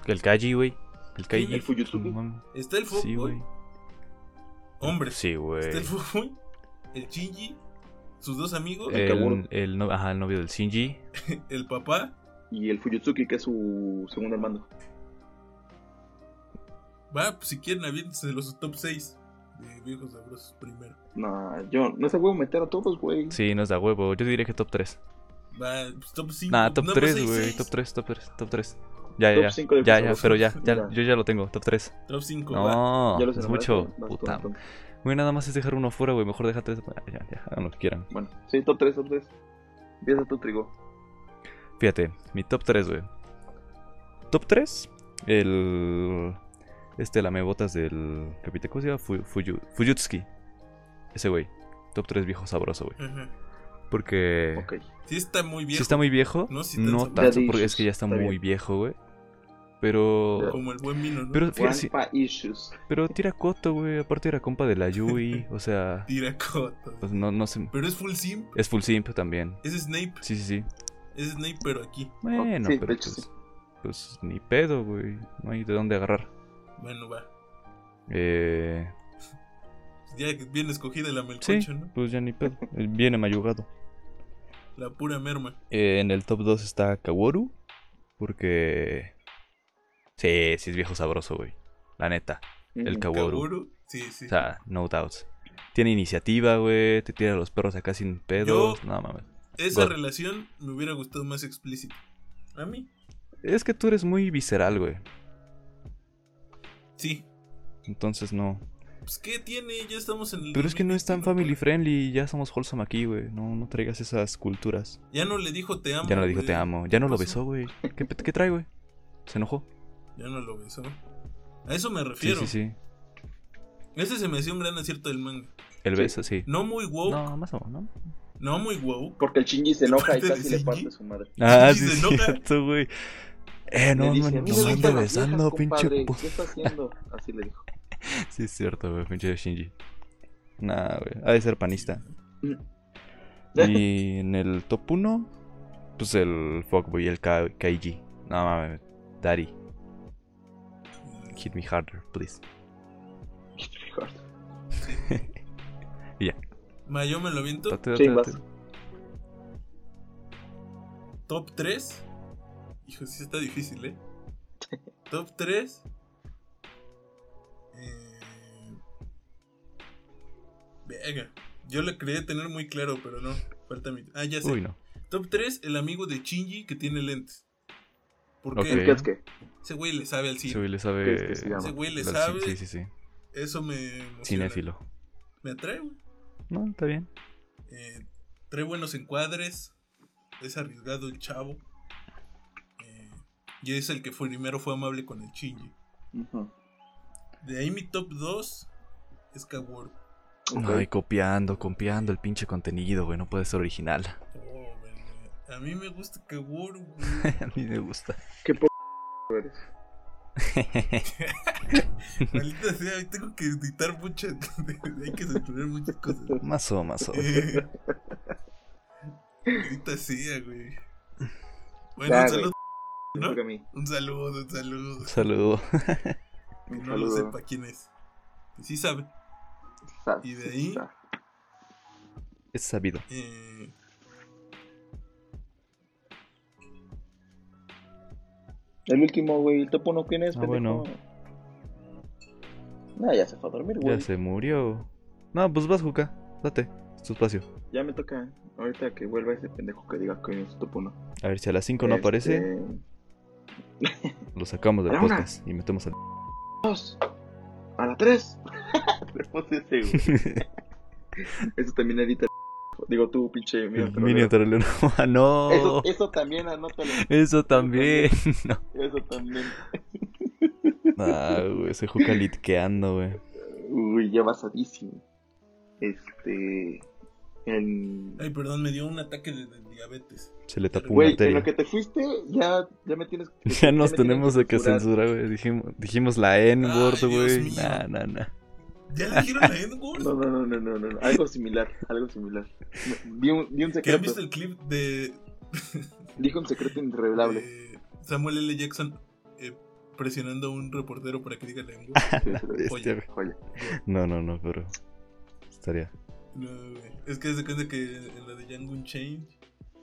Speaker 3: El Kaji, güey. El Kaji.
Speaker 4: el Fuyutsuki.
Speaker 3: Mm,
Speaker 2: Está el
Speaker 3: Sí,
Speaker 2: fútbol,
Speaker 3: güey.
Speaker 2: hombre.
Speaker 3: Sí, güey.
Speaker 2: Está el fútbol, el Shinji, sus dos amigos,
Speaker 4: Eh. Kaguro.
Speaker 3: El, el, no- ajá, el novio del Shinji.
Speaker 2: el papá.
Speaker 4: Y el Fujitsuki, que es su segundo hermano.
Speaker 2: Va, pues si quieren, aviéntense los top 6 de viejos sabrosos primero.
Speaker 4: No, yo no se puedo meter a todos, güey.
Speaker 3: Sí, nos da huevo. Yo diría que top 3.
Speaker 2: Va, pues top 5.
Speaker 3: Nah, top 3, güey. Top 3, top 3, top 3. Ya,
Speaker 4: Top
Speaker 3: ya,
Speaker 4: cinco de
Speaker 3: ya. Ya, ya,
Speaker 4: Fujitsuki.
Speaker 3: pero ya, ya,
Speaker 4: Ya.
Speaker 3: yo ya lo tengo, top 3.
Speaker 2: Top 5, va.
Speaker 3: No,
Speaker 4: Ya los
Speaker 3: es
Speaker 4: enumeraste,
Speaker 3: mucho.
Speaker 4: vas tú,
Speaker 3: Puta.
Speaker 4: entonces.
Speaker 3: Güey, nada más es dejar uno fuera, güey. Mejor deja tres. Ya, ya, hagan lo que quieran.
Speaker 4: Bueno, sí, top 3, top 3. Empieza tu trigo.
Speaker 3: Fíjate, mi top 3, güey. Top 3, el. Este lamebotas del Capitán ¿cómo se llama? Fu- Fuyu- Fuyutsuki. Ese güey. Top 3 viejo sabroso, güey.
Speaker 2: Ajá.
Speaker 3: Porque.
Speaker 4: Ok.
Speaker 2: Sí, está muy
Speaker 3: Si
Speaker 2: viejo.
Speaker 3: está muy viejo.
Speaker 2: No,
Speaker 3: No,
Speaker 2: sí está sabroso.
Speaker 3: tanto,
Speaker 4: Daddy
Speaker 3: porque
Speaker 4: issues,
Speaker 3: es que ya está,
Speaker 4: está
Speaker 3: muy
Speaker 4: bien.
Speaker 3: viejo, güey. Pero.
Speaker 2: Como el buen vino, ¿no?
Speaker 3: Pero fíjate, sí,
Speaker 4: Grandpa Issues.
Speaker 3: pero tira coto, güey. Aparte era compa de la Yui. o sea.
Speaker 2: Tira coto.
Speaker 3: Pues no, no sé.
Speaker 2: Pero es full simp.
Speaker 3: Es full simp también.
Speaker 2: Es Snape.
Speaker 3: Sí, sí, sí.
Speaker 2: Es Snape, pero aquí.
Speaker 3: Bueno,
Speaker 4: sí, de
Speaker 3: pero
Speaker 4: hecho,
Speaker 3: pues,
Speaker 4: sí.
Speaker 3: pues ni pedo, güey. No hay de dónde agarrar.
Speaker 2: Bueno, va.
Speaker 3: Eh,
Speaker 2: Ya que bien escogida la
Speaker 3: sí,
Speaker 2: melcocho, ¿no?
Speaker 3: pues ya ni pedo. Eh, Viene mayugado.
Speaker 2: La pura merma.
Speaker 3: Eh, en el top 2 está Kaworu. Porque. Sí, sí es viejo sabroso, güey. La neta, el
Speaker 4: Ujú.
Speaker 3: Kaworu.
Speaker 2: Kaworu. Sí, sí.
Speaker 3: O sea, no doubts. Tiene iniciativa, güey. Te tira a los perros acá sin pedos. No mames.
Speaker 2: Esa
Speaker 3: God.
Speaker 2: relación me hubiera gustado más explícita. A mí,
Speaker 3: Es que tú eres muy visceral, güey.
Speaker 2: sí.
Speaker 3: Entonces no.
Speaker 2: Pues, ¿qué tiene? Ya estamos en el.
Speaker 3: Pero es que no es tan
Speaker 2: 2021,
Speaker 3: family
Speaker 2: güey.
Speaker 3: friendly. Ya somos wholesome aquí, güey. No, no traigas esas culturas.
Speaker 2: Ya no le dijo te amo.
Speaker 3: Ya no le dijo
Speaker 2: güey.
Speaker 3: te amo. Ya no lo
Speaker 2: pasó?
Speaker 3: besó, güey. ¿Qué, pe- qué trae, güey? Se enojó.
Speaker 2: Ya no lo besó. A eso me
Speaker 3: Sí,
Speaker 2: refiero.
Speaker 3: sí, sí.
Speaker 2: Ese se me hacía un gran acierto del manga.
Speaker 3: El
Speaker 4: Sí.
Speaker 3: beso, sí.
Speaker 2: No muy wow. No,
Speaker 3: No, más o menos. ¿no?
Speaker 2: muy wow.
Speaker 4: Porque el chingy se enoja y
Speaker 2: Aparte de
Speaker 4: casi le
Speaker 2: Shinji.
Speaker 4: parte su madre.
Speaker 3: Ah,
Speaker 2: sí,
Speaker 3: sí,
Speaker 2: se
Speaker 3: es
Speaker 2: enoja.
Speaker 3: cierto, güey. Eh,
Speaker 4: Le
Speaker 3: no,
Speaker 4: dice,
Speaker 3: man,
Speaker 4: "A mí
Speaker 3: no
Speaker 4: me
Speaker 3: me
Speaker 4: gustan
Speaker 3: ande
Speaker 4: las viejas,
Speaker 3: besando, pinche
Speaker 4: compadre,
Speaker 3: pu-".
Speaker 4: ¿Qué está haciendo? Así le dijo.
Speaker 3: Sí, es cierto, güey, pinche Shinji. Nah, güey, ha de ser panista. Y en el top 1, pues el fuckboy, el Ka- Kaiji. No mames, daddy, hit me harder, please. Y ya.
Speaker 2: Ma, yo me lo aviento.
Speaker 3: Date, date,
Speaker 4: Sí,
Speaker 3: date.
Speaker 4: vas.
Speaker 2: Top 3. Hijo, sí está difícil, ¿eh? Top 3. Eh... Venga. Yo lo creía tener muy claro, pero no. Falta mi. Ah, ya sé.
Speaker 3: Uy, no.
Speaker 2: Top 3, el amigo de Shinji que tiene lentes. Porque
Speaker 3: Ok.
Speaker 4: El Katsuke.
Speaker 2: ese güey le sabe al
Speaker 3: Ese
Speaker 2: cine.
Speaker 3: güey le
Speaker 4: ¿Qué
Speaker 3: sabe.
Speaker 4: es que este se llama?
Speaker 2: Ese güey le
Speaker 3: la- sí,
Speaker 2: sabe.
Speaker 3: Sí, sí, sí.
Speaker 2: Eso me emociona.
Speaker 3: Cinéfilo.
Speaker 2: Me atrae, güey.
Speaker 3: No, está bien.
Speaker 2: Eh, trae buenos encuadres. Es arriesgado el chavo. Eh, y es el que fue primero fue amable con el Shinji.
Speaker 4: Ujú.
Speaker 2: De ahí mi top 2 es Kaworu.
Speaker 4: Ok.
Speaker 3: Ay, copiando, copiando el pinche contenido, güey. No puede ser original.
Speaker 2: Oh, güey, a mí me gusta Kaworu, güey.
Speaker 3: A mí me gusta.
Speaker 4: Qué po- eres.
Speaker 2: Maldita sea, tengo que editar muchas. hay que censurar muchas cosas.
Speaker 3: mazo, mazo.
Speaker 2: Eh, Maldita sea, güey. Bueno,
Speaker 4: Ya,
Speaker 2: un
Speaker 4: güey.
Speaker 2: saludo, ¿no?
Speaker 4: Porque a mí.
Speaker 2: un saludo, un saludo.
Speaker 3: Un saludo.
Speaker 2: Que
Speaker 4: Un
Speaker 2: no lo
Speaker 4: saludo.
Speaker 2: sepa quién es. Que sí sabe.
Speaker 4: Sa-
Speaker 2: Y de ahí-
Speaker 4: sa-
Speaker 3: Es sabido.
Speaker 2: Eh,
Speaker 4: El último, güey, el topo no quién es,
Speaker 3: Ah,
Speaker 4: pendejo?
Speaker 3: bueno.
Speaker 4: Nah, ya se fue a dormir, güey.
Speaker 3: Ya se murió. No, pues vas, Juca. Date. Es tu espacio.
Speaker 4: Ya me toca. Ahorita que vuelva ese pendejo que diga que es topo no.
Speaker 3: A ver, si a las 5 no
Speaker 4: Este,
Speaker 3: aparece, lo sacamos del
Speaker 4: Era una.
Speaker 3: podcast y metemos al.
Speaker 4: Dos. A la tres. Tenemos ese, güey. Eso también edita. el- Digo tú, pinche mío.
Speaker 3: El mini trolero. Ah, no.
Speaker 4: Eso, eso también, anótalo.
Speaker 3: Eso también. No.
Speaker 4: Eso también.
Speaker 3: Ah, güey, ese Juca litqueando, güey.
Speaker 4: Uy, ya basadísimo. Este. En.
Speaker 2: ay, perdón, me dio un ataque de, de diabetes.
Speaker 3: Se le tapó una
Speaker 4: Güey, en lo
Speaker 3: arteria.
Speaker 4: que te fuiste, ya, ya me tienes que.
Speaker 3: Ya nos
Speaker 4: me tienen
Speaker 3: tenemos de que
Speaker 4: censurar.
Speaker 3: censurar, güey. Dijimos, dijimos la N-word,
Speaker 2: Ay, Dios
Speaker 3: güey.
Speaker 2: mío.
Speaker 3: Nah, nah, nah.
Speaker 2: ¿Ya le dijeron la Edward?
Speaker 4: No, no, no, no, no, no, no. Algo similar, algo similar. No, Vi un, vi un
Speaker 2: ¿Que han
Speaker 4: secreto.
Speaker 2: visto el clip de,
Speaker 4: Dijo un secreto irrevelable.
Speaker 2: de Eh, Samuel L. Jackson eh, presionando a un reportero para que diga la N-word?
Speaker 4: Sí, sí, sí.
Speaker 3: Bestia, Este, güey.
Speaker 4: Joya.
Speaker 3: No, no, no, pero. Estaría.
Speaker 2: No, güey. Es que se cuenta que en la de Django Unchained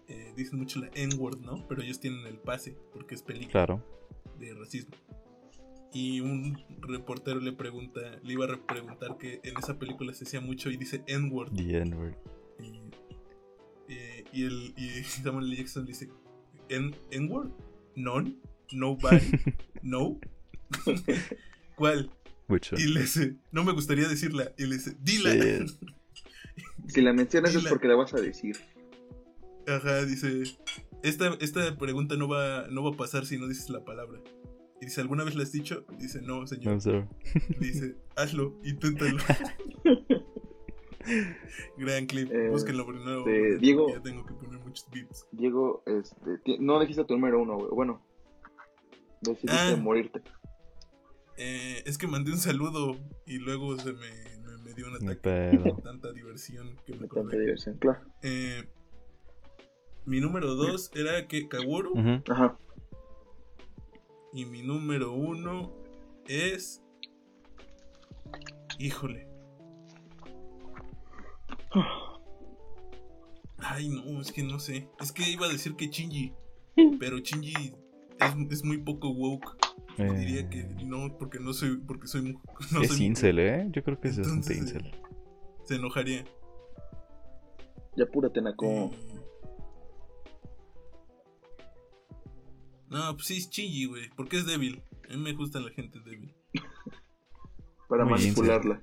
Speaker 2: eh, dicen mucho la N-word, ¿no? Pero ellos tienen el pase porque es peligro.
Speaker 3: Claro.
Speaker 2: de racismo. Y un reportero le pregunta, le iba a re- preguntar que en esa película se hacía mucho y dice N-word.
Speaker 3: The N-word.
Speaker 2: Y, eh, y el, y Samuel L. Jackson le dice "N- N-word, non, nobody, no. ¿Cuál?
Speaker 3: Which one?
Speaker 2: Y le dice, no me gustaría decirla. Y le dice, dila.
Speaker 3: Sí.
Speaker 4: Si la mencionas es
Speaker 2: Dila.
Speaker 4: porque la vas a decir.
Speaker 2: Ajá, dice, esta, esta pregunta no va, no va a pasar si no dices la palabra. Y dice, ¿alguna vez la has dicho? Dice, no, señor.
Speaker 3: No, sir.
Speaker 2: Dice, hazlo, inténtalo. Gran clip,
Speaker 4: Eh,
Speaker 2: búsquenlo por nuevo.
Speaker 4: este, Diego.
Speaker 2: Ya tengo que poner muchos beats.
Speaker 4: Diego, este, ti- no dijiste tu número uno, güey. Bueno, decidiste
Speaker 2: Ah.
Speaker 4: morirte.
Speaker 2: Eh, es que mandé un saludo y luego se me, me, me dio un
Speaker 3: Ni
Speaker 2: ataque.
Speaker 3: pedo.
Speaker 2: Tanta diversión que me
Speaker 4: De tanta
Speaker 2: acordé.
Speaker 4: diversión, claro.
Speaker 2: Eh, mi número 2 era que Kaworu.
Speaker 3: Ujú.
Speaker 4: Ajá.
Speaker 2: Y mi número 1 es. Híjole. Ay, no, es que no sé. Es que iba a decir que Chingy. Pero Chingy es, es muy poco woke.
Speaker 3: Eh,
Speaker 2: Diría que no, porque no soy. Porque soy. mu- No
Speaker 3: es
Speaker 2: soy mu-
Speaker 3: incel, ¿eh? Yo creo que es bastante
Speaker 2: Entonces,
Speaker 3: incel.
Speaker 2: Se enojaría.
Speaker 4: Ya apúrate, Naco.
Speaker 2: No, pues sí es Chingy, güey. Porque es débil. A mí me gusta la gente débil.
Speaker 4: Para
Speaker 3: Muy bien,
Speaker 4: manipularla.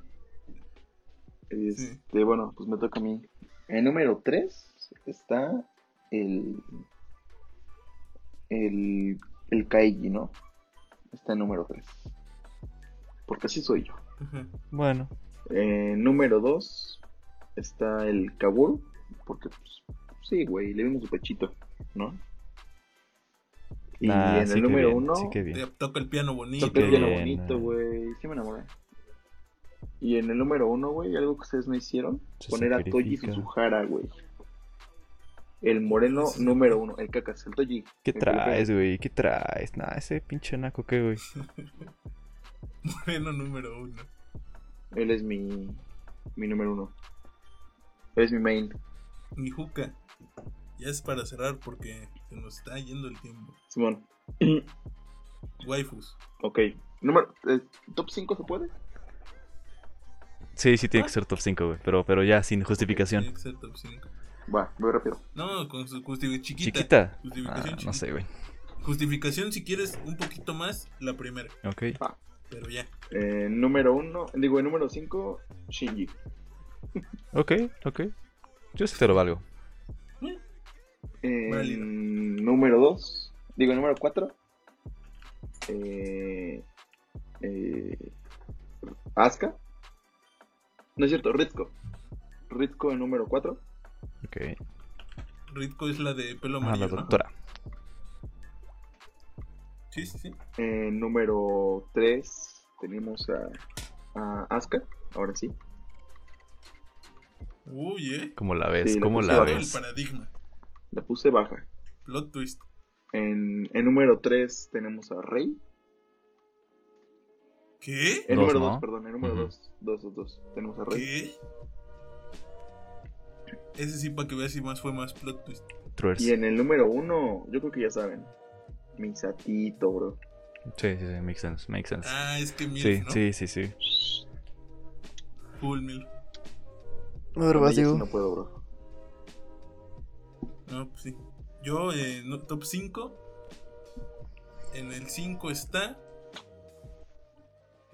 Speaker 4: Este, bueno, pues me toca a mí. En número 3 está el. El. El Kaiji, ¿no? Está en número 3. Porque así soy yo.
Speaker 2: Ajá.
Speaker 3: Bueno,
Speaker 4: En número 2 está el Kabur. Porque, pues, sí, güey, le vimos su pechito, ¿no? Y
Speaker 3: nah,
Speaker 4: en
Speaker 3: Ah, sí
Speaker 4: el
Speaker 3: que
Speaker 4: número
Speaker 3: bien,
Speaker 4: 1
Speaker 3: Sí, que bien.
Speaker 2: Te- Toca el piano bonito.
Speaker 4: Toca el piano
Speaker 3: bien,
Speaker 4: bonito,
Speaker 3: eh.
Speaker 4: güey. Sí me enamoré. Y en el número uno, güey, algo que ustedes no hicieron,
Speaker 3: Se
Speaker 4: poner a Toji
Speaker 3: sacrifica.
Speaker 4: Suzuhara, güey. El moreno
Speaker 2: Ese es el-
Speaker 4: número uno, el cacas, el Toji.
Speaker 3: ¿Qué
Speaker 4: El que le
Speaker 3: traes, güey? ¿Qué traes? Nah, ese pinche naco, ¿qué, güey?
Speaker 2: Moreno número uno.
Speaker 4: pega. Él es mi, mi número uno. Eres mi main.
Speaker 2: Mi juca. Ya es para cerrar porque se nos está yendo el tiempo.
Speaker 4: Simón.
Speaker 2: Waifus.
Speaker 4: ok. Número, eh, ¿Top 5 se puede?
Speaker 3: Sí, sí, tiene que ser top 5, güey. Pero, pero ya, sin justificación.
Speaker 2: Tiene que ser top 5.
Speaker 4: Va, voy rápido.
Speaker 2: No, con su justificación chiquita.
Speaker 3: ¿Chiquita? Ah,
Speaker 2: Justificación
Speaker 3: no
Speaker 2: chiquita.
Speaker 3: sé, güey.
Speaker 2: Justificación, si quieres, un poquito más, la primera.
Speaker 3: Ok.
Speaker 2: Pero ya.
Speaker 4: Eh, número 1, digo, el número 5, Shinji.
Speaker 3: Ok, ok. Yo sí te lo valgo.
Speaker 4: Eh,
Speaker 2: Válido.
Speaker 4: número 2, digo, número 4, eh, eh, Asuka. No es cierto, Ritsuko. Ritsuko en número 4.
Speaker 3: Ok.
Speaker 2: Ritko es la de pelo
Speaker 3: Ah,
Speaker 2: amarillo.
Speaker 3: la
Speaker 2: ¿no?
Speaker 3: doctora.
Speaker 2: Sí, sí, sí.
Speaker 4: En número 3 tenemos a, a Asuka, ahora sí.
Speaker 2: Uy, eh.
Speaker 3: ¿Cómo la ves?
Speaker 4: Sí, la
Speaker 3: ¿Cómo
Speaker 4: puse
Speaker 3: la
Speaker 4: abajo.
Speaker 2: Todo el
Speaker 3: ves?
Speaker 2: paradigma.
Speaker 4: La puse baja.
Speaker 2: Plot twist.
Speaker 4: En, en número 3 tenemos a Rey.
Speaker 2: ¿Qué?
Speaker 4: El
Speaker 3: Dos,
Speaker 4: número
Speaker 3: ¿no?
Speaker 4: 2, perdón, el número
Speaker 3: Ujú.
Speaker 4: 2. 2, 2, 2. Tenemos a Rey.
Speaker 2: ¿Qué? Ese sí, para que veas si más fue más plot twist.
Speaker 3: Truers.
Speaker 4: Y en el número 1, yo creo que ya saben. Misatito, bro.
Speaker 3: Sí, sí, sí. Makes sense, makes sense.
Speaker 2: Ah, es que mil,
Speaker 3: sí,
Speaker 2: ¿no?
Speaker 3: sí, sí, sí.
Speaker 2: Full mil.
Speaker 5: No
Speaker 4: Yo
Speaker 5: drogas,
Speaker 4: sí
Speaker 5: digo.
Speaker 4: no puedo, bro.
Speaker 2: No, pues sí. Yo, eh, no- top 5. En el 5 está.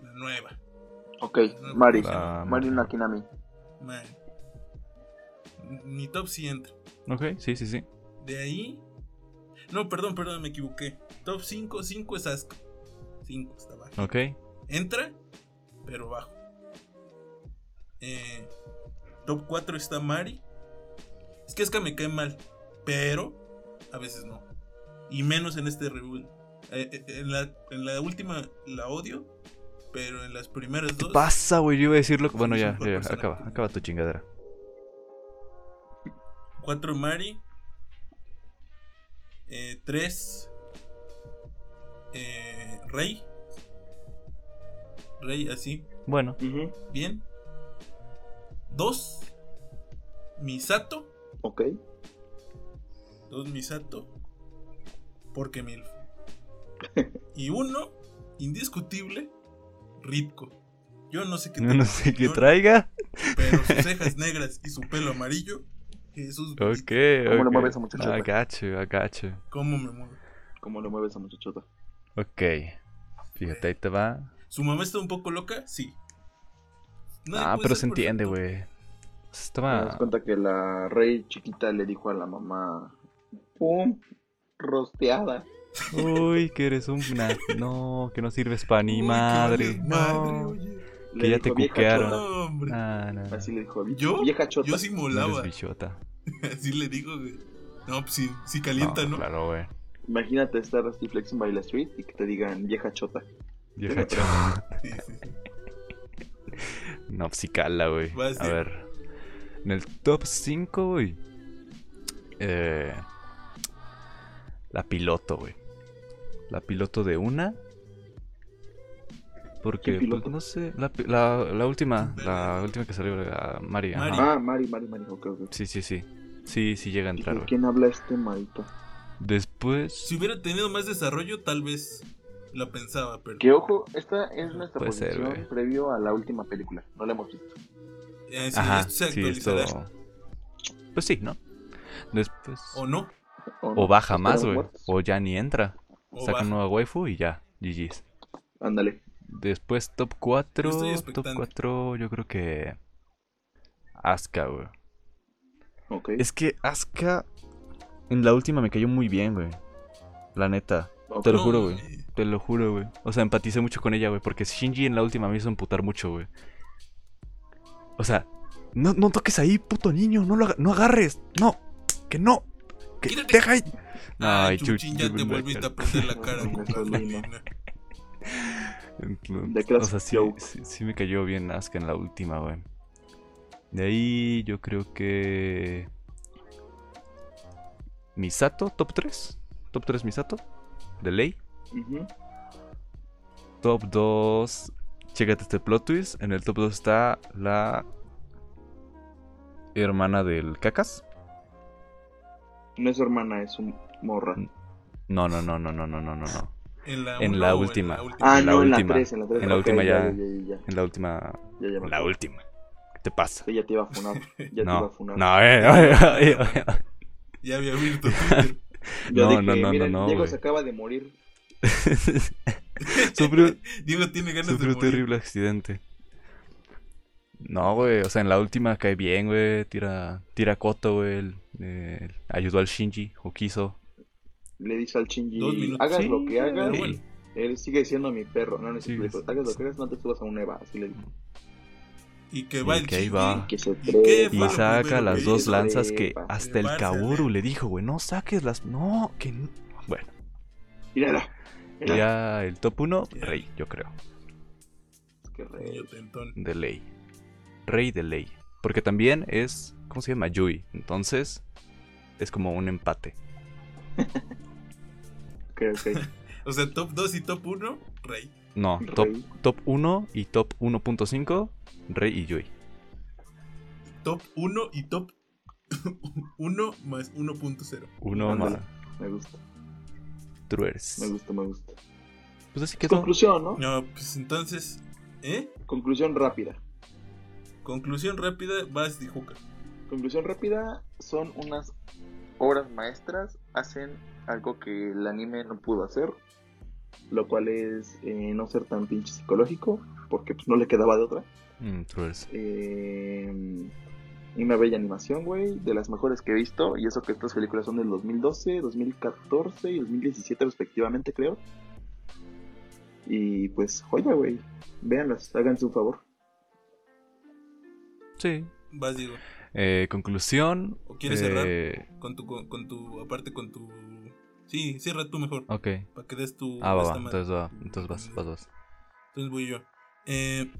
Speaker 2: La nueva.
Speaker 4: Ok,
Speaker 2: No,
Speaker 4: Mari.
Speaker 2: no.
Speaker 3: Ah,
Speaker 4: Mari Nakinami.
Speaker 2: Man. N- Ni top 100 entra.
Speaker 3: ok, sí, sí, sí.
Speaker 2: De ahí. No, perdón, perdón, me equivoqué. Top 5, 5 es Asuka. 5 está bajo.
Speaker 3: Ok.
Speaker 2: Entra, pero bajo. Eh, top 4 está Mari. Es que Asuka me cae mal, pero a veces no. Y menos en este rebuild. Eh, eh, en, la, en la última la odio, pero en las primeras
Speaker 3: ¿Qué
Speaker 2: dos.
Speaker 3: pasa, güey? Yo iba a decirlo.
Speaker 2: Sí,
Speaker 3: Bueno,
Speaker 2: es un
Speaker 3: ya,
Speaker 2: buen
Speaker 3: ya,
Speaker 2: personaje.
Speaker 3: acaba. Acaba tu chingadera.
Speaker 2: 4 Mari. eh, 3 eh, Rey. Rey, así.
Speaker 3: Bueno,
Speaker 4: Ujú,
Speaker 2: Bien. 2 Misato.
Speaker 4: Ok.
Speaker 2: 2 Misato. Porque Milf. Y uno, indiscutible, Ritko. Yo no sé qué
Speaker 3: no,
Speaker 2: tenga,
Speaker 3: sé qué
Speaker 2: yo-
Speaker 3: traiga.
Speaker 2: Pero sus cejas negras y su pelo amarillo. Jesús,
Speaker 3: Ok,
Speaker 2: bendito,
Speaker 4: ¿Cómo le
Speaker 3: ok. Ah,
Speaker 4: mueves a muchachota?
Speaker 3: I got you, I got you.
Speaker 2: ¿Cómo me muevo?
Speaker 4: ¿Cómo lo mueve esa muchachota?
Speaker 3: Ok. Fíjate, ahí te va.
Speaker 2: ¿Su mamá está un poco loca? Sí. Nadie
Speaker 3: ah,
Speaker 2: puede
Speaker 3: pero
Speaker 2: ser
Speaker 3: se entiende,
Speaker 2: perfecto.
Speaker 3: güey. O sea,
Speaker 4: pues, Te das
Speaker 3: Estaba.
Speaker 4: cuenta que la Rey chiquita le dijo a la mamá. ¡Pum! Rosteada.
Speaker 3: Uy, que eres un. na- No, que no sirves para
Speaker 2: Uy,
Speaker 3: ni
Speaker 2: qué
Speaker 3: madre.
Speaker 2: vales madre,
Speaker 3: No.
Speaker 2: oye.
Speaker 4: Le
Speaker 3: Que ya
Speaker 4: dijo,
Speaker 3: te
Speaker 4: "Vieja
Speaker 3: cuquearon".
Speaker 4: chota.
Speaker 2: No, hombre.
Speaker 3: Ah, no.
Speaker 4: Así le dijo.
Speaker 2: ¿Yo?
Speaker 4: Vieja chota.
Speaker 2: Yo sí
Speaker 3: No
Speaker 2: molaba.
Speaker 3: eres bichota.
Speaker 2: Así le digo, güey. No, pues sí, sí calienta, ¿no?
Speaker 3: Claro, güey.
Speaker 4: Imagínate estar así flexing by la street y que te digan vieja chota.
Speaker 3: Vieja chota.
Speaker 2: Sí, sí, sí.
Speaker 3: No, pues sí cala, güey.
Speaker 2: Vas,
Speaker 3: A
Speaker 2: Diego.
Speaker 3: ver. En el top 5, güey. Eh, la piloto, güey. La piloto de una. Porque,
Speaker 4: ¿Qué piloto?
Speaker 3: pues, no sé. La, pi- la- la última.
Speaker 2: Verde.
Speaker 3: La última que salió, la Mari. ajá.
Speaker 2: Mari.
Speaker 4: Ah, Mari, Mari, Mari, ok, ok.
Speaker 3: Sí, sí, sí. Sí, sí llega a entrar,
Speaker 4: ¿De
Speaker 3: güey.
Speaker 4: quién habla este marito?
Speaker 3: Después.
Speaker 2: Si hubiera tenido más desarrollo, tal vez la pensaba, pero.
Speaker 4: Que ojo, esta es nuestra
Speaker 3: Puede ser,
Speaker 4: posición
Speaker 3: güey.
Speaker 4: previo a la última película. No la hemos visto.
Speaker 2: Eh, sí,
Speaker 3: Ajá,
Speaker 2: esto se
Speaker 3: sí,
Speaker 2: actualizará.
Speaker 3: esto. Pues sí, ¿no? Después.
Speaker 2: O no.
Speaker 3: O baja más, güey.
Speaker 4: O...
Speaker 3: O ya ni entra.
Speaker 2: O
Speaker 3: Saca
Speaker 2: baja.
Speaker 3: nueva waifu y ya. GG's.
Speaker 4: no? Ándale.
Speaker 3: Después top 4.
Speaker 2: Yo estoy
Speaker 3: Top
Speaker 2: expectante.
Speaker 3: 4 yo creo que... Asuka, güey.
Speaker 4: Ok.
Speaker 3: Es que Asuka en la última me cayó muy bien, güey. La neta.
Speaker 4: ok.
Speaker 3: Te lo
Speaker 2: No,
Speaker 3: juro, güey.
Speaker 2: eh,
Speaker 3: Te lo juro, güey. O sea, empaticé mucho con ella, güey. Porque Shinji en la última me hizo emputar mucho, güey. O sea, no, no toques ahí, puto niño. No lo aga- no agarres. No. Que no. Que
Speaker 2: Quítate.
Speaker 3: deja ahí.
Speaker 2: Ay,
Speaker 3: Ay,
Speaker 2: Chuchín, ya
Speaker 3: Chuchín,
Speaker 2: te
Speaker 3: me-
Speaker 2: volviste a prender la cara con gasolina.
Speaker 4: Gasolina.
Speaker 3: Entonces,
Speaker 4: The Classic
Speaker 3: o sea, sí,
Speaker 4: Joke.
Speaker 3: sí, sí me cayó bien Asuka en la última, güey. De ahí yo creo que... Misato, top 3. Top 3 Misato. De ley.
Speaker 4: Ujú.
Speaker 3: Top 2... Chécate este plot twist. En el top 2 está la... hermana del Cacas.
Speaker 4: No es su hermana, es su morra.
Speaker 3: No, no, no, no, no, no, no, no, no.
Speaker 2: En la,
Speaker 3: En
Speaker 2: uno
Speaker 3: la
Speaker 2: o
Speaker 3: última.
Speaker 4: Ah,
Speaker 3: En la
Speaker 4: no, en la
Speaker 3: última.
Speaker 4: 3, en la 3.
Speaker 3: En la última ya-
Speaker 4: Ya, ya, ya,
Speaker 3: En la última.
Speaker 4: ya, ya me
Speaker 3: La
Speaker 4: acuerdo.
Speaker 3: última. ¿Qué te pasa?
Speaker 4: Sí, ya te iba a funar. Ya te iba a
Speaker 3: No,
Speaker 4: funar.
Speaker 3: no, eh, oye, oye, oye, oye.
Speaker 2: Ya había abierto Twitter.
Speaker 4: Yo
Speaker 3: No,
Speaker 4: dije,
Speaker 3: no, no, no,
Speaker 4: miren,
Speaker 3: no,
Speaker 4: Diego
Speaker 3: güey.
Speaker 4: se acaba de morir.
Speaker 3: Sufrió-
Speaker 2: Diego tiene ganas de
Speaker 3: Sufrió
Speaker 2: morir.
Speaker 3: un terrible accidente. No, güey, o sea, en la última cae bien, güey. Tira, tira coto, güey. el- el- ayudó al Shinji, o quiso.
Speaker 4: Le dice al
Speaker 2: Dos
Speaker 4: Shinji,
Speaker 2: minutos.
Speaker 4: hagas
Speaker 3: Sí,
Speaker 4: lo que hagas,
Speaker 2: Pero bueno,
Speaker 4: él sigue siendo mi perro. No, no es
Speaker 3: Sí,
Speaker 4: cierto,
Speaker 3: es-
Speaker 4: Hagas lo que hagas, no te subas a un Eva. Así le digo.
Speaker 2: y que va
Speaker 3: Y
Speaker 2: el
Speaker 3: que ahí
Speaker 2: Shinji,
Speaker 3: va.
Speaker 4: Que se
Speaker 2: ¿Y qué
Speaker 4: trepa.
Speaker 2: fue
Speaker 3: Y
Speaker 2: lo
Speaker 3: saca
Speaker 2: primero
Speaker 3: las
Speaker 2: que
Speaker 3: dos
Speaker 2: hizo?
Speaker 3: lanzas que
Speaker 4: Trepa.
Speaker 3: hasta el
Speaker 2: Treparse,
Speaker 3: Kaworu
Speaker 2: güey.
Speaker 3: le dijo, güey, no saques las... No, que no. Bueno,
Speaker 4: Mírala. Mírala.
Speaker 3: ya el top 1,
Speaker 2: Ya.
Speaker 3: Rey, yo creo,
Speaker 4: Qué
Speaker 2: niño
Speaker 4: rey.
Speaker 2: tentón.
Speaker 3: de ley. Rey de ley. Porque también es, ¿cómo se llama? Yui. Entonces, es como un empate.
Speaker 4: Ok, ok.
Speaker 2: O sea, top 2 y top 1, Rey.
Speaker 3: No, top,
Speaker 4: Rey.
Speaker 3: top 1 y top 1.5, Rey y Yui.
Speaker 2: Top 1 y top 1 más 1.0.
Speaker 3: Uno
Speaker 4: Ándale.
Speaker 3: más
Speaker 4: Me gusta, me
Speaker 3: Truers.
Speaker 4: gusta, me gusta.
Speaker 3: Pues así quedó.
Speaker 4: Conclusión, ¿no?
Speaker 2: No, pues entonces, ¿eh?
Speaker 4: Conclusión rápida.
Speaker 2: Conclusión rápida, vas de Juca.
Speaker 4: Conclusión rápida, son unas obras maestras, hacen algo que el anime no pudo hacer, lo cual es eh, no ser tan pinche psicológico, porque pues, no le quedaba de otra.
Speaker 3: Mm, Truers.
Speaker 4: Eh, una bella animación, güey, de las mejores que he visto, y eso que estas películas son del 2012, 2014 y 2017 respectivamente, creo. Y pues, joya, güey, véanlas, háganse un favor.
Speaker 3: Sí.
Speaker 2: Vas, Diego.
Speaker 3: Eh, conclusión.
Speaker 2: ¿O quieres
Speaker 3: eh,
Speaker 2: Con tu, con, con tu, aparte con tu... Sí, cierra tú mejor,
Speaker 3: Ok.
Speaker 2: para que des tu...
Speaker 3: Ah, va, va.
Speaker 2: esta madre.
Speaker 3: Entonces va. Entonces vas, vas, vas.
Speaker 2: Entonces voy yo. Eh,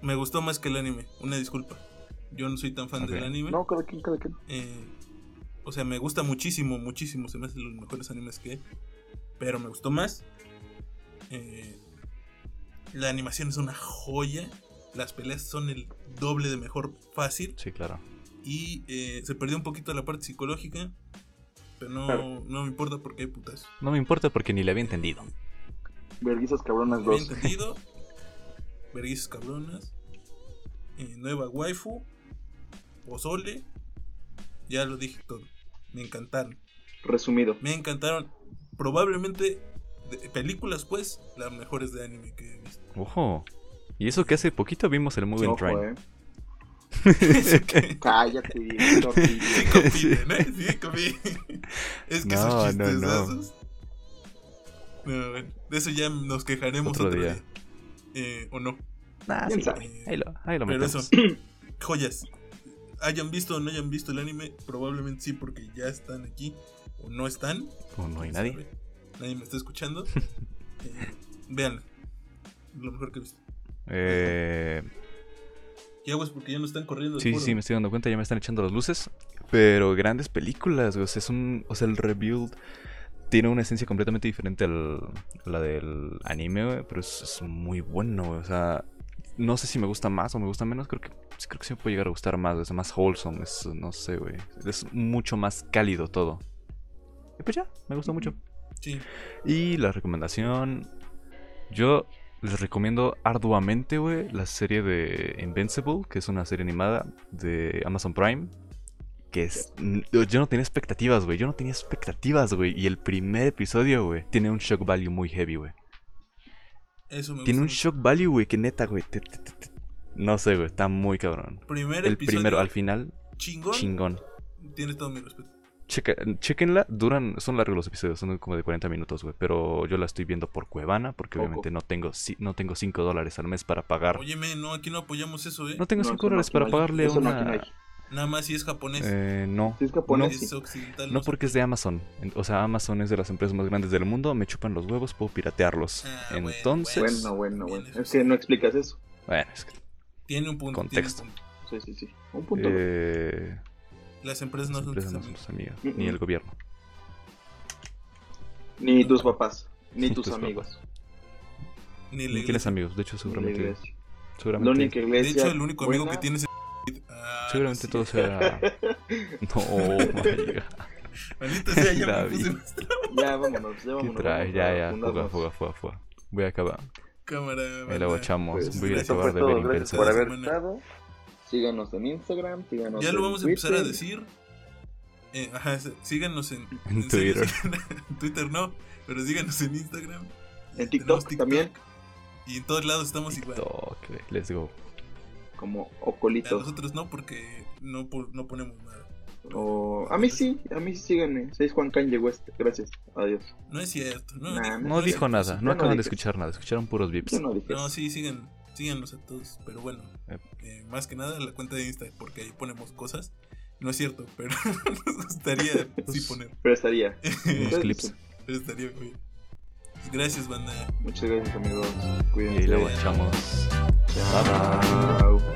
Speaker 2: me gustó más que el anime, una disculpa. Yo no soy tan fan
Speaker 3: Ok.
Speaker 2: del anime.
Speaker 4: No, cada quien, cada quien.
Speaker 2: Eh, o sea, me gusta muchísimo, muchísimo. Se me hace de los mejores animes que hay. Pero me gustó más. Eh, la animación es una joya. Las peleas son el doble de mejor fácil.
Speaker 3: Sí, claro.
Speaker 2: Y eh, se perdió un poquito la parte psicológica. Pero no,
Speaker 4: Claro.
Speaker 2: no me importa porque hay putas.
Speaker 3: No me importa porque ni le había entendido.
Speaker 4: Verguizas cabronas
Speaker 2: Bien
Speaker 4: 2.
Speaker 2: entendido. Verguizas cabronas. eh, nueva waifu. Pozole. Ya lo dije todo. Me encantaron.
Speaker 4: Resumido.
Speaker 2: Me encantaron. Probablemente de- películas, pues, las mejores de anime que he visto.
Speaker 3: Ojo. Y eso que hace poquito vimos el Mugen
Speaker 4: Ojo,
Speaker 3: Train.
Speaker 4: eh. Cállate, tortillo.
Speaker 2: Sí compiten, ¿eh? Sí compiten. Es que
Speaker 3: No,
Speaker 2: esos
Speaker 3: no,
Speaker 2: chistes
Speaker 3: no.
Speaker 2: esos- No, bueno, de eso ya nos quejaremos otro,
Speaker 3: Otro
Speaker 2: día.
Speaker 3: día.
Speaker 2: Eh, o no.
Speaker 3: Ah,
Speaker 4: ¿Quién
Speaker 3: sí.
Speaker 4: sabe?
Speaker 2: Eh,
Speaker 3: Ahí lo, ahí lo
Speaker 2: pero
Speaker 3: metemos.
Speaker 2: eso, joyas. Hayan visto o no hayan visto el anime, probablemente sí, porque ya están aquí o no están.
Speaker 3: Oh, no hay
Speaker 2: quién
Speaker 3: nadie.
Speaker 2: sabe. Nadie me está escuchando. Eh, vean, lo mejor que he visto.
Speaker 3: Eh,
Speaker 2: ¿Qué hago? Es porque ya no están corriendo.
Speaker 3: sí, sí, sí, me estoy dando cuenta. Ya me están echando las luces. Pero grandes películas. güey, O sea, es un, o sea el Rebuild tiene una esencia completamente diferente al- a la del anime, güey, Pero es, es muy bueno. güey, O sea, no sé si me gusta más o me gusta menos. Creo que sí, creo que sí me puede llegar a gustar más. güey, Es más wholesome. Es, no sé, güey. Es mucho más cálido todo. Y pues ya, me gustó mucho.
Speaker 2: Sí.
Speaker 3: Y la recomendación. Yo les recomiendo arduamente, güey, la serie de Invincible, que es una serie animada de Amazon Prime. Que es. n- Yo no tenía expectativas, güey. Yo no tenía expectativas, güey. Y el primer episodio, güey, tiene un shock value muy heavy, güey.
Speaker 2: Eso me
Speaker 3: Tiene un
Speaker 2: gusta
Speaker 3: shock value, güey, que neta, güey. te- te- te- te- No sé, güey. Está muy cabrón.
Speaker 2: mucho. Primer
Speaker 3: El
Speaker 2: episodio
Speaker 3: primero, al final,
Speaker 2: chingón,
Speaker 3: chingón.
Speaker 2: Tiene todo mi respeto.
Speaker 3: Checa, chequenla, duran, son largos los episodios, son como de 40 minutos, güey. Pero yo la estoy viendo por Cuevana, porque
Speaker 4: Ojo.
Speaker 3: obviamente no tengo, ci- no tengo 5 dólares al mes para pagar.
Speaker 2: Óyeme, no, aquí no apoyamos eso, eh.
Speaker 3: no tengo
Speaker 4: No,
Speaker 3: 5
Speaker 4: eso no,
Speaker 3: dólares
Speaker 4: aquí
Speaker 3: para
Speaker 4: no hay.
Speaker 3: pagarle
Speaker 4: Eso no,
Speaker 3: una.
Speaker 4: aquí no
Speaker 3: No,
Speaker 4: hay.
Speaker 2: Nada más si es japonés.
Speaker 3: eh, no.
Speaker 4: Si es japonés,
Speaker 2: es
Speaker 4: sí.
Speaker 2: occidental.
Speaker 3: No
Speaker 2: sé.
Speaker 3: porque es de Amazon. En- O sea, Amazon es de las empresas más grandes del mundo. Me chupan los huevos, puedo piratearlos.
Speaker 2: Ah, bueno,
Speaker 3: Entonces. Bueno,
Speaker 4: Bueno, bueno, bueno.
Speaker 2: Bien,
Speaker 4: Es que no explicas eso.
Speaker 3: es que,
Speaker 2: Tiene un punto. tiene un
Speaker 3: Contexto.
Speaker 2: punto.
Speaker 4: Sí, sí, sí. Un punto.
Speaker 3: eh,
Speaker 2: Las empresas no
Speaker 3: las
Speaker 2: son
Speaker 3: empresas no
Speaker 2: tus
Speaker 3: son
Speaker 2: amigos.
Speaker 3: tus amigas,
Speaker 4: Mm,
Speaker 3: ni
Speaker 4: mm.
Speaker 3: el gobierno.
Speaker 4: Ni tus papás, ni
Speaker 3: Ni
Speaker 4: tus
Speaker 3: tus
Speaker 4: amigos.
Speaker 2: Ni la
Speaker 3: Ni tienes
Speaker 2: iglesia.
Speaker 3: amigos, de hecho,
Speaker 4: ni la
Speaker 3: seguramente.
Speaker 4: iglesia. La
Speaker 3: seguramente
Speaker 4: única
Speaker 2: De
Speaker 4: iglesia.
Speaker 2: hecho, el único amigo que
Speaker 4: buena-
Speaker 2: tienes es. Ah,
Speaker 3: Seguramente todo será. No, oh my God.
Speaker 2: Maldita sea, ya me
Speaker 3: David.
Speaker 2: puse más tra-
Speaker 4: Ya, vámonos, ya
Speaker 3: ¿Qué
Speaker 4: vámonos.
Speaker 3: trae?
Speaker 4: vámonos,
Speaker 3: Ya, ya, fuga,
Speaker 4: hundarnos.
Speaker 3: fuga, fuga, fuga. Voy a acabar.
Speaker 2: cámara.
Speaker 3: Ahí
Speaker 2: banda.
Speaker 3: la guachamos.
Speaker 4: Pues,
Speaker 3: Voy a ir a
Speaker 4: eso
Speaker 3: acabar de
Speaker 4: fue todo.
Speaker 3: ver
Speaker 4: Gracias
Speaker 3: Impensado.
Speaker 4: por haber
Speaker 2: Semana.
Speaker 4: estado. Síganos en Instagram, síganos
Speaker 2: Ya lo
Speaker 4: en
Speaker 2: vamos a empezar a
Speaker 4: Twitter.
Speaker 2: decir. Eh, ajá, sí, síganos en,
Speaker 3: En
Speaker 2: sí,
Speaker 3: Twitter.
Speaker 2: en Twitter no, pero síganos en Instagram.
Speaker 4: En
Speaker 2: Tenemos
Speaker 4: TikTok también.
Speaker 2: Y en todos lados estamos igual.
Speaker 3: TikTok, let's go.
Speaker 4: Como
Speaker 2: A
Speaker 4: Ocolitos.
Speaker 2: nosotros no, porque no, po- no ponemos nada.
Speaker 4: O... A mí sí, a mí sí síganme. Soy Juan Kanye West. Gracias. Adiós.
Speaker 2: No es cierto. No,
Speaker 4: Nah,
Speaker 2: dijo-
Speaker 4: no
Speaker 3: No
Speaker 2: es
Speaker 3: dijo
Speaker 2: cierto.
Speaker 3: nada,
Speaker 4: no
Speaker 3: no acaban de
Speaker 4: dices.
Speaker 3: escuchar nada, escucharon puros
Speaker 4: Yo
Speaker 3: vips.
Speaker 4: no dije.
Speaker 2: No, sí, sigan, síganos a todos. Pero bueno,
Speaker 3: Ep.
Speaker 2: eh, más que nada la cuenta de Insta, porque ahí ponemos cosas. No es cierto, pero nos gustaría sí poner.
Speaker 4: Pero estaría.
Speaker 3: Unos
Speaker 4: Entonces,
Speaker 3: clips.
Speaker 2: Pero estaría muy bien. Gracias, banda.
Speaker 4: Muchas gracias, amigos.
Speaker 3: Y
Speaker 4: Cuídense.
Speaker 3: ahí la guachamos.
Speaker 4: Chao.